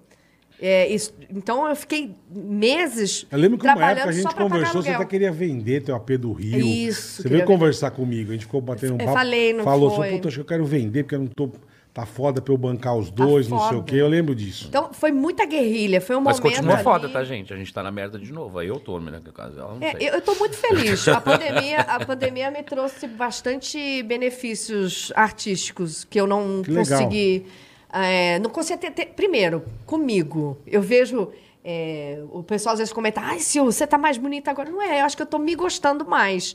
É, isso- então, eu fiquei meses Eu lembro que uma trabalhando época a só gente pra pagar conversou, você tá aluguel. até queria vender teu AP do Rio. Isso, Você queria veio conversar comigo, a gente ficou batendo um Eu papo. falei, não Falou, foi. só, puta, acho que eu quero vender, porque eu não tô... Tá foda pra eu bancar os dois, não sei o foda. quê. Eu lembro disso. Então, foi muita guerrilha. Foi um Mas momento continua ali- foda, tá, gente? A gente tá na merda de novo. Aí eu tô, né? No caso, ela não É, sei. eu, eu tô muito feliz. A pandemia, a pandemia me trouxe bastante benefícios artísticos que eu não Que legal. consegui. é, não consegui ter, ter- Primeiro, comigo. Eu vejo. é, o pessoal às vezes comenta: ai, Sil, você tá mais bonita agora. Não é, eu acho que eu tô me gostando mais.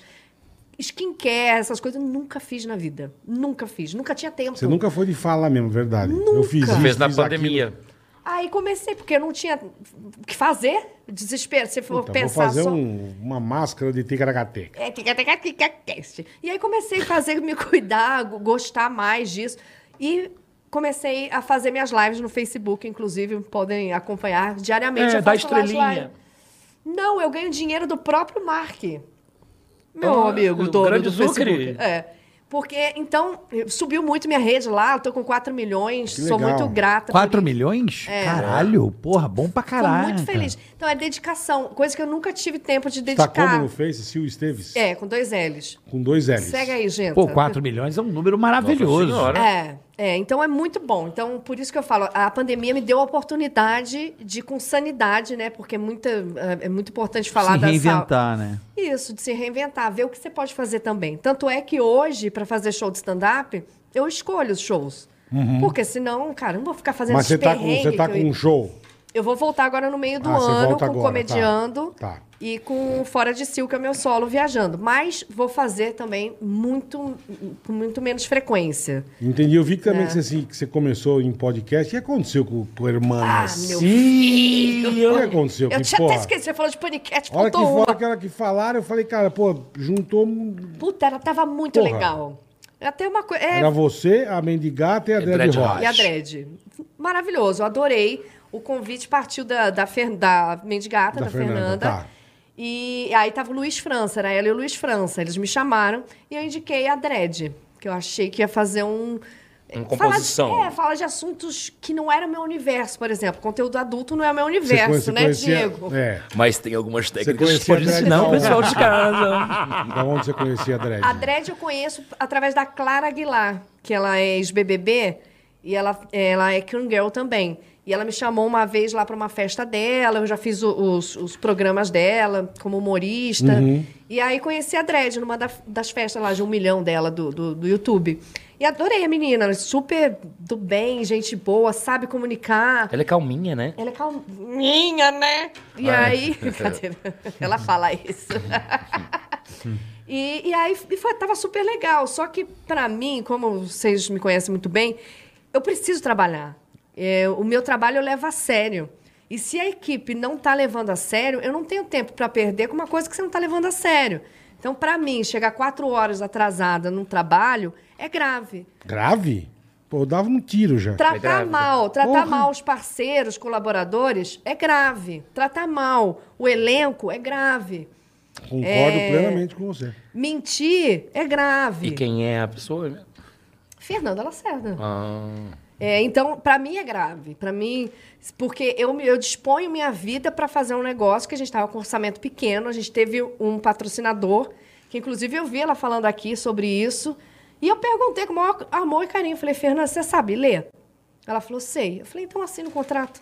Skincare, essas coisas, eu nunca fiz na vida. Nunca fiz. Nunca tinha tempo. Você nunca foi de falar mesmo, verdade. Eu fiz isso, Fez na fiz aquilo. pandemia. Aí comecei, porque eu não tinha o que fazer. Desespero. Se for Puta, Então, vou pensar fazer só. um- uma máscara de ticaracateca. É, tica, tica, tica, cast. E aí comecei a fazer, me cuidar, go- gostar mais disso. E comecei a fazer minhas lives no Facebook, inclusive, podem acompanhar diariamente. É, Eu dá faço lá as estrelinha. lives. Não, eu ganho dinheiro do próprio Mark. Meu Ah, amigo, o dono grande do Facebook. Zuckerberg. É. Porque, então, subiu muito minha rede lá, eu tô com 4 milhões, Que sou legal. muito grata. por 4 isso. milhões? Caralho, porra, bom pra Tô caralho. muito feliz. Então, é dedicação, coisa que eu nunca tive tempo de Tá como dedicar. no Face? Sil Esteves? É, com dois L's. Com dois L's. Segue aí, gente. Pô, 4 milhões é um número maravilhoso. Nossa senhora. É, é, então é muito bom. Então, por isso que eu falo, a pandemia me deu a oportunidade de, com sanidade, né? Porque é, muita, é muito importante falar Se da sa- reinventar, né? Isso, de se reinventar, ver o que você pode fazer também. Tanto é que hoje, para fazer show de stand-up, eu escolho os shows. Uhum. Porque senão, cara, eu não vou ficar fazendo Mas você esses tá com, perrengues você tá que com eu- um show. eu vou voltar agora no meio do Ah, você ano volta com agora, Comediando tá. Tá. e com Fora de Sil, que é o meu solo viajando. Mas vou fazer também muito, com muito menos frequência. Entendi. Eu vi que também É. que, você, assim, que você começou em podcast. O que aconteceu com, com a irmã? né? Ah, Sil? meu O que aconteceu? Eu que, tinha porra, até esquecido, você falou de podcast, A hora que, faltou uma. fora, aquela que falaram, eu falei, cara, pô, juntou. um- Puta, ela tava muito Porra. legal. Até uma coisa. Era você, a Mendigata e a Dread Dread Rock. E a Dredd. Maravilhoso, eu adorei. O convite partiu da, da, Fer, da Mendigata, Da da, Fernanda, Fernanda. tá. E aí tava o Luiz França, era ela e o Luiz França. Eles me chamaram e eu indiquei a Dredd, que eu achei que ia fazer um. Uma falar de- composição. é, falar de assuntos que não era o meu universo, por exemplo. Conteúdo adulto não é o meu Você conhe- universo, você né, conhecia- Diego? É. Mas tem algumas técnicas que conhecia a pode Dredd ensinar da o onde? pessoal de Ah, Ah, casa. Da onde você conhecia a Dread? A Dredd eu conheço através da Clara Aguilar, que ela é ex-BBB e ela, ela é Kung Girl também. E ela me chamou uma vez lá para uma festa dela, eu já fiz o- os, os programas dela como humorista. E aí conheci a Dredd numa da- das festas lá de um milhão dela do, do, do YouTube. E adorei a menina, ela é super do bem, gente boa, sabe comunicar. Ela é calminha, né? Ela é calminha, né? E Ah, é. aí. Brincadeira. Ela fala isso. e, e aí e foi, tava super legal. Só que, pra mim, como vocês me conhecem muito bem, eu preciso trabalhar. É, o meu trabalho eu levo a sério. E se a equipe não tá levando a sério, eu não tenho tempo pra perder com uma coisa que você não tá levando a sério. Então, pra mim, chegar quatro horas atrasada num trabalho é grave. Grave? Pô, eu dava um tiro já. Tratar grávida. mal, tratar Porra. mal os parceiros, colaboradores, é grave. Tratar mal o elenco é grave. Concordo É. plenamente com você. Mentir é grave. E quem é a pessoa? né? Fernanda Lacerda. Ah, É, então, pra mim é grave. Pra mim, porque eu, me- eu disponho minha vida pra fazer um negócio que a gente estava com um orçamento pequeno, a gente teve um patrocinador, que inclusive eu vi ela falando aqui sobre isso. E eu perguntei com o maior amor e carinho. Falei, Fernanda, você sabe ler? Ela falou, sei. Eu falei, então assina o contrato.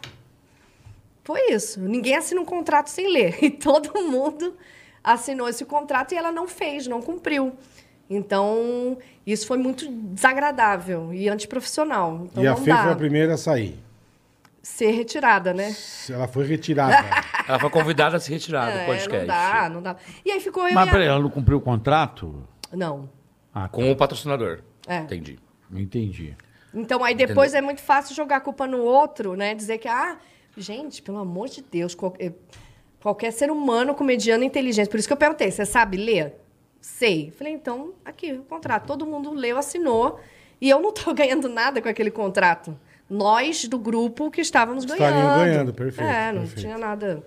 Foi isso. Ninguém assina um contrato sem ler. E todo mundo assinou esse contrato e ela não fez, não cumpriu. Então, isso foi muito desagradável e antiprofissional. Então, e a não Fê dá foi a primeira a sair. ser retirada, né? Ela foi retirada. Ela foi convidada a se retirar do É, podcast. não dá, não dá. E aí ficou eu Mas e a- peraí, ela não cumpriu o contrato? Não. Com o patrocinador. É. Entendi. Não entendi. Então aí depois é muito fácil jogar a culpa no outro, né? Dizer que, ah, gente, pelo amor de Deus, qual- eh, qualquer ser humano com mediana inteligência. Por isso que eu perguntei, você sabe ler? Sei. Falei, então, aqui, o contrato. Todo mundo leu, assinou. E eu não estou ganhando nada com aquele contrato. Nós, do grupo, que estávamos ganhando. Estariam ganhando, perfeito, É, não perfeito. tinha nada.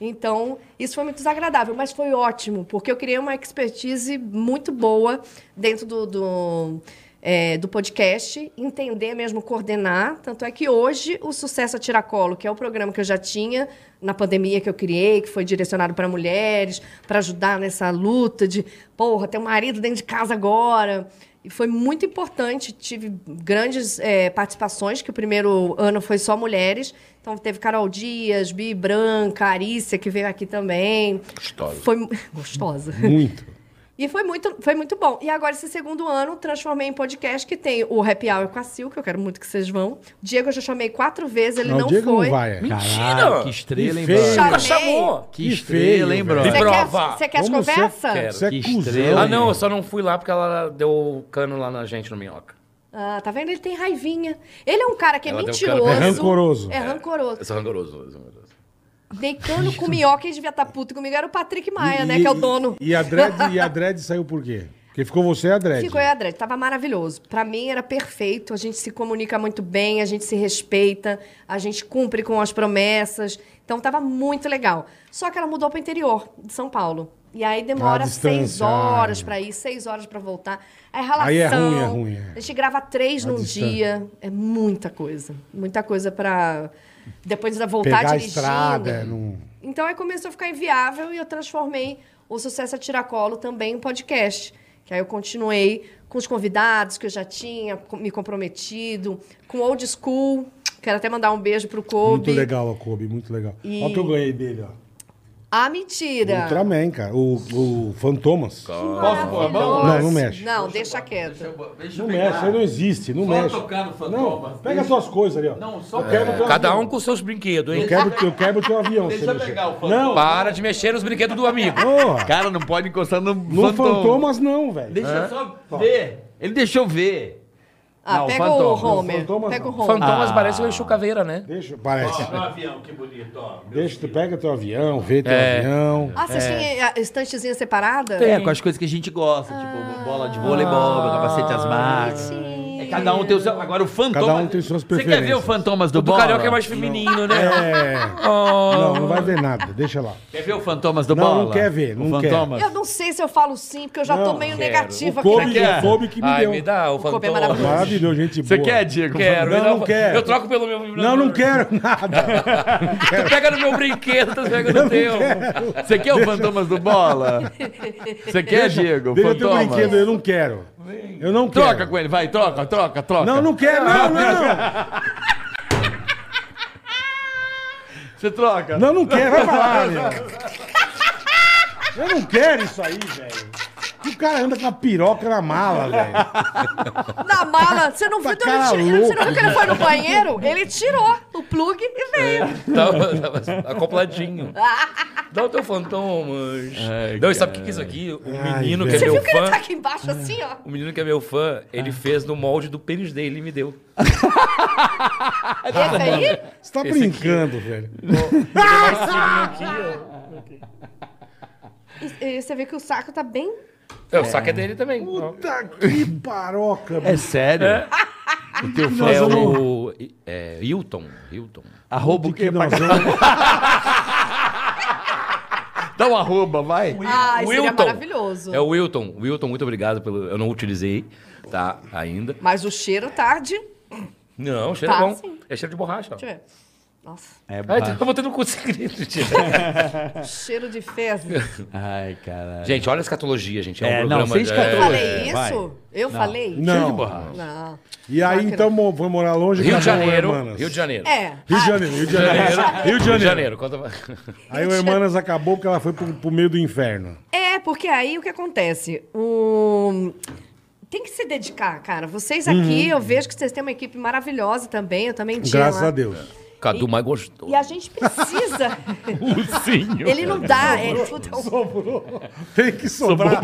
Então, isso foi muito desagradável, mas foi ótimo, porque eu criei uma expertise muito boa dentro do, do, é, do podcast, entender mesmo, coordenar. Tanto é que hoje o Sucesso a Tiracolo, que é o programa que eu já tinha na pandemia que eu criei, que foi direcionado para mulheres, para ajudar nessa luta de, porra, ter um marido dentro de casa agora. E foi muito importante, tive grandes eh, participações, que o primeiro ano foi só mulheres. Então teve Carol Dias, Bi Branca, Arícia, que veio aqui também. Gostosa. Foi mu- gostosa. Muito. E foi muito, foi muito bom. E agora, esse segundo ano, transformei em podcast que tem o Happy Hour com a Sil, que eu quero muito que vocês vão. Diego eu já chamei quatro vezes, ele Não, não, o Diego foi. não vai. é. Mentira! que estrela, hein, Que feio. brother? Nunca chamou! Que Que feio, estrela, hein, velho. brother? Você quer, Prova. você quer as Como você conversas? quer? Você é Que cuzão. estrela. Ah, não, eu só não fui lá porque ela deu o cano lá na gente no Minhoca. Ah, tá vendo? Ele tem raivinha. Ele é um cara que é Ela deu cara- mentiroso. É rancoroso. É rancoroso. Eu sou rancoroso. eu sou rancoroso. Deitando com minhoca, ele devia estar puto comigo. Era o Patrick Maia, E- né? Que é o e- dono. E é a Dredd, e a Dredd saiu por quê? Porque ficou você e a Dredd. Ficou eu e a Dredd. Tava maravilhoso. Pra mim era perfeito. A gente se comunica muito bem, a gente se respeita, a gente cumpre com as promessas. Então tava muito legal. Só que ela mudou pro interior de São Paulo. E aí demora Ah, seis distância, horas ah. pra ir, seis horas pra voltar. Aí ralação. Aí é ruim, é ruim, é. A gente grava três A num distância. dia. É muita coisa. Muita coisa pra depois ainda voltar Pegar a Tá dirigindo. estrada. é, Não... Então aí começou a ficar inviável e eu transformei o Sucesso a Tiracolo também em podcast. Que aí eu continuei com os convidados que eu já tinha com- me comprometido, com Old School. Quero até mandar um beijo pro Kobe. Muito legal, ó, Kobe, muito legal. E- Olha o que eu ganhei dele, ó. Ah, mentira! Ultraman, cara. O, o Fantomas. Posso pôr a mão? Não, não mexe. Não, deixa quieto. Deixa Não mexe, aí não existe, não mexe. tocando Fantomas. Não, pega as suas coisas ali, ó. Não, só eu quebro teu Cada avião. um com seus brinquedos, hein? Eu quebro, eu quebro teu avião. Deixa se eu mexer. pegar o Não, Para de mexer nos brinquedos do amigo. porra. Cara, não pode encostar no, No Fantomas não, velho. Deixa eu só ver. Ele deixou ver. Ah, Não, pega Fantomas. o Homer. Fantomas pega o não. Homer. Fantomas parece o Exu Caveira, né? Deixa, parece. Ah. avião, que bonito, ó. Deixa, tu pega teu avião, vê teu É. avião. Ah, vocês têm a estantezinha separada? É, com as coisas que a gente gosta, tipo bola de voleibol, Ah, meu capacete às marcas. É, cada um tem o seu. Agora o Fantomas. Cada um tem suas Você quer ver o preferências. Fantomas do O do Bola? Carioca é mais feminino, né? É. Não, não vai ver nada, deixa lá. Quer ver o Fantomas do Não, Bola? não quer ver, o não quer. Fantomas. Eu não sei se eu falo sim, porque eu já tô Não, meio quero. negativa O aqui. Kobe, é quer? o Kobe que me Ai, deu. me dá um o O Kobe é Fantomas. maravilhoso. Maravilhoso, gente Você boa. quer, Diego? Quero, Não, me dá não o- quero. Eu troco pelo meu vibrador. Não, não quero nada. Tu pega no meu brinquedo, tu pega no teu. Você quer o Fantomas do Bola? Você quer, Diego? o Deixa teu brinquedo, Fantomas? eu não quero. Eu não quero. Troca com ele, vai, troca, troca, troca. Não, não quero, não, não. Você troca. Não, não quero, vai pra lá, meu. Eu não quero isso aí, velho. Que o cara anda com a piroca na mala, velho. Na mala, você não viu, Tá então cara ele tirou, você louco, não viu que ele foi no banheiro? Ele tirou o plug e É. veio. Tava, tava tá, acopladinho. Dá o teu fantomas. Ai, não, e sabe o que que é isso aqui? O Ai, menino que velho. é Você meu viu que ele fã. tá aqui embaixo assim, ó? O menino que é meu fã, ele fez no molde do pênis dele e me deu. Ah, Esse aí? Você Esse tá aqui. brincando, velho. E- e Você vê que o saco tá bem. É, o saco é dele também. Puta que paroca, É bicho. sério? O teu fã É é o... o. É, Hilton. Hilton. Arroba o quê? nós Pra- vamos- Dá um arroba, vai. Ah, isso seria Wilton. maravilhoso. É o Wilton. Wilton, muito obrigado pelo. Eu não utilizei, tá? Ainda. Mas o cheiro tá de. Não, cheiro Tá, bom. sim. É cheiro de borracha. ó. Deixa eu ver. Nossa, É Ai, baixo. eu botei no cu segredo, tia. cheiro de fezes. Ai, caralho. Gente, olha a escatologia, gente. É, É, um não, programa... sem de- Eu escatologia. é. falei isso? vai. Eu falei? Não. Não. E aí, Lacra. então, mo- foi morar longe. Rio de cada um, Janeiro. Hermanas. É. Rio de Janeiro. É. Rio de Ah, Janeiro. Rio de Janeiro. Rio de Rio de Janeiro. Janeiro. Conta... Aí o Hermanas acabou porque ela foi pro, pro meio do inferno. É, porque aí o que acontece? O... Tem que se dedicar, cara. Vocês aqui, eu vejo que vocês têm uma equipe maravilhosa também. Eu também tinha. Uhum. Graças lá. a Deus. Cadu mais gostoso. E a gente precisa. Ele não dá. é, puta, Tem que sobrar.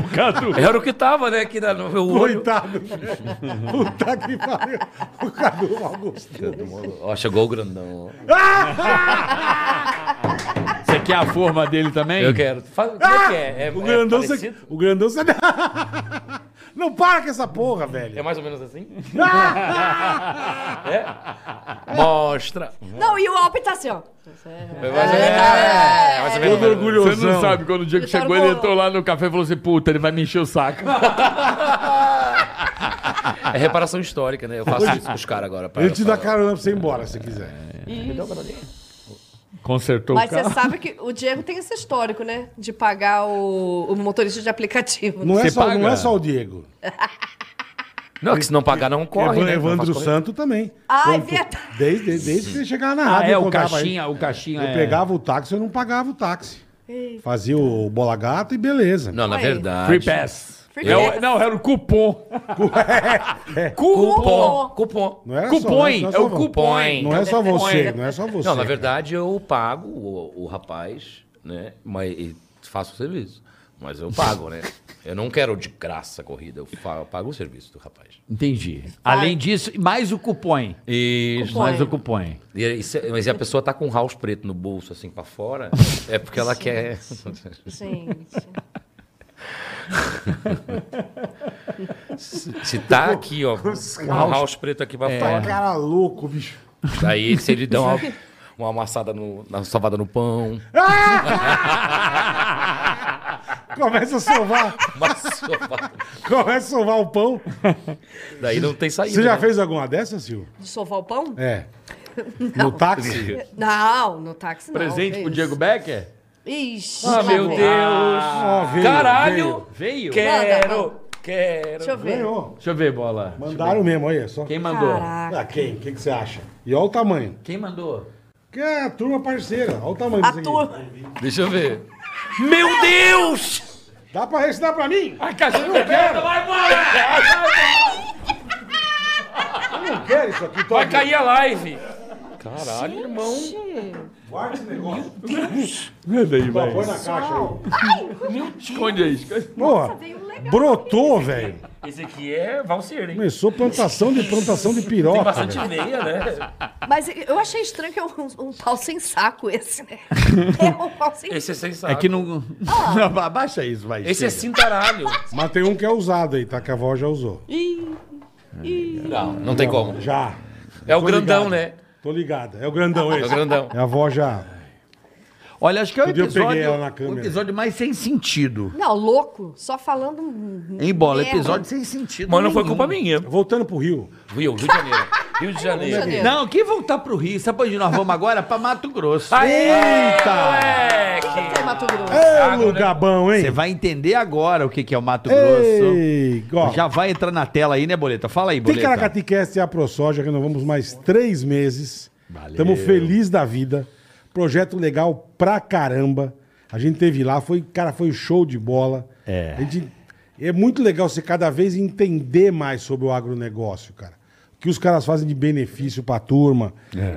Era o que tava, né? Aqui na, no meu olho. Coitado. velho. Puta que pariu. O Cadu mal gostoso. Ó, chegou o grandão. Você quer a forma dele também? Eu quero. Fala, como é que é? É, Ah! O grandão, é, você... parecido? o grandão você... Não para com essa porra, é velho. mais ou menos assim? Ah! é? Mostra. Não, e o Alpe tá assim, ó. É mais ou menos. É, mais ou menos. Todo orgulhoso. Você não sabe, quando o Diego Ele tá chegou, no ele bolão. entrou lá no café e falou assim, puta, ele vai me encher o saco. É reparação histórica, né? Eu faço isso com os caras agora. pra- Ele te dá pra- carona pra você ir embora, se quiser. Consertou Mas o você carro. sabe que o Diego tem esse histórico, né? De pagar o, o motorista de aplicativo. Não é, Você só, não paga? é só o Diego. Não, que se não pagar, não corre. Evan- né? Evandro Não faz correr. Santo também. Ai, Quando- Ah, é verdade. Desde, desde, desde que ele chegava na rádio. Ah, é, eu o contava aí. caixinha, o caixinha. Eu é- pegava o táxi, eu não pagava o táxi. Fazia o bola gata e beleza. Não, na Aí. verdade. Free pass. Free É o- pass. não, era o cupom. Cupom. Cupom. né? Não era só- Cupom, não é só o vo- cupom. Não é só você, não é só você. Não, na verdade, eu pago o, o rapaz, né? Mas e faço o serviço. Mas eu pago, né? Eu não quero de graça a corrida. Eu fa- pago o serviço do rapaz. Entendi. Além disso, mais o cupom. E, Mais o cupom. e- e se- mas e a pessoa tá com um house preto no bolso, assim, pra fora, é porque ela quer... Gente. Se tá aqui, ó, um house preto aqui pra Tá fora. cara louco, bicho. Aí se ele dá uma, uma amassada, no, na salvada no pão, Começa a sovar, uma sovada. começa a sovar o pão. Daí não tem saída. Você já né? fez um alguma dessas, Silvio? De sovar o pão? É. No táxi? Não, no táxi não. Presente pro Ixi. Diego Becker? Ixi. Ah, lá meu vem. Deus. Ó, veio, Caralho. Veio. Manda, Quero, quero. Deixa eu ver. veio. Ganhou. Deixa eu ver, bola. Mandaram mesmo, olha só. Quem mandou? Caraca. Ah, quem? O que, que você acha? E olha o tamanho. Quem mandou? Que é a turma parceira. Olha o tamanho A disso aqui. turma. Deixa eu ver. Meu Deus! Dá pra esse, dá pra mim? A caixa de pedra. Vai embora! Não quero isso aqui. Tô Vai cair a live. Caralho, irmão. Guarda esse negócio. Manda aí, Pô, vai. Põe na caixa aí. Esconde aí, esconde. Porra, brotou, velho. Esse aqui é valseiro, hein? Começou plantação de plantação de piroca. Bastante velho. meia, né? Mas eu achei estranho que é um, um pau sem saco esse, né? É um pau sem Esse é sem saco. É que não. Não, abaixa isso, vai. Esse chega. é cintaralho. Mas tem um que é usado aí, tá? Que a avó já usou. Não, não tem como. Já. É o Tô grandão, ligado. né? Tô ligado. É o grandão Ah, É o esse. grandão. É a avó já. Olha, acho que é o Outro dia eu episódio. peguei ela na o câmera. episódio mais sem sentido. Não, louco. Só falando. um- Hein, bola? merda. Episódio sem sentido. Mas não foi nenhum. culpa minha. Voltando pro Rio. Rio, Rio de Janeiro. Rio de Janeiro. Não, quem voltar pro Rio? Sabe onde nós vamos agora? Pra Mato Grosso. Eita! Quem tem Mato Grosso? É lugar bom, Ah, né? Você hein? vai entender agora o que que é o Mato Grosso. Ei, ó. Já vai entrar na tela aí, né, Boleta? Fala aí, Boleta. Ticaracaticast e a ProSoja, renovamos mais três meses. Estamos felizes da vida. Projeto legal pra caramba. A gente teve lá, foi, cara, foi show de bola. É. A gente- é muito legal você cada vez entender mais sobre o agronegócio, cara. O que os caras fazem de benefício pra turma.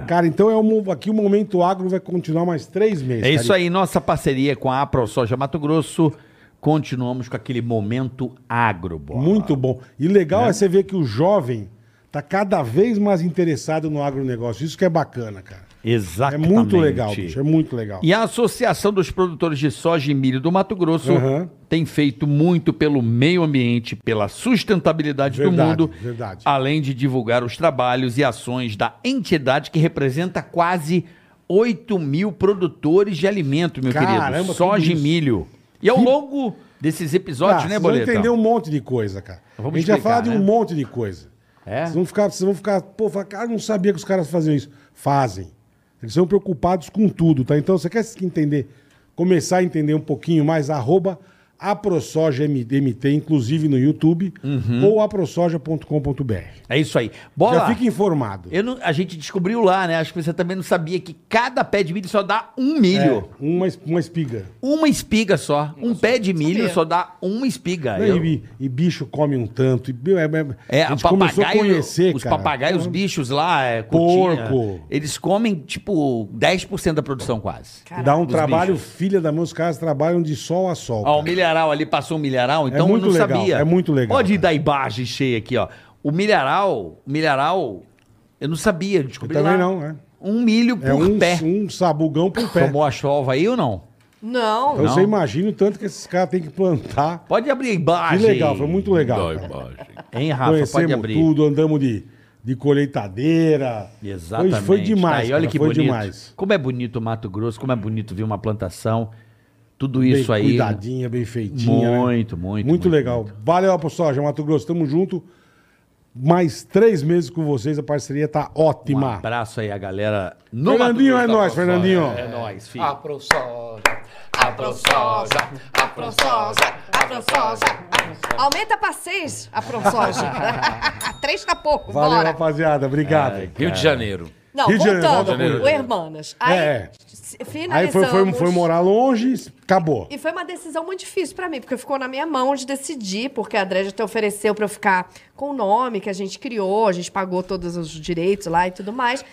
Cara, então é um, aqui o Momento Agro vai continuar mais três meses. É isso cara. aí, nossa parceria com a AproSoja Mato Grosso. Continuamos com aquele momento agro, bola. Muito bom. E legal Né? é você ver que o jovem tá cada vez mais interessado no agronegócio. Isso que é bacana, cara. É Exatamente. muito legal, bicho. É muito legal. E a Associação dos Produtores de Soja e Milho do Mato Grosso Aham. tem feito muito pelo meio ambiente, pela sustentabilidade Verdade, do mundo, verdade. além de divulgar os trabalhos e ações da entidade que representa quase 8 mil produtores de alimento, meu Caramba, querido. tudo Soja e isso. milho. E ao longo desses episódios, Ah, né, vocês vão Boleta? entender um monte de coisa, cara. Vamos a gente vai explicar, falar de um né? monte de coisa. É? Vocês vão ficar, vocês vão ficar pô, fala, cara, eu não sabia que os caras faziam isso. Fazem. Eles são preocupados com tudo, tá? Então, você quer se entender, começar a entender um pouquinho mais, arroba aprosojamt, inclusive no YouTube, Uhum. ou aprosoja.com.br. É isso aí. Bola. Já fica informado. Eu não- a gente descobriu lá, né? Acho que você também não sabia que cada pé de milho só dá um milho. É, uma, es- uma espiga. Uma espiga só. um pé de milho sabia. só dá uma espiga. Né? Ah, Eu- E, e bicho come um tanto. E, bi- é, é, É, a gente começou a papagaio, conhecer, os cara. papagaios, os bichos lá, é, Porco. cutinha, eles comem, tipo, 10% da produção quase. Dá um Dos trabalho, bichos. filha da mão, os caras trabalham de sol a sol. Ó, o cara. milharal ali passou um milharal, então muito eu não legal, sabia. é muito legal, Pode cara. dar imagem cheia aqui, ó. O milharal, o milharal, eu não sabia, eu Eu descobri também lá. não, é. Um milho por É um, pé. um sabugão por pé. Tomou a chova aí ou não? Não. Então Não. você imagina o tanto que esses caras têm que plantar. Pode abrir a Que imagem. legal, foi muito legal. cara. Hein, Rafa? pode Conhecemos abrir. tudo, andamos de, de colheitadeira. Exatamente. Foi, foi demais. Tá aí, olha cara, que foi bonito. demais. Como é bonito o Mato Grosso, como é bonito ver uma plantação. Tudo isso bem aí. cuidadinha, bem feitinha. né? Muito, muito, Muito, muito, legal. Valeu, Apostólogo Mato Grosso. Tamo junto. Mais três meses com vocês. A parceria tá Um ótima. abraço aí a galera. No Fernandinho é Mato Grosso. nóis, Fernandinho. É nóis, filho. A ProSoja, a ProSoja, a ProSoja. Soja, apro soja. Aumenta pra seis, apro soja. Três tá pouco, Valeu, bora. rapaziada. Obrigado. É, Rio de Janeiro. Não, Rio de Janeiro, voltando, volta pro Rio de o Janeiro. Hermanas. Aí, É. se- finalizamos. Aí foi, foi, foi morar longe, acabou. E foi uma decisão muito difícil pra mim, porque ficou na minha mão de decidir, porque a Andréia até ofereceu pra eu ficar com o nome que a gente criou, a gente pagou todos os direitos lá e tudo mais.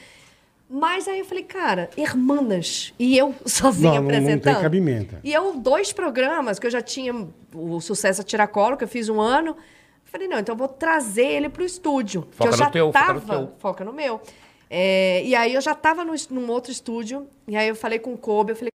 Mas aí eu falei, cara, Hermanas, e eu sozinha Não, não- não tem apresentando. É. cabimento. E eu, dois programas que eu já tinha, o Sucesso a Tiracolo, que eu fiz um ano, falei, não, então eu vou trazer ele pro estúdio. que Foca eu no já teu, foca tava, no teu. foca no meu. É, e aí eu já tava no, es- num outro estúdio, e aí eu falei com o Kobe, eu falei,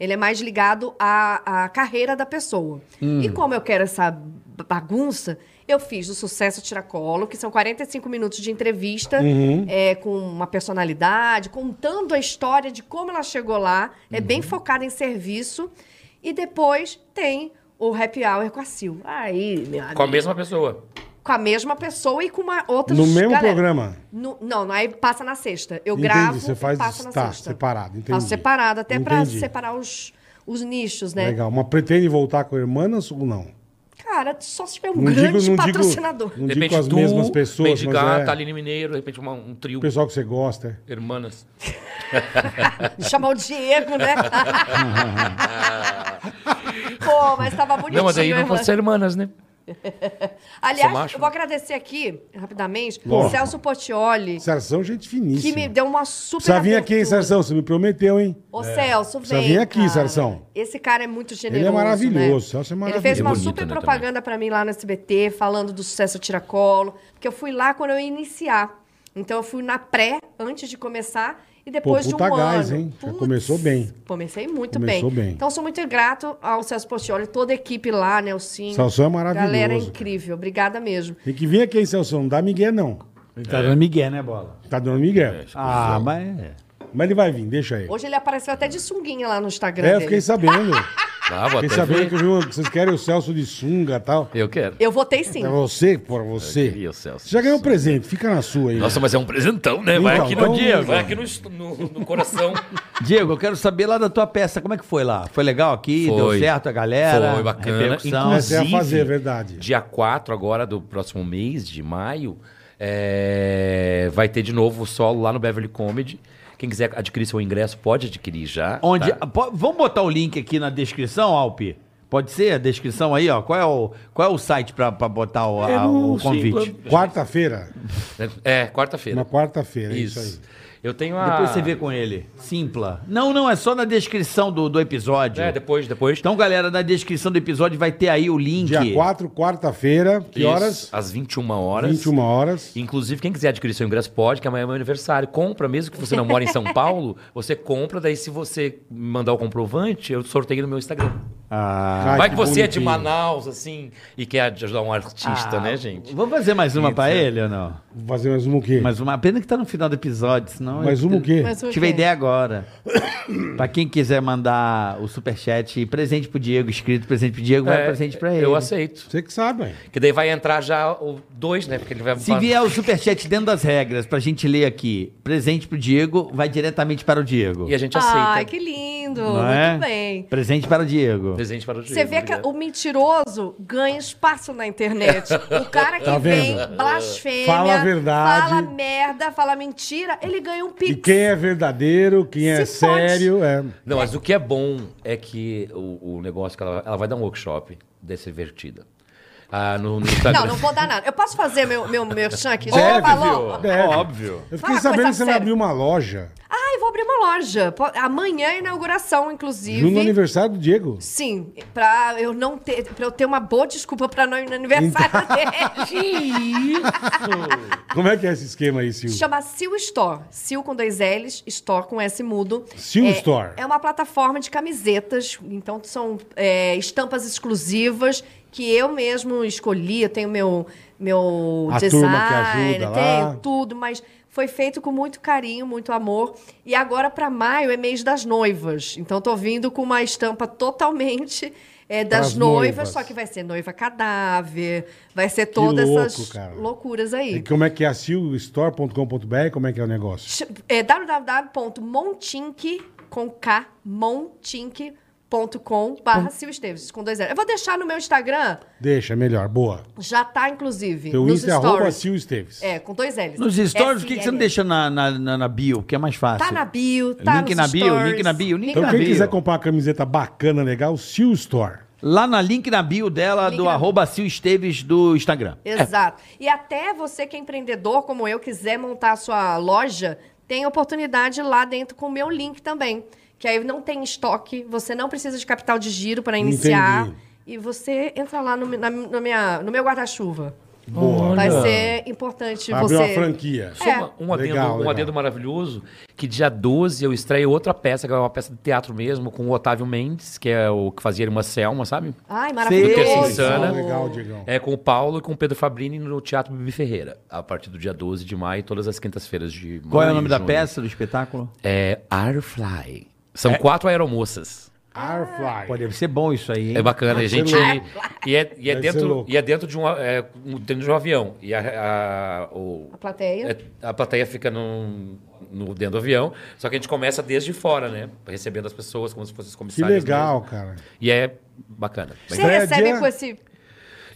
Ele é mais ligado à, à carreira da pessoa. E Hum. como eu quero essa b- bagunça, eu fiz o Sucesso Tiracolo, que são 45 minutos de entrevista Uhum. é, com uma personalidade, contando a história de como ela chegou lá. É Uhum. bem focada em serviço. E depois tem o Happy Hour com a Sil. Aí, meu amigo. Com a mesma pessoa. com a mesma pessoa e com uma outra No mesmo programa? No, não, aí passa na sexta. Eu Entendi, gravo você e faz- passa na tá, sexta. separado, entendi. Faço separado, até pra Entendi. separar os, os nichos, né? Legal. Mas pretende voltar com irmãs ou não? Cara, só se tiver um Não grande digo- não digo- patrocinador. Não digo com as mesmas pessoas, de mas Gata, é. Aline Mineiro, de repente uma- um trio. O pessoal que você gosta. Hermanas. Chamar o Diego, né? Pô, mas tava bonitinho, Não, mas aí hein, não mano? fosse hermanas, né? Aliás, Sou macho, eu vou né? agradecer aqui, rapidamente, o Lógico. Celso Potioli, Sérgio, gente finíssima. que me deu um uma super Precisa vir aqui, hein, abertura. Sérgio? Você me prometeu, hein? Ô, Celso, vem. É. Precisa vir aqui, cara. Sarsão. Esse cara é muito Ele generoso. é maravilhoso, né? Celso é Ele fez maravilhoso. uma É bonito, super né, propaganda pra mim lá no SBT, falando do sucesso Tiracolo, porque eu fui lá quando eu ia iniciar. Então eu fui na pré, antes de começar, e depois puta de um gás, ano. hein? Já começou bem. Comecei muito Começou bem. bem. Então sou muito grato ao Celso Postioli, toda a equipe lá, né? O Sim. Celso é maravilhoso, Galera é cara. incrível, obrigada mesmo. Tem que vir aqui, hein, Celso? Não dá Miguel, não. É. Ele tá dando migué, né, Bola? Tá dando Miguel. Ah, mas é. Mas ele vai vir, deixa aí. Hoje ele apareceu até de sunguinha lá no Instagram. É, eu dele. fiquei sabendo. Ah, vou até Fiquei sabendo ver. que eu vi uma- que vocês querem o Celso de sunga e tal. Eu quero. Eu votei sim. É você, por você. queria o Celso Você já de ganhou um presente, fica na sua aí. Nossa, mas é um presentão, né? Vai Então, aqui no então- dia, vai aqui no, est- no- no coração. Diego, eu quero saber lá da tua peça, como é que foi lá? Foi legal aqui? Deu Foi. certo a galera? Foi bacana. Repercussão. Mas você ia inclusive- fazer, é verdade. Dia 4 agora do próximo mês, de maio, é, vai ter de novo o solo lá no Beverly Comedy. Quem quiser adquirir seu ingresso pode adquirir já. Onde, tá? po- vamos botar o link aqui na descrição, Alpe? Pode ser a descrição aí, ó. Qual é o, qual é o site pra, pra botar o, a- o convite? Quarta-feira. É, quarta-feira. Na quarta-feira, é isso. Isso. aí. Eu tenho a... É, Depois você vê com ele. Simpla. Não, não, é só na descrição do, do episódio. É, depois, depois. Então, galera, na descrição do episódio vai ter aí o link. Dia 4, quarta-feira. Que Isso, horas? Às 21 horas. 21 horas. Inclusive, quem quiser adquirir seu ingresso pode, que amanhã é meu aniversário. Compra, mesmo que você não mora em São Paulo, você compra, daí se você mandar o comprovante, eu sorteio no meu Instagram. Ah, Vai que que você é de bonitinho. Manaus, assim, e quer ajudar um artista, né, gente? Vamos fazer mais uma pra é. ele ou não? Vou fazer mais uma o quê? Mais, Mais uma. Pena que tá no final do episódio, senão. uma o quê? Mas o Tive a quê? ideia agora. pra quem quiser mandar o superchat, presente pro Diego, escrito presente pro Diego, vai É, um presente pra ele. Eu aceito. Você que sabe, ué. Que daí vai entrar já o dois, né? Porque ele vai. Se vier o superchat dentro das regras, pra gente ler aqui, presente pro Diego, vai diretamente para o Diego. E a gente aceita. Ai, Ah, que lindo. Não Muito é? bem. Presente para o Diego. Presente para o Você vê que o mentiroso ganha espaço na internet. O cara que Tá vem, vendo? blasfêmia, Fala a verdade. fala merda, fala mentira, ele ganha um pix. E quem é verdadeiro, quem é Se pode. sério, é. Não, mas o que é bom é que o, o negócio que ela, ela vai dar um workshop dessa invertida. Ah, no, no Instagram. Não, não vou dar nada. Eu posso fazer meu, meu merchan aqui? Já Deve, falou? Deve. Óbvio. Eu fiquei Fala uma sabendo coisa que você vai séria. abrir uma loja. Ai, vou abrir uma loja. Po- Amanhã é a inauguração, inclusive. Junto no aniversário do Diego. Sim, pra eu não ter, pra eu ter uma boa desculpa pra não ir no aniversário Então. dele. Como é que é esse esquema aí, Silvio? Chama Sil Store. Sil com dois L's, Store com S mudo. Sil é, Store. É uma plataforma de camisetas, então são é, estampas exclusivas que eu mesmo escolhi. Eu tenho meu, meu A design, turma que ajuda lá. tenho tudo, mas foi feito com muito carinho, muito amor. E agora para maio é mês das noivas, então tô vindo com uma estampa totalmente... é, das Pras noivas, noivas. só que vai ser noiva cadáver, vai ser todas louco, essas cara. loucuras aí. E como é que é a silstore.com.br? Como é que é o negócio? Ch- é www.montink com K, montink.com barra Sil Esteves, com dois L. Eu vou deixar no meu Instagram, Deixa, melhor. Boa. já tá inclusive, Teu nos Insta é arroba stories. Sil Esteves. É, com dois L's. Nos stories, o que, que você não SLS? deixa na, na, na, na bio? Que é mais fácil. Tá na bio, tá link nos na bio, stories. link na bio, link Então, na quem bio. quiser comprar uma camiseta bacana, legal, Sil Store. Lá na link na bio dela, Link do na- arroba Sil Esteves do Instagram. É. Exato. E até você que é empreendedor, como eu, quiser montar a sua loja, tem oportunidade lá dentro com o meu link também. Que aí não tem estoque, você não precisa de capital de giro para iniciar. Entendi. E você entra lá no, mi- na, na minha, no meu guarda-chuva. Boa. Vai ser importante Vai tipo você. abrir uma franquia. Só uma- um, adendo, Legal, um legal. adendo maravilhoso, que dia 12 eu estreio outra peça, que é uma peça de teatro mesmo, com o Otávio Mendes, que é o que fazia uma Selma, sabe? Ai, Terça maravilhoso. Insana. Legal, Então. Diegão. É com o Paulo e com o Pedro Fabrini no Teatro Bibi Ferreira, a partir do dia 12 de maio, todas as quintas-feiras de maio. Qual é o nome e da junho. peça, É. do espetáculo? É Airfly. São quatro aeromoças. Arfly. Pô, deve ser bom isso aí, hein? É bacana, a gente. E é, e é Deve ser dentro, louco. e é dentro de um, a- é, um- dentro de um avião. E a, a, o- A plateia. é- a plateia fica num- no, dentro do avião. Só que a gente começa desde fora, né? Recebendo as pessoas como se fossem os Que comissários. legal, mesmo. cara. E é bacana. Bem- Você Estreia recebe dia- com esse.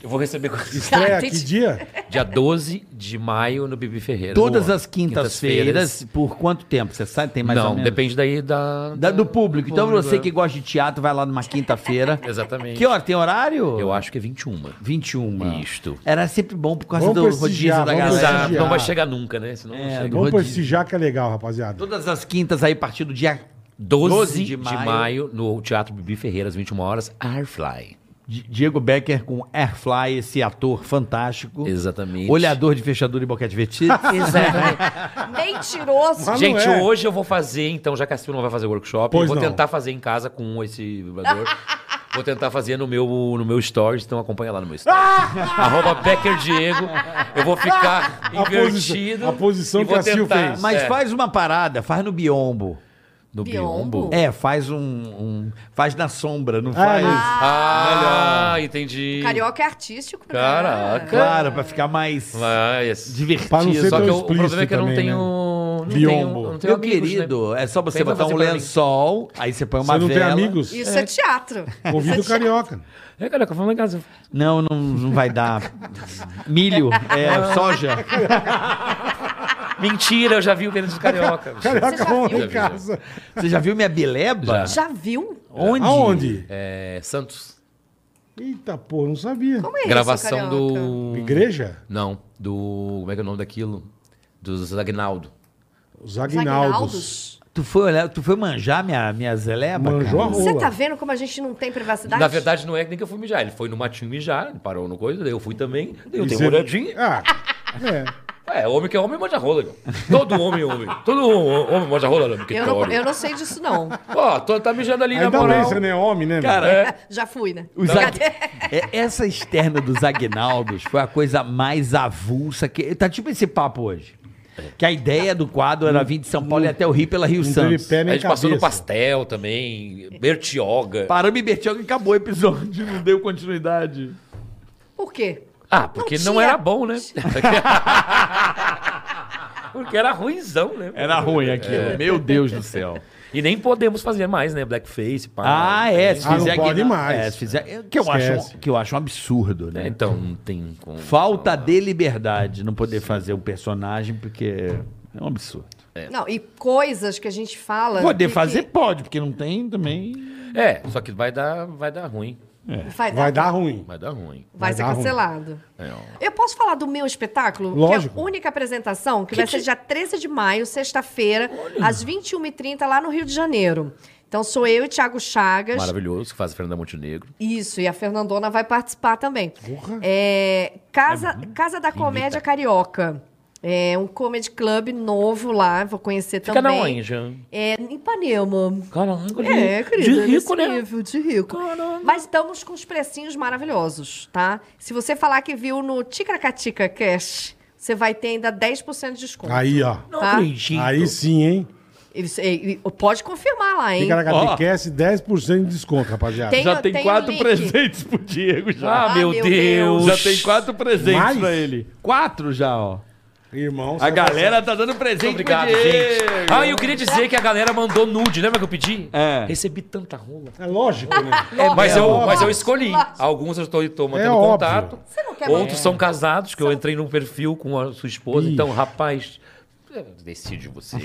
Eu vou receber com- Estreia Cara, que gente- dia? dia 12 de maio no Bibi Ferreira. Todas Boa. as quintas-feiras, por quanto tempo? Você sabe? Tem mais ou Não, menos? depende daí da. Da- do público. Então Público, você é. que gosta de teatro, vai lá numa quinta-feira. Exatamente. Que hora? Tem horário? Eu acho que é 21. 21. Isto. Era sempre bom por causa Vamos do prestigiar, rodízio da vamos galera. Então, Exato, prestigiar. não vai chegar nunca, né? Senão não É, chega. Vamos rodízio. prestigiar que é legal, rapaziada. Todas as quintas aí, a partir do dia 12, 12 de, de maio. maio. no Teatro Bibi Ferreira, às 21 horas, Airfly. Di- Diego Becker com Airfly, esse ator fantástico. Exatamente. Olhador de fechadura e boquete vestido. Exatamente. Mentiroso. Mas não Gente, é. hoje eu vou fazer, então, já que a Silvia não vai fazer workshop, Pois eu vou não. tentar fazer em casa com esse vibrador. vou tentar fazer no meu, no meu stories, então acompanha lá no meu stories. Arroba Becker Diego. Eu vou ficar A posição- invertido. a posição e vou que a Sil tentar- fez. Mas é, faz uma parada, faz no biombo. No Biombo? biombo? É, faz um. um- faz na sombra, não Ah, faz. é. isso. Ah, entendi. Carioca é artístico, né? Caraca. Claro, pra ficar mais Mas... divertido. Pra não ser Ah, Só tão que eu- o problema é explícito que eu não também, tenho. né? Não Biombo. tenho, não tenho Meu amigos, querido, né? é só você Quem vai botar fazer um pra mim? lençol, aí você põe uma Você não tem vela. amigos? Isso é, teatro. Convida o Carioca. É, cara, vamos lá em casa. Não, não, não vai dar. Milho, é, soja. Mentira, eu já vi o Vênus do Carioca. Carioca, já vamos lá viu? em casa. Você já viu minha bileba? Já viu? Onde? Aonde? É, Santos. Eita, pô, não sabia. Como é isso, gravação Carioca? do. Igreja? Não, do. Como é que é o nome daquilo? Dos Agnaldo. Os Os Aguinaldos. Aguinaldos. Tu foi olhar, tu foi manjar minha, minha zeleba? Manjou a cara? rola. Você tá vendo como a gente não tem privacidade? Na verdade, não é nem que eu fui mijar. Ele foi no matinho mijar, ele parou no coisa, daí eu fui também. daí Eu E dei você- uma olhadinha. Ah, é. É, homem que é homem manja rola, meu. Todo homem é homem. Todo homem manja rola, meu. Que Eu não, touro. eu não sei disso, não. Ó, tô- tá mijando ali na Ainda bem, moral. você não é homem, né? meu? Cara, É. Já fui, né? Os Ag- Cadê? É, Essa externa dos Agnaldos foi a coisa mais avulsa que. Tá tipo esse papo hoje. Que a ideia do quadro era vir de São Paulo e até o Rio pela não Rio teve Santos. Então pé A nem gente passou no cabeça. pastel também, Bertioga. Paramos em Bertioga e acabou o episódio, não deu continuidade. Por quê? Ah, porque não, Não tinha. era bom, né? porque era ruizão, É. né? Era ruim aquilo. Meu Deus do céu. E nem podemos fazer mais, né? Blackface, pá. Ah, é. Se Ah, não fizer pode Agnaldo- mais. É, se fizer... que, eu acho Esquece. um, que eu acho um absurdo, né? Então, não tem como. Falta de liberdade não poder fazer um personagem, porque é um absurdo. Não, e coisas que a gente fala. Poder que- fazer, pode, porque não tem também. É, só que vai dar, vai dar ruim. que vai dar, Vai vai, dar ruim. Vai dar ruim. vai ser dar ruim. cancelado. É, ó. Eu posso falar do meu espetáculo? Lógico. Que é a única apresentação, que, vai ser dia 13 de maio, sexta-feira, às 21h30, lá no Rio de Janeiro. Então sou eu e Thiago Chagas. Maravilhoso, que faz a Fernanda Montenegro. Isso, e a Fernandona vai participar também. É, Casa, Casa da Comédia Carioca. É um comedy club novo lá, vou conhecer Fica na também. onja. É, em Ipanema. Caramba, de, É, querido. de rico, nesse né? nível, de rico. Mas estamos com os precinhos maravilhosos, tá? Se você falar que viu no Ticracatica Cash, você vai ter ainda 10% de desconto. Aí, ó. tá? Aí sim, hein? E você- e- e- pode confirmar lá, hein? Ticaracatequece, 10% de desconto, rapaziada. Tem- Já tem, o quatro link. presentes pro Diego já. Ah, meu meu Deus. Deus. já tem quatro presentes Mais? pra ele. Quatro já, ó. Irmão, A você vai- galera tá dando presente Obrigado, pro gente. Diego. Ah, e eu queria dizer que a galera mandou nude, lembra que eu pedi? É. Recebi tanta rola. É lógico, né? mas, eu, óbvio. mas eu escolhi. Lógico. Alguns eu estou tô mantendo É óbvio. contato. Você não quer Outros mais? são casados, que eu entrei num perfil com a sua esposa. Ixi. Então, rapaz, é, decide você.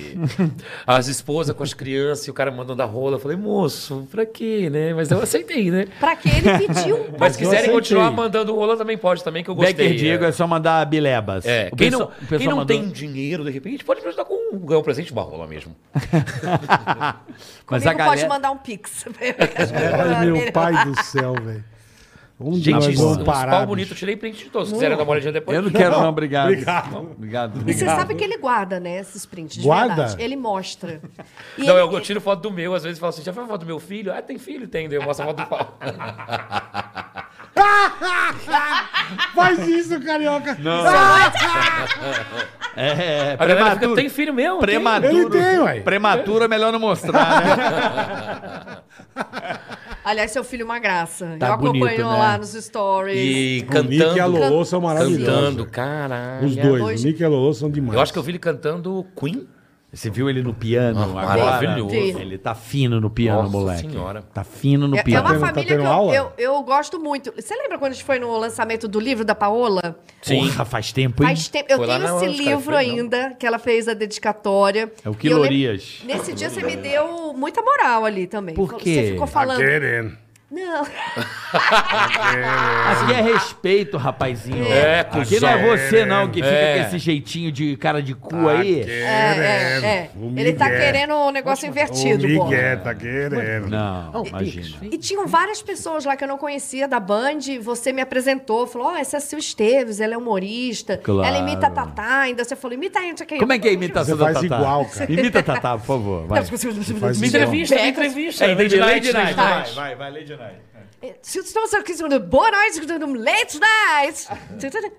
As esposas com as crianças e o cara mandando a rola. Eu falei, moço, pra quê, né? Mas eu aceitei, né? Pra que ele pediu? um Mas se eu quiserem aceitei. continuar mandando rola também pode, também que eu gostei. Becker Diego é é. só mandar bilebas. É, O quem pessoal- não, o quem pessoal não mandou- tem dinheiro, de repente, pode me ajudar com um- ganhar um presente de uma rola mesmo. Mas Comigo a galera... pode mandar um pix. Ai, É, meu pai do céu, velho. Onde Gente, nós isso, vamos uns parar? pau bicho? bonito, eu tirei print de todos. Se quiserem dar uma olhadinha depois. Eu não quero, não, Não, obrigado. obrigado. Obrigado. E você sabe que ele guarda, né, esses prints, de Guarda? verdade. Ele mostra. E Não, ele- é eu, eu tiro foto do meu, às vezes falo assim: já foi foto do meu filho? Ah, tem filho? Tem, daí eu mostro a foto do pau. Faz isso, carioca. É, A galera fica, tem prematuro. filho mesmo? Prematuro. Ele tem, ué. Prematuro é melhor não mostrar, né? Aliás, seu filho é uma graça. Tá eu bonito, acompanho né? lá nos stories. E O Nick e a cantando. Lolo são maravilhosos. Cantando, caralho. Os dois, Dois. o Nick e a Lolo são demais. Eu acho que eu vi ele cantando Queen. Você viu ele no piano agora? maravilhoso. Ele tá fino no piano, Nossa moleque. Senhora. Tá fino no É- É, piano. uma tendo- tá família tendo que eu, aula? eu, eu gosto muito. Você lembra quando a gente foi no lançamento do livro da Paola? Porra, faz tempo, hein? Faz tempo. Eu Foi lá tenho na esse onde, cara? livro Foi, não? ainda, que ela fez a dedicatória. É o E eu Quilorias. lembro- Nesse dia você me deu muita moral ali também. Por Falou- quê? Você ficou falando. Tá Querendo. Tá Não. Aqui é respeito, rapazinho. É, Aqui cuzão. não é você, não, que fica É. com esse jeitinho de cara de cu aí. É, é, é. O Ele tá Miguel. querendo um negócio O invertido, Bola. Miguel tá querendo. Não, imagina. E tinham várias pessoas lá que eu não conhecia da Band. e Você me apresentou, falou: Ó, essa é a Sil Esteves, ela é humorista, Claro. ela imita a Tatá. Ainda você falou: imita a gente aqui. Como é que é a imitação Você da faz Tatá? igual, cara. Imita a Tatá, por favor. Vai. Faz Me igual. entrevista, me entrevista. É, Lady Night, Lady Night. Vai, vai, vai, Lady Night. Se estamos aqui semana, boa noite, late night.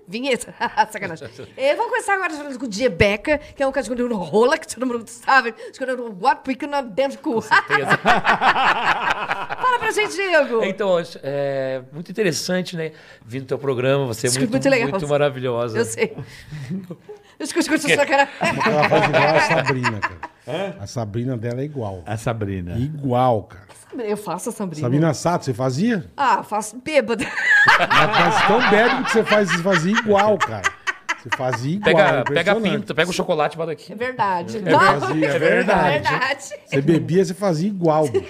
Vinheta, sacanagem. Eh, Vamos começar agora falando com o Dia Beca, que é um cara escondendo rola, que todo mundo sabe, escondendo what pick na dentro do cu. Fala pra gente, Diego. Então, é muito interessante, né? Vindo do teu programa, você é Isso muito, foi muito legal. muito maravilhosa. Eu sei. Eu escuto, escuto sua cara. Ela faz Tá igual a Sabrina, cara. A Sabrina dela é igual. A Sabrina. Igual, cara. Eu faço a Sabrina. Sabrina Sato, você fazia? Ah, faço bêbada. Ela faz tão bad que você faz, você fazia igual, cara. Você fazia igual. é Pega, pega a impressionante. pinta, pega o chocolate e bota aqui. É verdade. É verdade, é verdade. verdade. Você bebia, você fazia igual, bicho.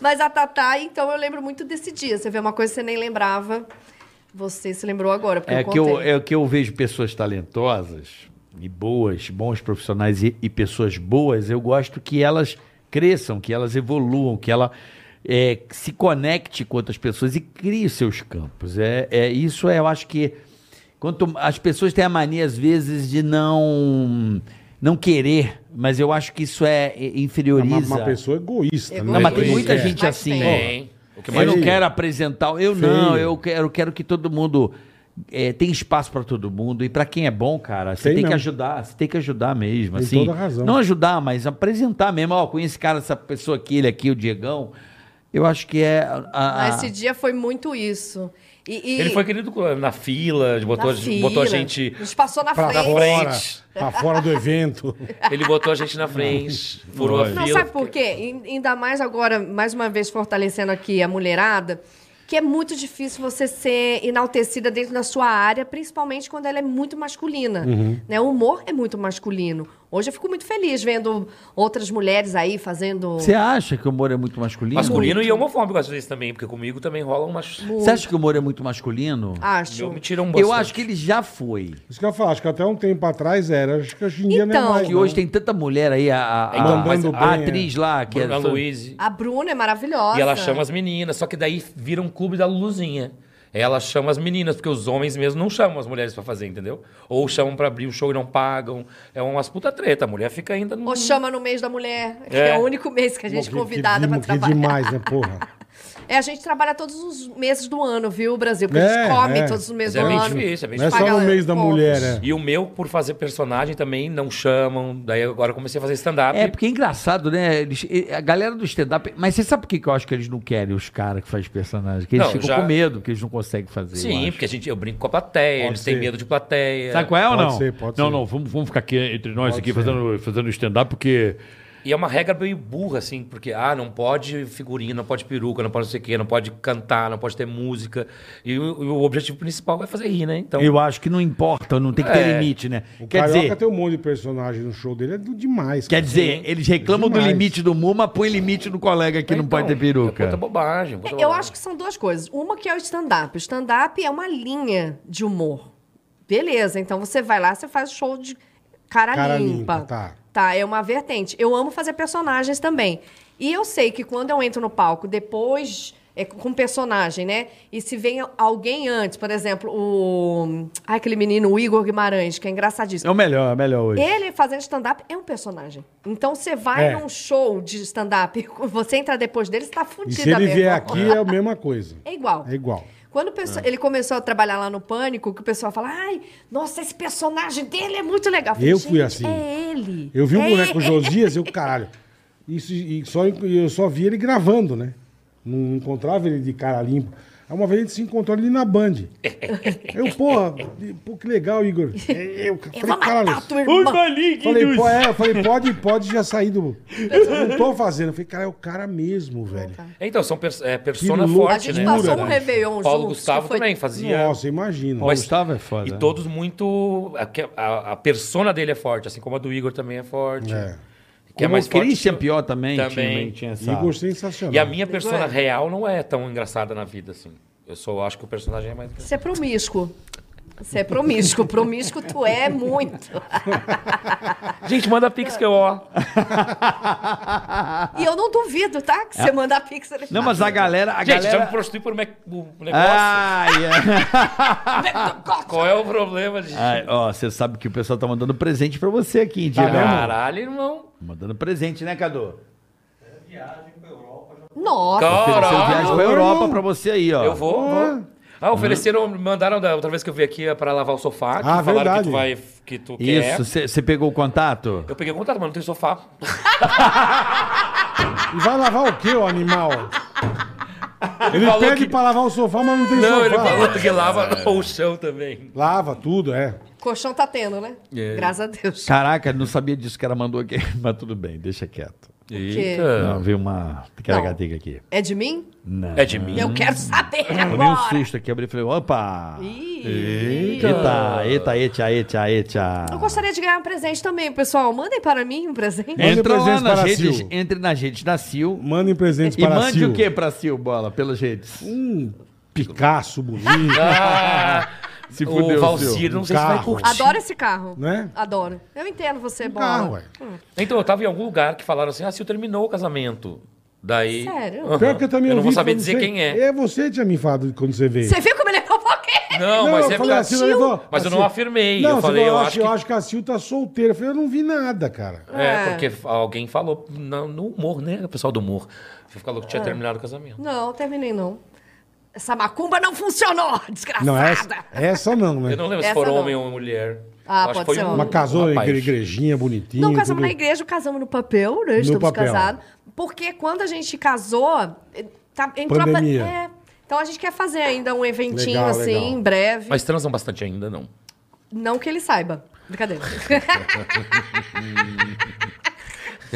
Mas a Tatá, então eu lembro muito desse dia. Você vê uma coisa que você nem lembrava. Você se lembrou agora, porque É eu que eu, contei. é que eu vejo pessoas talentosas e boas, bons profissionais e, e pessoas boas, eu gosto que elas cresçam, que elas evoluam, que ela é, se conecte com outras pessoas e crie seus campos. É, é isso é, eu acho que Quanto as pessoas têm a mania às vezes de não não querer, mas eu acho que isso é e- Uma, inferioriza. uma pessoa egoísta, né? Não, mas tem muita É. gente Mas assim. tem. Tem. O que Eu mais não Feio. quero apresentar, eu não, Feio. eu quero, quero que todo mundo é, tem espaço pra todo mundo e pra quem é bom, cara, você Tem tem, que mesmo. ajudar, você tem que ajudar mesmo, Tem assim. toda a razão. Não ajudar, mas apresentar mesmo, ó, conheço esse cara, essa pessoa aqui, ele aqui, o Diegão. Eu acho que é a, a- Ah, Esse dia foi muito isso. E, e Ele foi querido na fila, na botou, fila. botou a gente. Nos passou na Pra frente. fora, frente. pra fora do evento. Ele botou a gente na frente, furou a fila. Não, sabe por quê? Ain- Ainda mais agora, mais uma vez fortalecendo aqui a mulherada, que é muito difícil você ser enaltecida dentro da sua área, principalmente quando ela é muito masculina. Uhum. Né? O humor é muito masculino. Hoje eu fico muito feliz vendo outras mulheres aí fazendo. Você acha que o humor é muito masculino? Masculino e homofóbico às vezes também, porque comigo também rola umas. Você acha que o humor é muito masculino? Acho. Eu me tiram um eu bastante. acho que ele já foi. Isso que eu ia falar, acho que até um tempo atrás era, acho que hoje em dia não é Então, mais. Que não. hoje tem tanta mulher aí, a, a- a- Então, mas a bem, atriz lá, que Bruna é. Luiz. A Bruna é maravilhosa. E ela chama as meninas, só que daí vira um clube da Luluzinha. Ela chama as meninas, porque os homens mesmo não chamam as mulheres pra fazer, entendeu? Ou chamam pra abrir o show e não pagam. É umas puta treta. A mulher fica ainda no. Ou chama no mês da mulher, que É. é o único mês que a Pô, gente é que- convidada que, para que trabalhar. demais, né, porra? É, a gente trabalha todos os meses do ano, viu, Brasil? Porque a É, gente come é. todos os meses Mas é do bem ano. difícil, é bem Não é Paga só no lá, mês da pô. mulher, é. E o meu, por fazer personagem, também não chamam. Daí agora eu comecei a fazer stand-up. É, porque é engraçado, né? Eles- e- a galera do stand-up. Mas você sabe por que que eu acho que eles não querem os caras que fazem personagens? Que eles Não, ficam já- com medo, que eles não conseguem fazer. eu Sim, acho. porque a gente, eu brinco com a plateia, Pode eles ser. têm medo de plateia. Sabe qual é ou Pode não? ser, pode não, ser. não, vamos, vamos ficar aqui entre nós aqui fazendo, fazendo stand-up, porque. E é uma regra meio burra, assim, porque, ah, não pode figurino, não pode peruca, não pode não sei o quê, não pode cantar, não pode ter música. E o, e o objetivo principal é fazer rir, né? Então, Eu acho que não importa, não tem que ter É. limite, né? O Quer Carioca dizer, tem um monte de personagem no show dele, é do- demais. quer cara. dizer, eles reclamam do Demais. limite do humor, mas põe limite no colega que não então, pode ter É peruca. puta bobagem. puta É, Eu bobagem. acho que são duas coisas. Uma que é o stand-up. O stand-up é uma linha de humor. Beleza, então você vai lá, você faz o show de cara, Cara limpa. limpa, tá. é uma vertente. Eu amo fazer personagens também. E eu sei que quando eu entro no palco, depois, é, com personagem, né? E se vem alguém antes, por exemplo, o... Ai, aquele menino, o Igor Guimarães, que é engraçadíssimo. um É o melhor, é o melhor hoje. Ele fazendo stand-up é um personagem. Então você vai É. num show de stand-up, você entrar depois dele, você tá E fudido. se ele vier aqui, é a mesma coisa. É igual. É igual. É. Quando o pessoal- ele começou a trabalhar lá no Pânico, que o pessoal fala, ai, nossa, esse personagem dele é muito legal. falei, Eu fui "Gente, assim. É ele. Eu vi o é boneco ele." Josias, eu, caralho. Isso, e só, eu só vi ele gravando, né? Não encontrava ele de cara limpa. Aí uma vez a gente se encontrou ali na Band. Eu, porra, pô, que legal, Igor. É, Eu, Eu vou matar a tua Os irmã. malignos! Falei, pô, é, eu falei, pode, pode já sair do. Eu não tô fazendo. Eu falei, cara, é o cara mesmo, velho. Então, são pers é, persona Que louco. a forte, né? gente passou um Jura, Réveillon Paulo juntos, Gustavo que foi- também fazia. Nossa, imagina. Mas- Gustavo é foda, né? E todos muito. A, que- a, a persona dele é forte, assim como a do Igor também é forte. É. Que é Como mais o forte Christian que- Pior também, Também. tinha, tinha essa... Igor sensacional. E a minha persona Igor. real não é tão engraçada na vida, assim. Eu só acho que o personagem é mais. Você é promíscuo. Você é promíscuo. Promíscuo tu é muito. Gente, manda pix que eu, ó. E eu não duvido, tá? Que É. você mandar pix, ele Não, fala. mas a galera... A Gente, já me galera... prostitui por mec- o negócio. Ah, yeah. Qual é o problema de. Ai, ó, você sabe que o pessoal tá mandando presente pra você aqui, é Diego. Caralho, irmão. Mandando presente, né, Cadu? Nossa. Ofereceu Caralho. viagem pra Europa pra você aí, ó. Eu vou, vou. Ah, ofereceram, mandaram da outra vez que eu vim aqui é pra lavar o sofá. Que Ah, falaram verdade. que tu vai. Que tu Isso, quer. você pegou o contato? Eu peguei o contato, mas não tem sofá. E vai lavar o quê, o animal? Ele falou pede que- pra lavar o sofá, mas não tem Não, ele sofá. falou que lava o chão também. Lava tudo, é. Colchão tá tendo, né? É. Graças a Deus. Caraca, não sabia disso que ela mandou aqui. Mas tudo bem, deixa quieto. Não, veio uma caracatiga aqui. É de mim? Não. É de mim. Eu quero saber Hum. Tomei um agora. susto aqui, abri e falei, opa! Ih. Eita, eita, eita, eita, eita. Eu gostaria de ganhar um presente também, pessoal. Mandem para mim um presente. Mande Entra lá presentes nas para a redes, Sil. entre nas redes da Sil. Mandem presentes E para a mande Sil. o que pra Sil, bola, pelas redes? Um Picasso bonito. Ah, Se o fudeu, Valcir, não sei se vai Carro. curtir. Adoro esse carro. Né? Um Adoro. Eu entendo você, Bola. carro, ué. Então, eu tava em algum lugar que falaram assim, ah, Sil terminou o casamento. Daí... Sério? Aham. Pior que eu também não ouvi, vou saber eu não dizer sei. quem é. É você, tinha me falado quando você veio. Você viu como ele é fofoqueiro? Não, mas é eu falei, porque- a Sil, ele falou, Mas eu não a Sil- afirmei. Não, eu você falei, falou, eu acho, acho eu que. acho que a Sil tá solteira. Eu falei, eu não vi nada, cara. É, É. porque f- alguém falou no, no humor, né? O pessoal do humor. Falou É. que tinha terminado o casamento. Não, terminei não. Essa macumba não funcionou, desgraçada. Não, essa, essa não, né? Eu não lembro se Essa for não. homem ou mulher. Ah, Eu acho pode que foi ser um- homem. Mas casou um em rapaz. igrejinha bonitinha. Não casamos tudo. na igreja, casamos no papel, né? Estamos papel. casados. Porque quando a gente casou, eh, tá, entrou Pandemia. a pan- é. Então a gente quer fazer ainda um eventinho Legal, assim, legal. em breve. Mas transam bastante ainda, não. Não que ele saiba. Brincadeira.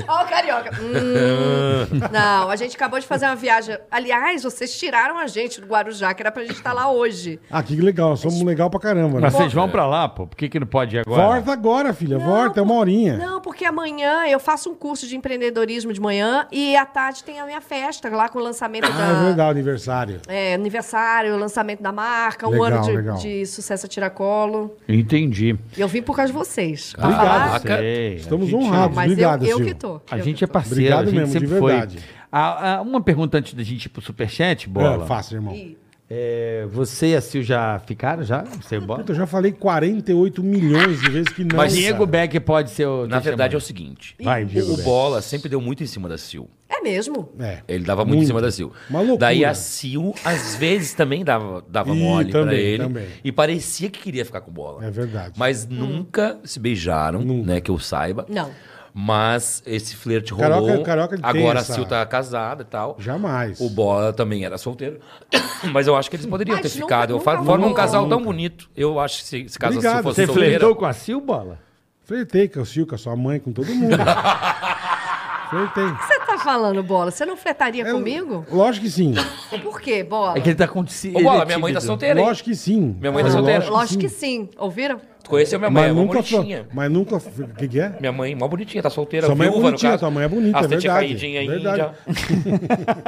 Ó, o carioca. Hum. Não, a gente acabou de fazer uma viagem. Aliás, vocês tiraram a gente do Guarujá, que era pra gente estar lá hoje. Ah, que legal. Somos legal pra caramba, né? Mas vocês vão pra lá, pô. Por que, que não pode ir agora? Volta agora, filha. Volta, é uma horinha. Não, porque amanhã eu faço um curso de empreendedorismo de manhã e à tarde tem a minha festa lá com o lançamento Ah, é da. verdade, aniversário. é, aniversário, lançamento da marca, um Legal, ano de- legal. de, sucesso a tiracolo. Entendi. E eu vim por causa de vocês. Pra Ah, falar, Caraca. Sei, Estamos é a gente- honrados. mas Obrigado, eu, eu Sil. que tô. A Eu gente que é tô. parceiro, Obrigado a gente mesmo, sempre de foi. verdade. Ah, ah, uma pergunta antes da gente ir pro Superchat, Bola. É, fácil, irmão. Ih, É, você e a Sil já ficaram já? Você e o Bola? Puta, eu já falei 48 milhões de vezes que não. Mas cara. Diego Beck pode ser o. Na verdade é o eu... seguinte. Vai, Diego O Beck. Bola sempre deu muito em cima da Sil. É mesmo? É. Ele dava muito, em cima da Sil. Uma loucura. Daí a Sil, às vezes, também dava, dava Ih, mole pra também, ele. também. E parecia que queria ficar com bola. É verdade. Mas nunca se beijaram, né? Que eu saiba. Não. Mas esse flerte Caroca- rolou. Caroca tem Agora essa- a Sil tá casada e tal. Jamais. O Bola também era solteiro. Mas eu acho que eles poderiam Mas ter nunca- ficado. eu nunca falo, forma um rolou. casal tão bonito. Eu acho que se, se caso a Obrigado. Sil fosse Você solteira... flertou com a Sil, Bola? Flertei com o Sil, com a sua mãe, com todo mundo. Flertei. É, Você tá falando, Bola? Você não fletaria comigo? Lógico que sim. Por quê, Bola? É que ele tá com. Ô, Ô, Bola, minha mãe tá solteira, hein? Lógico que sim. Minha mãe tá É, solteira. Lógico que sim. Ouviram? Tu conheceu minha mãe, Mas é uma nunca, bonitinha. fo- mas nunca. O que, que é? Minha mãe, mó bonitinha, tá solteira, Sua mãe é viúva, no bonitinha, caso. Ah, sua mãe é bonita, As é tetinhas verdade. caidinhas Verdade. índia.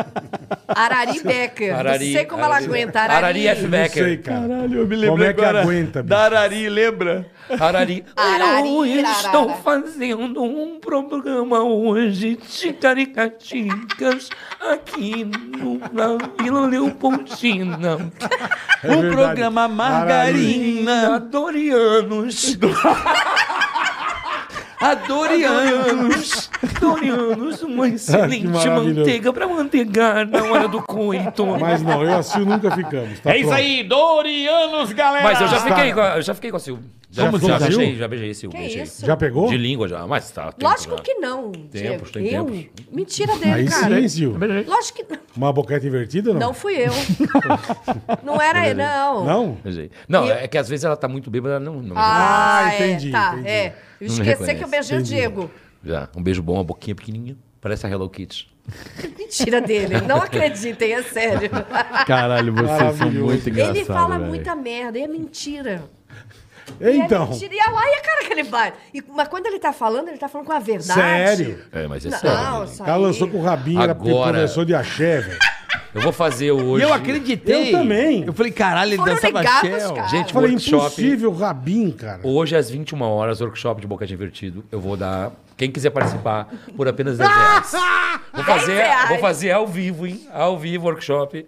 Arari Becker. Arari, não sei como ela Arari. aguenta. Arari Arari. F. Não sei, Becker. cara. Caralho, eu me Como lembrei é que agora aguenta, da Arari, lembra? Arari. Arari, Eu irarara. estou fazendo um programa hoje, Ticaricaticas, aqui no, na Vila Leopoldina. É um O verdade. programa Margarina. Na Dorianos. A Doriana. Dorianos. Dorianos, uma excelente Ah, maravilhoso. manteiga para mantegar na hora do coito. Mas não, eu e a Sil nunca ficamos. tá é isso pronto. aí, Dorianos, galera! Mas eu já fiquei com a, eu já fiquei com a Sil. Já, Como já Sil? beijei, já beijei Sil. Que beijei. isso? Já pegou? De língua já, mas tá. tempo Lógico já. que não. Diego. tem eu? tempos. Mentira dele, Aí cara. sim, Sil. Lógico que não. Uma boqueta invertida ou não? Não fui eu. não era ele, não. Não? Beijei. Não, é que às vezes ela tá muito bêbada, ela não. não Ah, Ah, entendi, é, tá, entendi. é. Eu Não me esqueci reconhece. que eu beijei o Diego. Já. Um beijo bom, uma boquinha pequenininha. Parece a Hello Kitty. Mentira dele. Não acreditem, é sério. Caralho, vocês são Maravilhoso. muito engraçados. ele fala velho. muita merda, e é mentira. E é Então. mentira, e olha lá e a cara que ele vai. E- mas quando ele tá falando, ele tá falando com a verdade. Sério? É, mas é sério. Não, né? isso O cara aí- lançou com o rabinho, era porque Agora- professor de axé, velho. Eu vou fazer E hoje. eu acreditei. Eu também. Eu falei, caralho, ele Foram dançava negados, Shell. cara. Gente, Falei, workshop. impossível o rabinho, cara. Hoje, às 21 horas, workshop de Boca de Invertido. Eu vou dar. Quem quiser participar, por apenas 10 reais. Vou fazer, reais. vou fazer ao vivo, hein? Ao vivo, workshop.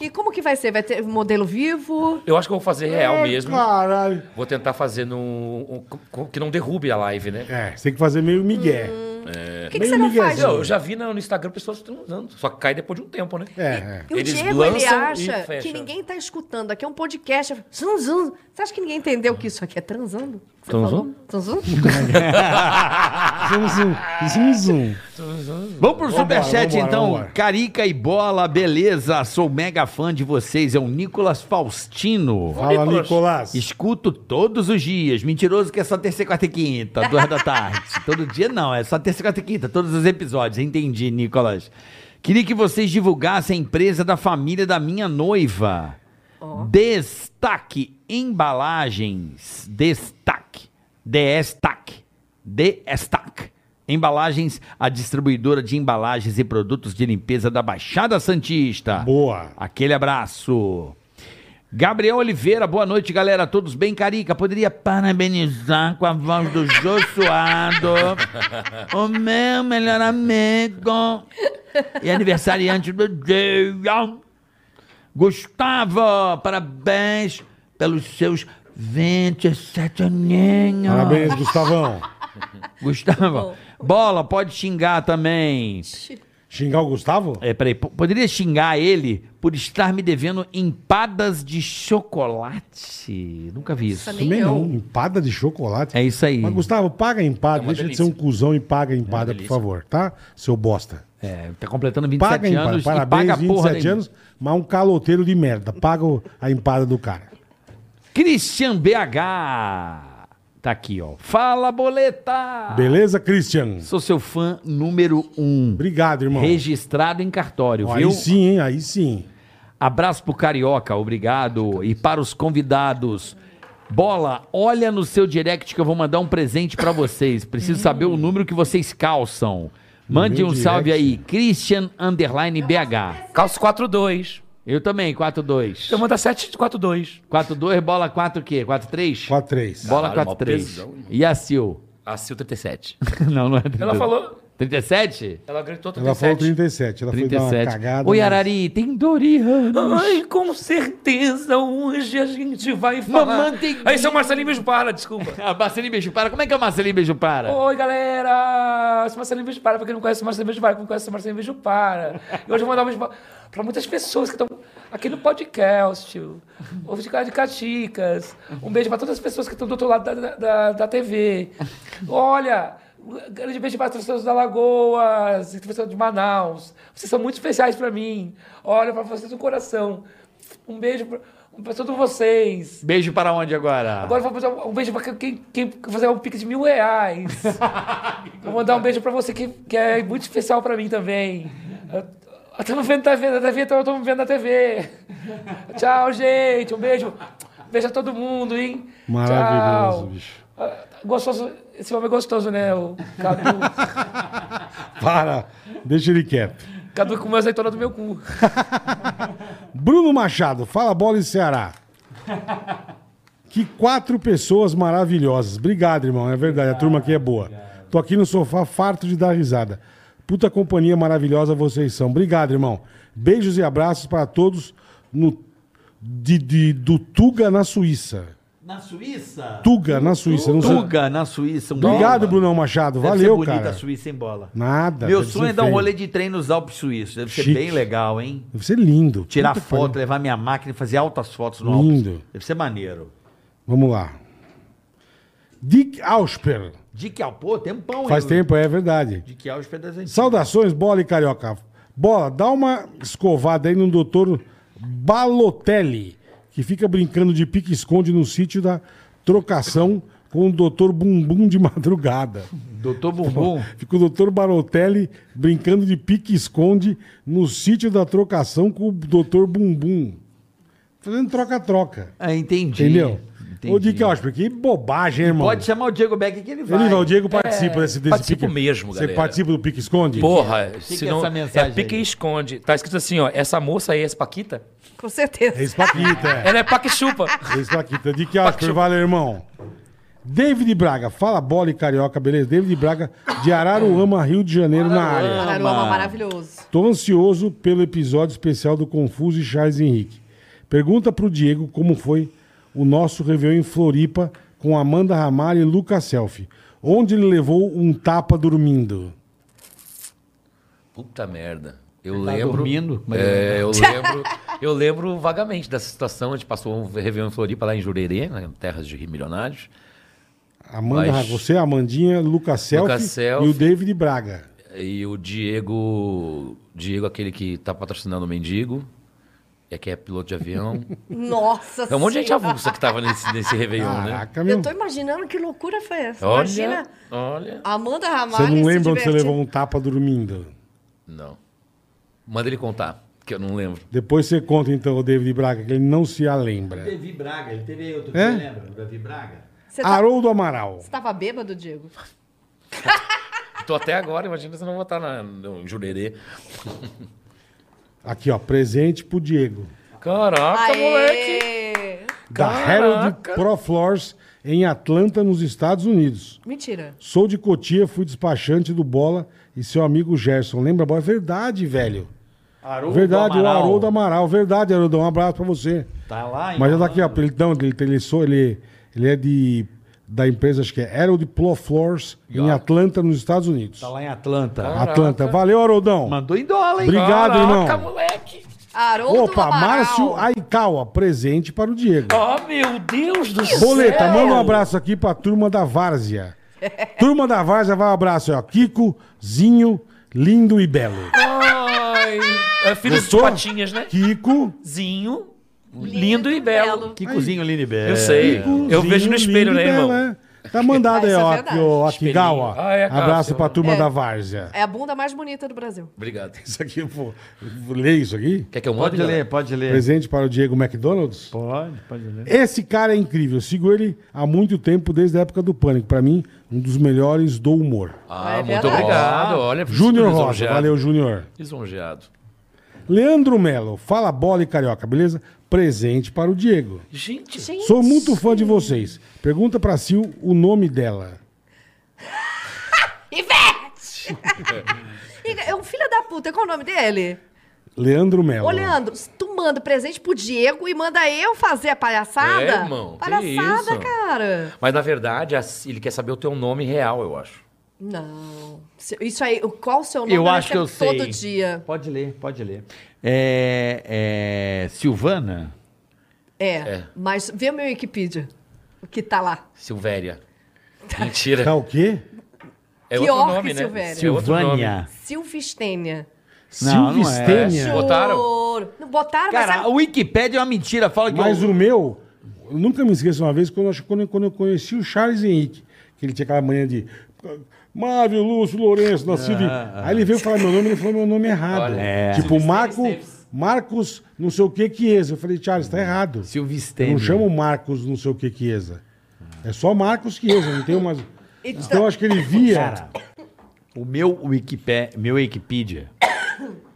E como que vai ser? Vai ter modelo vivo? Eu acho que eu vou fazer real É, Ah, mesmo. Caralho. Vou tentar fazer no. um- que não derrube a live, né? É, você tem que fazer meio migué. Hum. É. O que, que Meio você não faz? miguezinho. Eu, eu já vi na- no Instagram pessoas transando. Só que cai depois de um tempo, né? É, é. E o Eles Diego, ele lançam e acha fecham. que ninguém tá escutando. Aqui é um podcast. Zum, zum. Você acha que ninguém entendeu que isso aqui é transando? Você Transou? falou? Transou? Zum, zum, zum, zum. Vamos pro superchat vambora, então. vambora. Carica e bola, beleza. Sou mega fã de vocês. É o Nicolas Faustino. Fala, Nicolás. Escuto todos os dias. Mentiroso que é só terça, quarta e quinta, duas da tarde. Todo dia não, é só terça, quarta e quinta, todos os episódios. Entendi, Nicolas. Queria que vocês divulgassem a empresa da família da minha noiva. Destaque Embalagens. Destaque. Destaque. Destaque. Embalagens, a distribuidora de embalagens e produtos de limpeza da Baixada Santista. Boa. Aquele abraço. Gabriel Oliveira, boa noite, galera. Todos bem, Carica? Poderia parabenizar com a voz do Jô Suado, o meu melhor amigo e aniversariante do dia. Gustavo, parabéns pelos seus 27 aninhos. Parabéns, Gustavão. Gustavo. Bola, pode xingar também. Xingar o Gustavo? É, peraí, po- poderia xingar ele por estar me devendo empadas de chocolate? Nunca vi isso. Nossa, nem Também não. eu. Empada de chocolate. É isso aí. Mas, Gustavo, paga a empada. É uma Deixa delícia. É de ser um cuzão e paga a empada, por delícia. favor, tá? Seu bosta. É, tá completando 27 Paga a empada. anos Parabéns, e paga a porra 27 da- anos, mas um caloteiro de merda. Paga o- a empada do cara. Christian BH. Tá aqui, ó. Fala, boleta! Beleza, Christian? Sou seu fã número um. Obrigado, irmão. Registrado em cartório, Ó, viu? Aí sim, hein? Aí sim. Abraço pro Carioca, obrigado. E para os convidados. Bola, olha no seu direct que eu vou mandar um presente pra vocês. Hum. Preciso saber o número que vocês calçam. Mande meu um salve direct? aí, Christian Underline BH. Calço 4-2. Eu também, 42. Então manda 7-4-2. 42, bola 4 o quê? 43? 4 3 Bola Caralho, 43. mó pesão, irmão. E a Sil? Acil 37. não, não é. Ela 32. falou. 37? Ela gritou Ela falou 37. 37. Ela foi dar uma 37. cagada. Oi, mas- Arari, tem Dorian. Ai, com certeza hoje a gente vai falar. Mamãe tem- Aí seu Marcelinho Beijo para, desculpa. A Marcelinho Beijupara, como é que é o Marcelinho Beijupara? Oi, galera! Sou Marcelinho Beijo para, pra quem não conhece o Marcelinho Beijo para, quem não conhece o Marcelinho Beijo para. E hoje eu vou mandar um beijo para- pra muitas pessoas que estão aqui no podcast, ouve de cara de Caticas. Um beijo pra todas as pessoas que estão do outro lado da, da- da, da TV. Olha, um grande beijo para as pessoas da Lagoa, as pessoas de Manaus. Vocês são muito especiais pra mim. Olha, pra vocês do coração. Um beijo pra, pra todos vocês. Beijo para onde agora? Agora eu vou mandar um beijo pra quem, quem fazer um pique de mil reais. vou mandar um beijo pra você que, que é muito especial pra mim também. Eu, eu tô me vendo na TV, na TV, então eu tô me vendo na TV. Tchau, gente. Um beijo. Beijo a todo mundo, hein? Maravilhoso, Tchau. bicho. Ah, Gostoso. Esse homem é gostoso, né? O Cadu, Para. Deixa ele quieto. Cadu com uma azeitona do meu cu. Bruno Machado, fala bola e Ceará. Que quatro pessoas maravilhosas. Obrigado, irmão. É verdade, a turma aqui é boa. Tô aqui no sofá farto de dar risada. Puta companhia maravilhosa vocês são. Obrigado, irmão. Beijos e abraços para todos no de, de- do Tuga na Suíça. Na Suíça? Tuga na Suíça, não sei. Tuga, na Suíça. Um Obrigado, bola. Brunão Machado. Deve ser Valeu, bonita cara. a Suíça em bola. Nada. Meu deve sonho ser é dar um feio. rolê de trem nos Alpes Suíços. Deve ser Chique. bem legal, hein? Deve ser lindo. Tirar Puta que foto, pariu. levar minha máquina e fazer altas fotos no Lindo. Alpes. Deve ser maneiro. Vamos lá. Dick Ausper. Dick Al- pô, tempão, hein? Faz tempo, é verdade. Dick Alves Pedras Saudações, bola e carioca. Bola, dá uma escovada aí no doutor Balotelli, que fica brincando de pique-esconde no sítio da trocação com o doutor Bumbum de madrugada. Doutor Bumbum. Fica o doutor Balotelli brincando de pique-esconde no sítio da trocação com o doutor Bumbum. Fazendo troca-troca. ah, entendi. Entendeu? Entendi. Ô, Dick Osprey, que bobagem, hein, irmão. Pode chamar o Diego Beck que ele vai. É, Ele, o Diego participa desse, desse participo pique. mesmo, Você galera. participa do pique-esconde? Porra, que se é não. essa mensagem é pique aí? e esconde. Tá escrito assim, ó. Essa moça aí, essa Paquita, Com certeza. É isso, Paquita, é. ela é Paquichupa. Esse Paquita, de que acho que valeu, irmão. David Braga, fala bola e carioca, beleza? David Braga, de Araruama, Rio de Janeiro, na área. Araruama é um maravilhoso. Tô ansioso pelo episódio especial do Confuso e Charles Henrique. Pergunta pro Diego como foi o nosso Réveillon em Floripa com Amanda Ramalho e Lucas Selfie. Onde ele levou um tapa dormindo. Puta merda. Eu Tá lembro. dormindo? É, eu lembro. Eu lembro vagamente dessa situação. A gente passou um Réveillon em Floripa lá em Jurerê, né, em terras de milionários. Amanda, Mas- você, Amandinha, Lucas Selfie, Lucas Selfie. e o David Braga. E o Diego. Diego, aquele que tá patrocinando o mendigo. É que é piloto de avião. Nossa É um monte de gente Senhora. avulsa que tava nesse, nesse Réveillon, né? Caraca, meu. Eu tô imaginando que loucura foi essa. Olha. Imagina Olha. Amanda Você não Ramalho se lembra onde você divertindo. levou um tapa dormindo? Não. Manda ele contar, que eu não lembro. Depois você conta, então, o David Braga, que ele não se lembra. Davi Braga, ele teve outro É? lembra? O Davi Braga. Você tá- Haroldo Amaral. você tava bêbado, Diego? Tá Tô até agora, imagina se eu não vou estar na, no Jurerê. Aqui, ó, presente pro Diego. Caraca, moleque! Aê! Da Herald Pro Floors, em Atlanta, nos Estados Unidos. Mentira. Sou de Cotia, fui despachante do Bola e seu amigo Gerson. Lembra, bola? É verdade, velho. Haroldo Verdade, o Amaral. Haroldo Amaral. Verdade, Haroldo. Um abraço pra você. Tá lá em Mas já tá aqui, ó. Ele, não, ele, ele, sou- ele, ele é de, da empresa, acho que é Harold Plow Floors, em Atlanta, nos Estados Unidos. Tá lá em Atlanta. Atlanta. Valeu, Haroldão. Mandou em dólar, hein? Obrigado, irmão. moleque! Haroldo Opa, Amaral. Tá Márcio Aikawa, presente para o Diego. Oh, meu Deus do céu! Boleta, manda um abraço aqui pra turma da Várzea. Turma da Várzea, vai um abraço aí, ó. Kiko, Zinho, lindo e belo. Ai, é filho Gostou? dos patinhas, né? Kiko, Zinho, lindo e belo. Que cozinho Linebert. Eu sei. Eu Zinho, vejo no espelho, lindo né, e belo, irmão? é. Tá mandado Ah, aí, isso é ó, verdade. aqui, ó, Akigawa. Espelhinho. Ah, é, cara, abraço seu- pra turma É. da Várzea. É a bunda mais bonita do Brasil. Obrigado. Isso aqui, pô, lê isso aqui. Quer que eu mande? Pode galera? ler, pode ler. Presente para o Diego McDonald's. Pode, pode ler. Esse cara é incrível. Eu sigo ele há muito tempo, desde a época do Pânico. Pra mim, um dos melhores do humor. Ah, É muito verdade. obrigado. Olha, Júnior fico Rosa. lisonjeado. Valeu, Júnior. Lisonjeado. Leandro Melo, fala bola e carioca, beleza? Presente para o Diego. Gente, Sou muito fã de vocês. Pergunta pra Sil o nome dela. Ivete! Ele é um filho da puta, qual é o nome dele? Leandro É Melo. Ô, Leandro, se tu manda presente pro Diego e manda eu fazer a palhaçada? É, irmão, que Palhaçada, isso? cara. mas na verdade a- ele quer saber o teu nome real, eu acho. Não. Se- Isso aí, o- qual o seu nome? Eu acho que eu recebo sei. Todo dia. Pode ler, pode ler. É, é, Silvana? É, É. mas vê o meu Wikipedia, o que tá lá. Silvéria. Mentira. Tá o quê? é que outro orca, nome, né? Silvéria? É outro nome. Silvânia. Silvistênia. Não, não é. Silvestênia? Botaram? Choro. Não botaram, Cara, a mas... Wikipédia é uma mentira. Fala que Mas eu... o meu, eu nunca me esqueço uma vez quando eu, acho- quando eu- quando eu conheci o Charles Henrique, que ele tinha aquela manhã de Mávio, Lúcio, Lourenço, da Ah, Aí ele veio falar meu nome, ele falou meu nome errado. Olha, é. Tipo, Marco, Marcos, não sei o que, Chiesa. Eu falei, Charles, tá errado. Eu Silvestênia. não chamo Marcos, não sei o que, Chiesa. É só Marcos Chiesa, não tem mais. Então eu acho que ele via. Cara, o meu Wikipedia, meu Wikipedia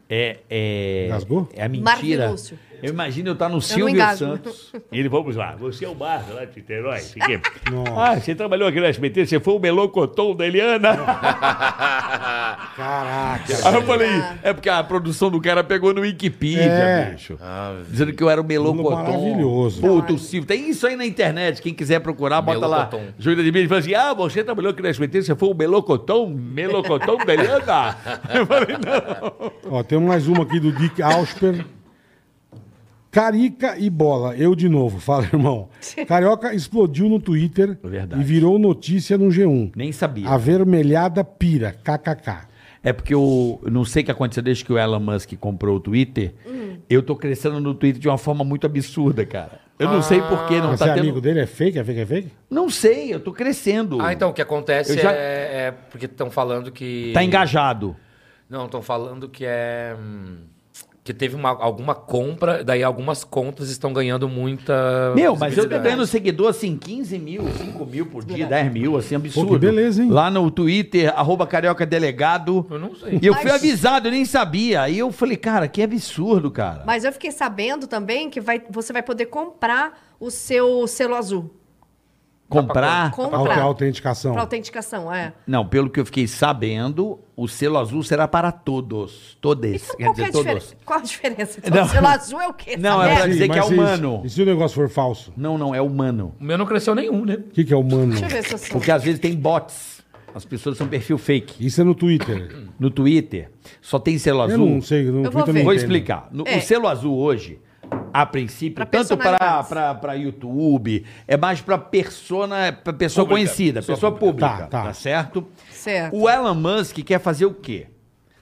é, é, Engasgou? é a Marvin mentira. Lúcio. Eu imagino tá eu estar no Silvio engasgo. Santos. Ele, vamos lá, você é o Barra lá de Niterói. sei quê. Nossa, Ah, você trabalhou aqui no SBT, você foi o melocotão da Eliana. caraca. Aí eu falei, é porque a produção do cara pegou no Wikipedia, É. bicho. dizendo que eu era um o melocotão. Maravilhoso. Puto, Silvio. Tem isso aí na internet. Quem quiser procurar, bota lá. Melocotão. Júlia de Mídia falou assim: ah, você trabalhou aqui no SBT, você foi um o melocotão, melocotão da Eliana. Eu falei, não. Ó, tem mais uma aqui do Dick Ausper. Carica e bola. Eu de novo, fala, irmão. Carioca explodiu no Twitter Verdade. e virou notícia no G1. Nem sabia. Ah. Avermelhada pira, kkk. É porque eu eu não sei o que aconteceu desde que o Elon Musk comprou o Twitter. Eu tô crescendo no Twitter de uma forma muito absurda, cara. Eu não sei por que não Mas tá é tendo. amigo dele? É fake? É fake? É fake? Não sei, eu tô crescendo. Ah, então o que acontece Tipo, Eu já- é, é porque estão falando que. Tá engajado. Não, estão falando que é. hum, Que teve uma, alguma compra, daí algumas contas estão ganhando muita. Meu, mas eu tô visibilidade. ganhando seguidor assim, 15 mil, 5 mil por dia, 10 mil, assim, absurdo. Pô, que beleza, hein? Lá no Twitter, arroba carioca delegado. Eu não sei. E eu fui Mas- avisado, eu nem sabia. Aí eu falei, cara, que absurdo, cara. mas eu fiquei sabendo também que vai, você vai poder comprar o seu selo azul. Comprar. Comprar. Auto- Autenticação. Pra autenticação, é. Não, pelo que eu fiquei sabendo, o selo azul será para todos. Todes. quer Então, qual, que dizer, é a todos. diferença? qual a diferença? Então, Não. O selo azul é o quê? Não, Essa é pra merda? dizer que é mas e se- humano. E se o negócio for falso? Não, não, é humano. O meu não cresceu nenhum, né? O que, que é humano? Deixa eu ver se eu sou. Porque às vezes tem bots. As pessoas são perfil fake. Isso é no Twitter. No Twitter, só tem selo Eu azul. não sei. No Eu vou Twitter eu não ver. Vou entendo. explicar. No- É. O selo azul hoje, a princípio, Pra tanto personalidades. para YouTube, é mais para persona, pra pessoa Pública. conhecida, pessoa, Pessoa pública. Tá, tá. certo? Certo. O Elon Musk quer fazer o quê?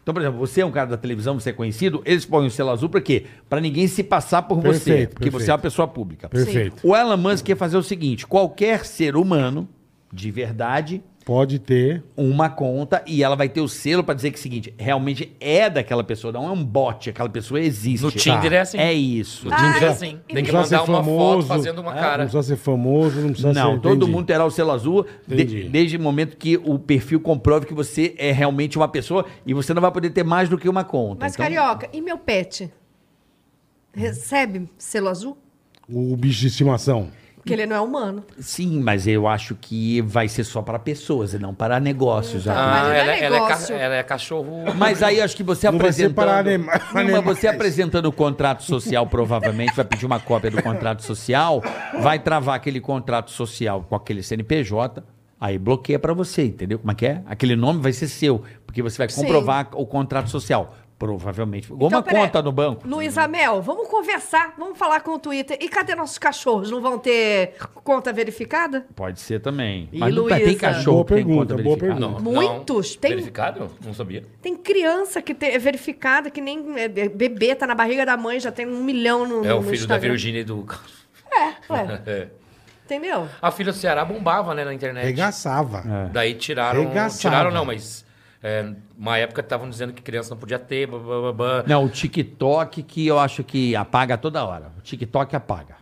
Então, por exemplo, você é um cara da televisão, você é conhecido, eles põem o selo azul para quê? Para ninguém se passar por você, Perfeito, porque você perfeito. é uma pessoa pública. Perfeito. O Elon Musk quer fazer o seguinte: qualquer ser humano de verdade Pode ter. uma conta e ela vai ter o selo pra dizer que é o seguinte, realmente é daquela pessoa, não é um bot, aquela pessoa existe. No Tinder é assim. É isso. No Tinder é Ah, assim. entendi. Tem que Não precisa mandar ser uma famoso, foto fazendo uma é, cara. Não precisa ser famoso, não precisa ser... Não, todo entendi. mundo terá o selo azul de- Entendi. desde o momento que o perfil comprove que você é realmente uma pessoa e você não vai poder ter mais do que uma conta. Mas, Então, Carioca, e meu pet? Recebe selo azul? O bicho de estimação. Porque ele não é humano. Sim, mas eu acho que vai ser só para pessoas e não para negócios. Tá. Ah. Mas não é ela, ela é ca- negócio. ela é cachorro. Mas aí acho que você Não vai apresentando. separar anima- Não, mas animais. você apresentando o contrato social, provavelmente, vai pedir uma cópia do contrato social, vai travar aquele contrato social com aquele CNPJ, aí bloqueia para você, entendeu? Como é que é? Aquele nome vai ser seu, porque você vai Sim. comprovar o contrato social. Provavelmente. Ou uma Então, peraí. conta no banco. Luiz Amel, vamos conversar, vamos falar com o Twitter. E cadê nossos cachorros? Não vão ter conta verificada? Pode ser também. Ih, Mas não tá- tem Luísa. cachorro Boa que tem pergunta, conta boa verificada. pergunta. Não, Muitos, Não. tem- um Verificado? Não sabia. Tem criança que te- é verificada, que nem é, é, bebê, tá na barriga da mãe, já tem um milhão no. É no o filho da Instagram. Virgínia e do. É, ué, É. entendeu? A filha do Ceará bombava, né, na É internet. Regaçava. Daí tiraram. Regaçava. Tiraram, não, mas. É, uma época estavam dizendo que criança não podia ter. Blá, blá, blá, blá. Não, o TikTok que eu acho que apaga toda hora. O TikTok apaga.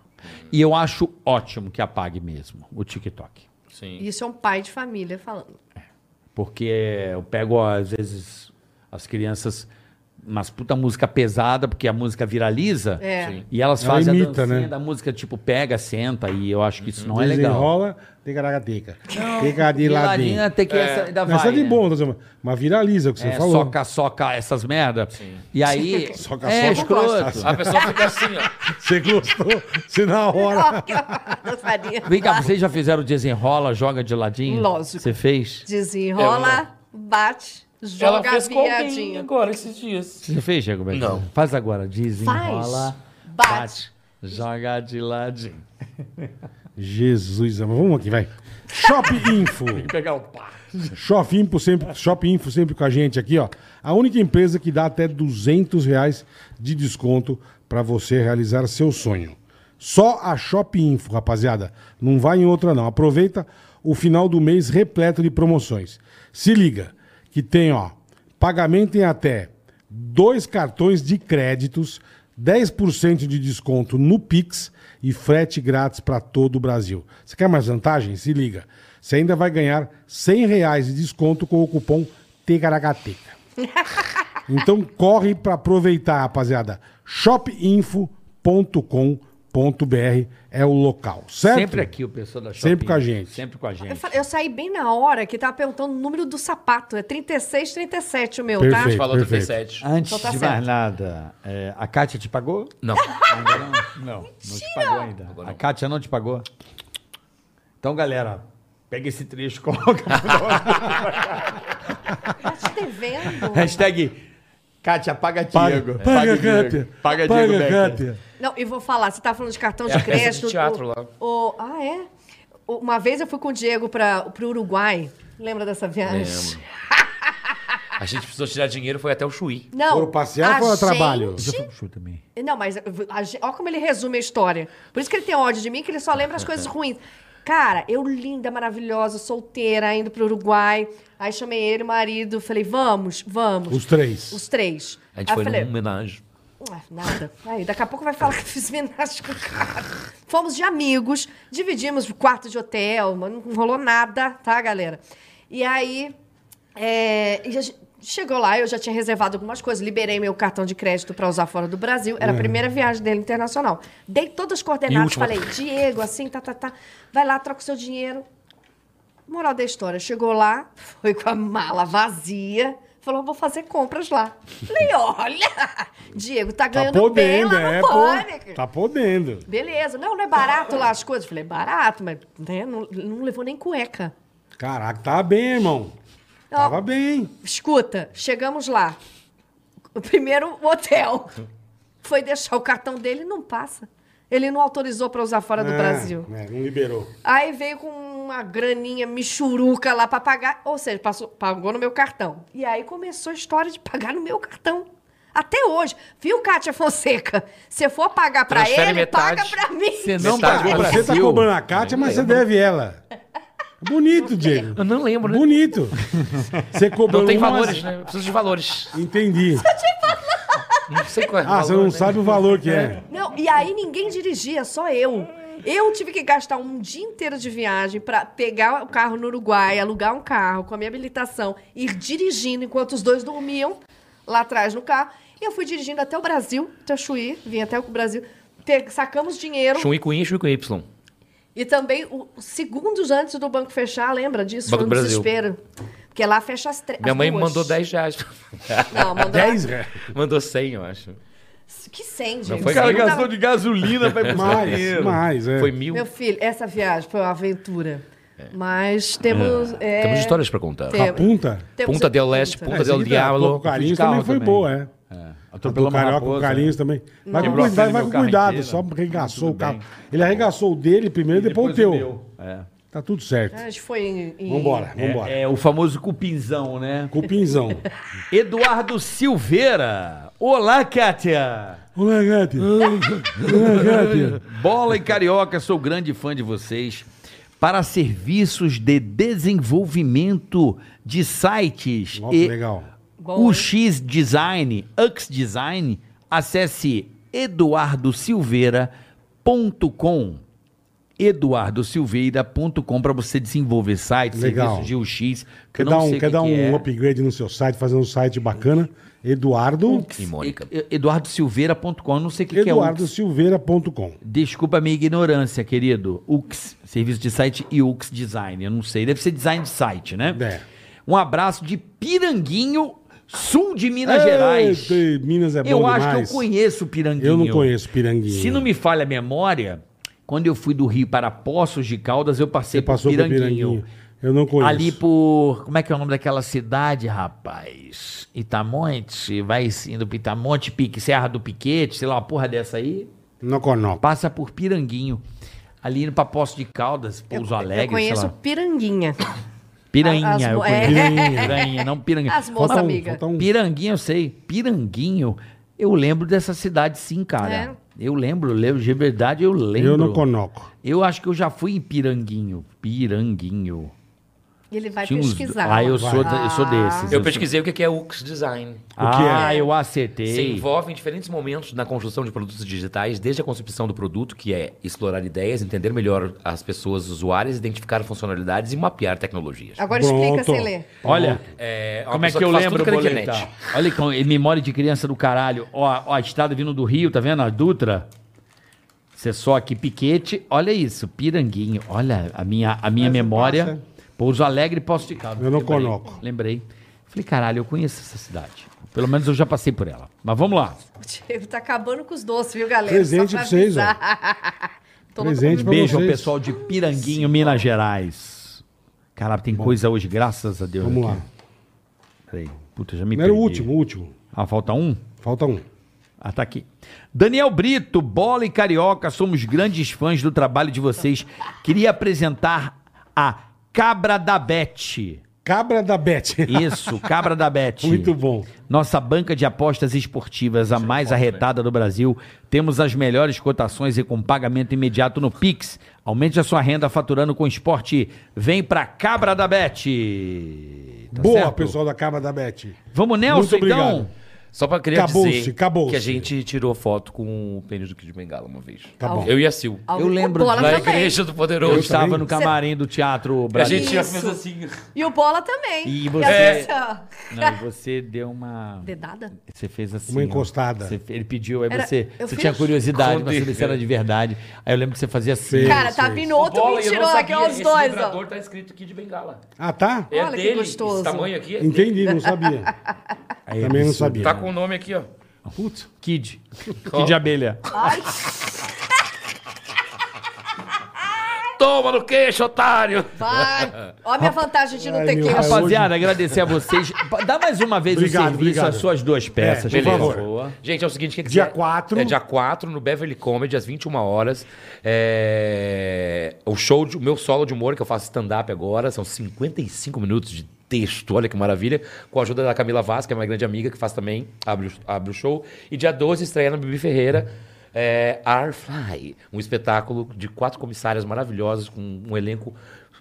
E eu acho ótimo que apague mesmo o TikTok. Sim. Isso é um pai de família falando. Porque eu pego, às vezes, as crianças umas puta música pesada, porque a música viraliza. É. Sim. E elas Ela fazem imita, a dancinha né? da música, tipo, pega, senta, e eu acho que isso não é legal. Desenrola, ticaracateca. Tica de ladinho. Miladinha tem que essa, ainda vai, Essa é de né? bom, tá dizendo, mas viraliza o que você É, falou. soca, soca, essas merda. E aí, Soca, é soca, eu não escroto. A pessoa fica assim, ó. Você gostou? Você na hora. Dançarinha. Vem cá, vocês já fizeram desenrola, joga de ladinho? Lógico. Você fez? Desenrola, bate, Ela joga fez com alguém viadinho. agora esses dias. Você já fez, Diego Beto? Não. Faz agora, desenrola, Faz, bate, bate. joga de ladinho. Jesus, amor. vamos aqui, vai. Shop Info. Pegar o pá. Shop Info, sempre, Shop Info sempre com a gente aqui, ó. A única empresa que dá até 200 reais de desconto pra você realizar seu sonho. Só a Shop Info, rapaziada. Não vai em outra, não. Aproveita o final do mês repleto de promoções. Se liga, que tem, ó, pagamento em até dois cartões de créditos, 10% de desconto no Pix e frete grátis para todo o Brasil. Você quer mais vantagem? Se liga. Você ainda vai ganhar R$ 100 reais de desconto com o cupom TECARACATECA. Então corre para aproveitar, rapaziada. shopinfo.com.br é o local, certo? Sempre aqui o pessoal da Shopping. Sempre com a gente. Sempre com a Eu, gente. fa- eu saí bem na hora que tava perguntando o número do sapato. É 36, 37 o meu, Perfeito. tá? Falou perfeito. 37. Antes Então tá de certo. mais nada, é, a Kátia te pagou? Não. Ainda não? Não, não te pagou ainda. A Kátia não te pagou? Então, galera, pega esse trecho, coloca. Tá te devendo. Hashtag Kátia paga Diego. Paga, paga, Kátia. Paga Diego. Paga, Becker. Kátia. Não, e vou falar, você tá falando de cartão de É a peça de crédito. teatro o- lá. o- ah, é? O- Uma vez eu fui com o Diego para pro Uruguai. Lembra dessa viagem? Lembro. A gente precisou tirar dinheiro, foi até o Chuí. Não. Foram passear ou a foram a trabalho? gente- Puxa, também. Não, mas olha como ele resume a história. Por isso que ele tem ódio de mim, que ele só lembra as coisas ruins. Cara, eu linda, maravilhosa, solteira, indo pro Uruguai. Aí chamei ele, o marido, falei, vamos, vamos. Os três. Os três. A gente Aí foi falei, num homenagem. ah, nada. Aí, daqui a pouco vai falar que eu fiz homenagem com o cara. Fomos de amigos, dividimos o quarto de hotel, mas não rolou nada, tá, galera? E aí, é, e a gente- chegou lá, eu já tinha reservado algumas coisas, liberei meu cartão de crédito pra usar fora do Brasil, era a primeira viagem dele internacional. Dei todas as coordenadas, última. falei, Diego, assim, tá, tá, tá, vai lá, troca o seu dinheiro, Moral da história, chegou lá, foi com a mala vazia, falou, vou fazer compras lá. Falei, olha, Diego, tá Tá ganhando bem podendo, lá no é, Pânico. pô. Tá podendo. Beleza, não, não é barato lá as coisas? Falei, barato, mas né, não, não levou nem cueca. Caraca, tá bem, irmão. Não, Tava bem. Escuta, chegamos lá. O primeiro o hotel. Foi deixar o cartão dele, não passa. Ele não autorizou pra usar fora do É, Brasil. é, não liberou. Aí veio com uma graninha michuruca lá pra pagar. Ou seja, passou- pagou no meu cartão. E aí começou a história de pagar no meu cartão. Até hoje. Viu, Kátia Fonseca? Se for pagar pra Transfere ele, metade. paga pra mim. Você não Metade pagou do Você tá Brasil. cobrando a Kátia, mas você deve ela. Bonito, Diego. Eu não lembro, né? Bonito. Você cobrou Não tem uma, valores, né? Eu preciso de valores. Entendi. Não sei qual é o Ah, você valor, não né? sabe o valor que é. Não, e aí ninguém dirigia, só eu. Eu tive que gastar um dia inteiro de viagem pra pegar o carro no Uruguai, alugar um carro com a minha habilitação, ir dirigindo enquanto os dois dormiam lá atrás no carro. E eu fui dirigindo até o Brasil, até Chuí, vim até o Brasil. Pe- Sacamos dinheiro Chuí com I, Chuí com Y. E também, o, os segundos antes do banco fechar, lembra disso? Banco Foi um do Brasil. desespero. Porque lá fecha as três. Minha mãe mandou 10 reais. Não, mandou. 10 É. reais. mandou 100, eu acho. Que 100, gente. foi O cara Eu tava- gastou de gasolina pra ir pro Mais, banheiro. mais, é. Foi mil. Meu filho, essa viagem foi uma aventura. É. Mas temos. é, Temos histórias pra contar. tem- Punta? Tá, temos- Punta del Leste, Punta. Punta del Diablo. O Carinhos de carro também foi também. boa, é. Atropelou o uma Carioca, o raposa. é. Carinhos também. Vai com, Quebrou a cuidado, perna vai do com carro cuidado, inteiro. só arregaçou o Tudo bem. carro. Ele arregaçou o dele primeiro, depois, o teu. É. Tá tudo certo. A gente Ah, foi em. em- Vambora, vambora. É, é o famoso cupinzão, né? Cupinzão. Eduardo Silveira. Olá, Kátia. Olá, gato. Olá, gato. Bola e Carioca, sou grande fã de vocês. Para serviços de desenvolvimento de sites Nossa, e legal. Bom, hein? UX Design, UX Design, acesse eduardosilveira.com eduardosilveira.com para você desenvolver sites, Legal. serviços de UX. Que Quer eu não dar um, sei quer o que dar que um é. upgrade no seu site, fazer um site bacana? Eduardo. E Mônica. E- eduardosilveira.com, eu não sei o é? que, que é UX. EduardoSilveira.com. Desculpa a minha ignorância, querido. UX, serviço de site e UX design. Eu não sei. Deve ser design de site, né? É. Um abraço de Piranguinho, sul de Minas Ei, Gerais. de Minas é bom eu acho demais. que eu conheço o Piranguinho. Eu não conheço Piranguinho. Se não me falha a memória, quando eu fui do Rio para Poços de Caldas, eu passei Você por passou por Piranguinho. Piranguinho. Eu não conheço. Ali por. Como é que é o nome daquela cidade, rapaz? Itamonte? Vai indo para Itamonte, Pique, Serra do Piquete, sei lá, uma porra dessa aí No Conoco. passa por Piranguinho. Ali indo pra Poço de Caldas, Pouso Alegre, Eu conheço sei lá. Piranguinha. Piranha, as eu mo- conheço. é. Piranha, não Piranguinho. As moças Falta um- amigas. falta um- Piranguinho, eu sei. Piranguinho, eu lembro dessa cidade sim, cara. É. Eu lembro, eu lembro, de verdade eu lembro. Eu no Conoco. Eu acho que eu já fui em Piranguinho. Piranguinho. Ele vai um. Tinha uns- pesquisar. Ah, eu sou, Vai. da- eu sou desses. Eu pesquisei o que que é UX Design. que é? Ah, eu Se acertei. envolve em diferentes momentos na construção de produtos digitais, desde a concepção do produto, que é explorar ideias, entender melhor as pessoas usuárias, identificar funcionalidades e mapear tecnologias. Agora Pronto. explica sem ler. Olha, É, uma Como é pessoa que eu faz lembro, tudo pela Boleta? internet. Olha que é memória de criança do caralho. Ó, ó, a estrada vindo do Rio, tá vendo? A Dutra. Você só aqui, piquete. Olha isso, piranguinho. Olha a minha, a minha memória. Pouso Alegre, Poço de Caldas. Eu não Lembrei, coloco. Lembrei. Falei, caralho, eu conheço essa cidade. Pelo menos eu já passei por ela. Mas vamos lá. O Diego tá acabando com os doces, viu, galera? Presente pra vocês, ó. Tô Presente pra Beijo ao vocês. pessoal de Piranguinho, Minas Gerais. Caralho, tem coisa hoje, graças a Deus. Vamos aqui. lá. Peraí. Puta, já me Não era o perdi. último, o último. Ah, falta um? Falta um. Ah, tá aqui. Daniel Brito, Bola e Carioca, somos grandes fãs do trabalho de vocês. Queria apresentar a Cabra da Bet. Cabra da Bete. Isso, Cabra da Bet. Muito bom. é Nossa banca de apostas esportivas, a mais né? arretada do Brasil. Temos as melhores cotações e com pagamento imediato no Pix. Aumente a sua renda faturando com esporte. Vem pra Cabra da Bet. Tá Boa, certo? pessoal da Cabra da Bete. Vamos, Muito Nelson, então. obrigado. Só pra querer Acabou-se, dizer acabou-se. que a gente tirou foto com o pênis do Kid Bengala uma vez. Tá bom. Eu e a Sil. Algum- Eu lembro Ah, O bola Na também. igreja do Eu, Poderoso. estava também? no camarim do Teatro A Brasil. gente já Isso. fez assim. E o Bola também. E a você- gente, ó, Não, e você deu uma. Dedada? Você fez assim. Uma ó. encostada. Você- ele pediu, aí Era- você. eu Você fiz? tinha curiosidade pra Escondi. saber se era de verdade. Aí eu lembro que você fazia assim. Fez. Cara, tá vindo outro mentiroso aqui, ó, os dois, ó. tá escrito Kid Bengala. Ah, tá? é Olha que gostoso. Esse tamanho aqui. é dele. Entendi, não sabia. Aí Também não absurdo. sabia. Tá com o nome aqui, ó. Putz, Kid. Kid abelha. Toma no queixo, otário! Vai. Ó a minha vantagem de não Ai, ter meu queijo. Deus. Rapaziada, agradecer a vocês. Pa- Dá mais uma vez Obrigado, o serviço obrigado. às suas duas peças, É, por beleza. favor. Gente, é o seguinte, quem quiser... Dia 4. É dia 4, no Beverly Comedy, às 21 horas. É... O show, de- o meu solo de humor, que eu faço stand-up agora, são 55 minutos de texto, olha que maravilha, com a ajuda da Camila Vaz, que é uma grande amiga, que faz também, abre o, abre o show. E dia 12, estreia na Bibi Ferreira, é, Arfly, um espetáculo de quatro comissárias maravilhosas, com um elenco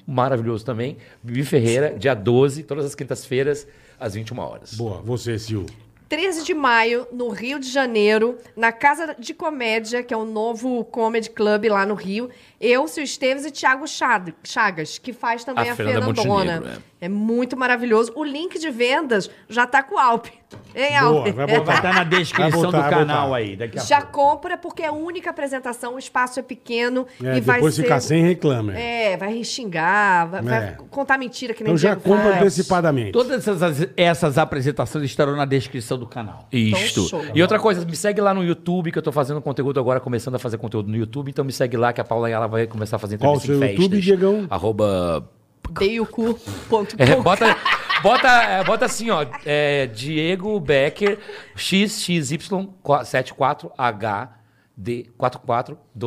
maravilhoso também. Bibi Ferreira, dia 12, todas as quintas-feiras, às 21 horas. Boa, você, Sil. 13 de maio, no Rio de Janeiro, na Casa de Comédia, que é o novo comedy club lá no Rio. Eu, Sil Esteves e Thiago Chad- Chagas, que faz também a, A Fernanda é Fernandona. Montenegro, é. muito maravilhoso. O link de vendas já tá com o Alpe. Hein, Boa, Alves? vai Vou botar. botar na Vai descrição botar, do vai canal botar. aí. Daqui a Já compra porque é a única apresentação, o espaço é pequeno É, e vai depois ser... ficar sem reclama. é. É, vai xingar, vai, vai É. contar mentira que nem Então já Diego compra faz. antecipadamente. Todas essas, essas apresentações estarão na descrição do canal. Isto. show. e outra coisa, me segue lá no YouTube, que eu tô fazendo conteúdo agora, começando a fazer conteúdo no YouTube, então me segue lá que a Paula Ayala vai começar a fazer Qual entrevista o seu em festas. YouTube, Diegão? Arroba... Deiocu.com. É, bota, bota, é, bota assim, ó, é, Diego Becker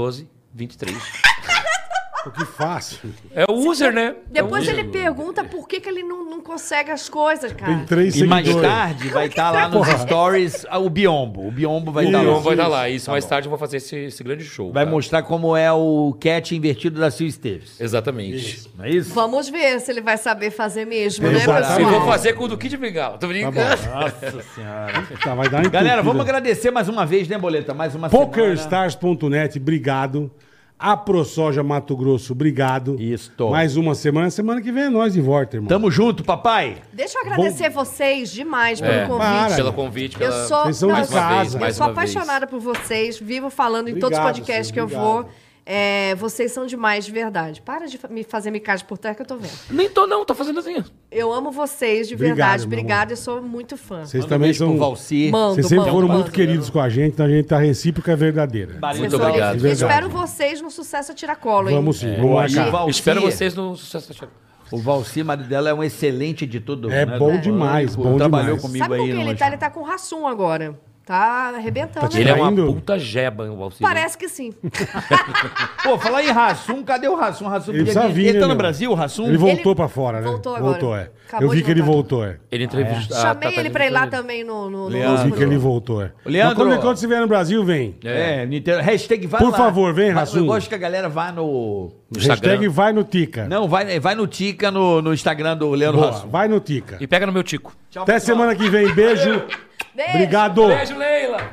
XXY74HD441223. Pô, que fácil. É o user, né? É o Depois user. ele pergunta por que, que ele não, não consegue as coisas, cara. Tem três E mais seguidores. tarde vai estar lá nos stories ah, o Biombo. O Biombo vai estar Tá lá. bom, vai dar lá. Isso, mais tarde eu vou fazer esse, esse grande show. tá? Vai cara. mostrar como é o cat invertido da Sil Stevens. Exatamente. Não é isso? Vamos ver se ele vai saber fazer mesmo, né, Exatamente. Eu Tá vou pessoal? fazer com o do Kid Bengala. Tô brincando. Nossa senhora. Tá, vai dar uma Galera, vamos entupida. agradecer mais uma vez, né, Boleta? Mais uma semana. PokerStars.net, obrigado. A ProSoja Mato Grosso, obrigado. Isto. Mais uma semana. Semana que vem é nós de volta, irmão. Tamo junto, papai. Deixa eu agradecer vocês demais pelo É. convite. Pelo convite, Eu pela... sou, Vocês são não, de eu sou- casa. eu Mais sou uma vez. apaixonada por vocês, vivo falando em todos os Obrigado, podcasts senhor, que eu obrigado. vou. É, vocês são demais, de verdade. Para de fa- me fazer me cair por terra que eu tô vendo. Nem tô, não. Tô fazendo assim. Eu amo vocês, de Obrigado, verdade. meu Obrigada, eu sou muito fã. Vocês Manda um também beijo são. pro Valci. Mando, Vocês sempre mando, foram mando. muito queridos com a gente, então a gente tá recíproca verdadeira. Muito obrigado. E Verdade. espero vocês no sucesso a tiracolo, hein? Vamos É. sim, vamos E o marcar. Valci, Espero vocês no Sucesso da Chave. O Valci, marido dela, é um excelente editor do É né, bom do- demais, bom Trabalhou demais. comigo Sabe com aí. quem numa- ele tá? Ele tá com o Rassum agora. Tá arrebentando. Tá hein? Ele é uma Traindo? puta jeba, o Alcino. Parece que sim. Tá, Pô, falar em Rassum, cadê o Rassum? Rassum Ele podia- precisa vir, ele né, tá no meu? Brasil, o Rassum? Ele voltou Ele pra fora, né? voltou agora. Voltou, é. Acabou Eu vi de que ele voltar. voltou, é. Ele tá Ah, tá, entrevistou. a Chamei Tata ele pra ir lá entrevistou também no... no, no Eu vi nosso que ele grupo. voltou, é. Leandro, Mas quando, ó. quando você vier no Brasil, vem. É, Nintendo. Hashtag vai Por lá. favor, vem, Vai- Rassum. Eu gosto que a galera vá no... Instagram. Hashtag vai no Tica. Não, vai, vai no Tica, no, no Instagram do Leandro Boa, Rassum. vai no Tica. E pega no meu tico. Até semana que vem. Beijo. Beijo. Obrigado. Leila.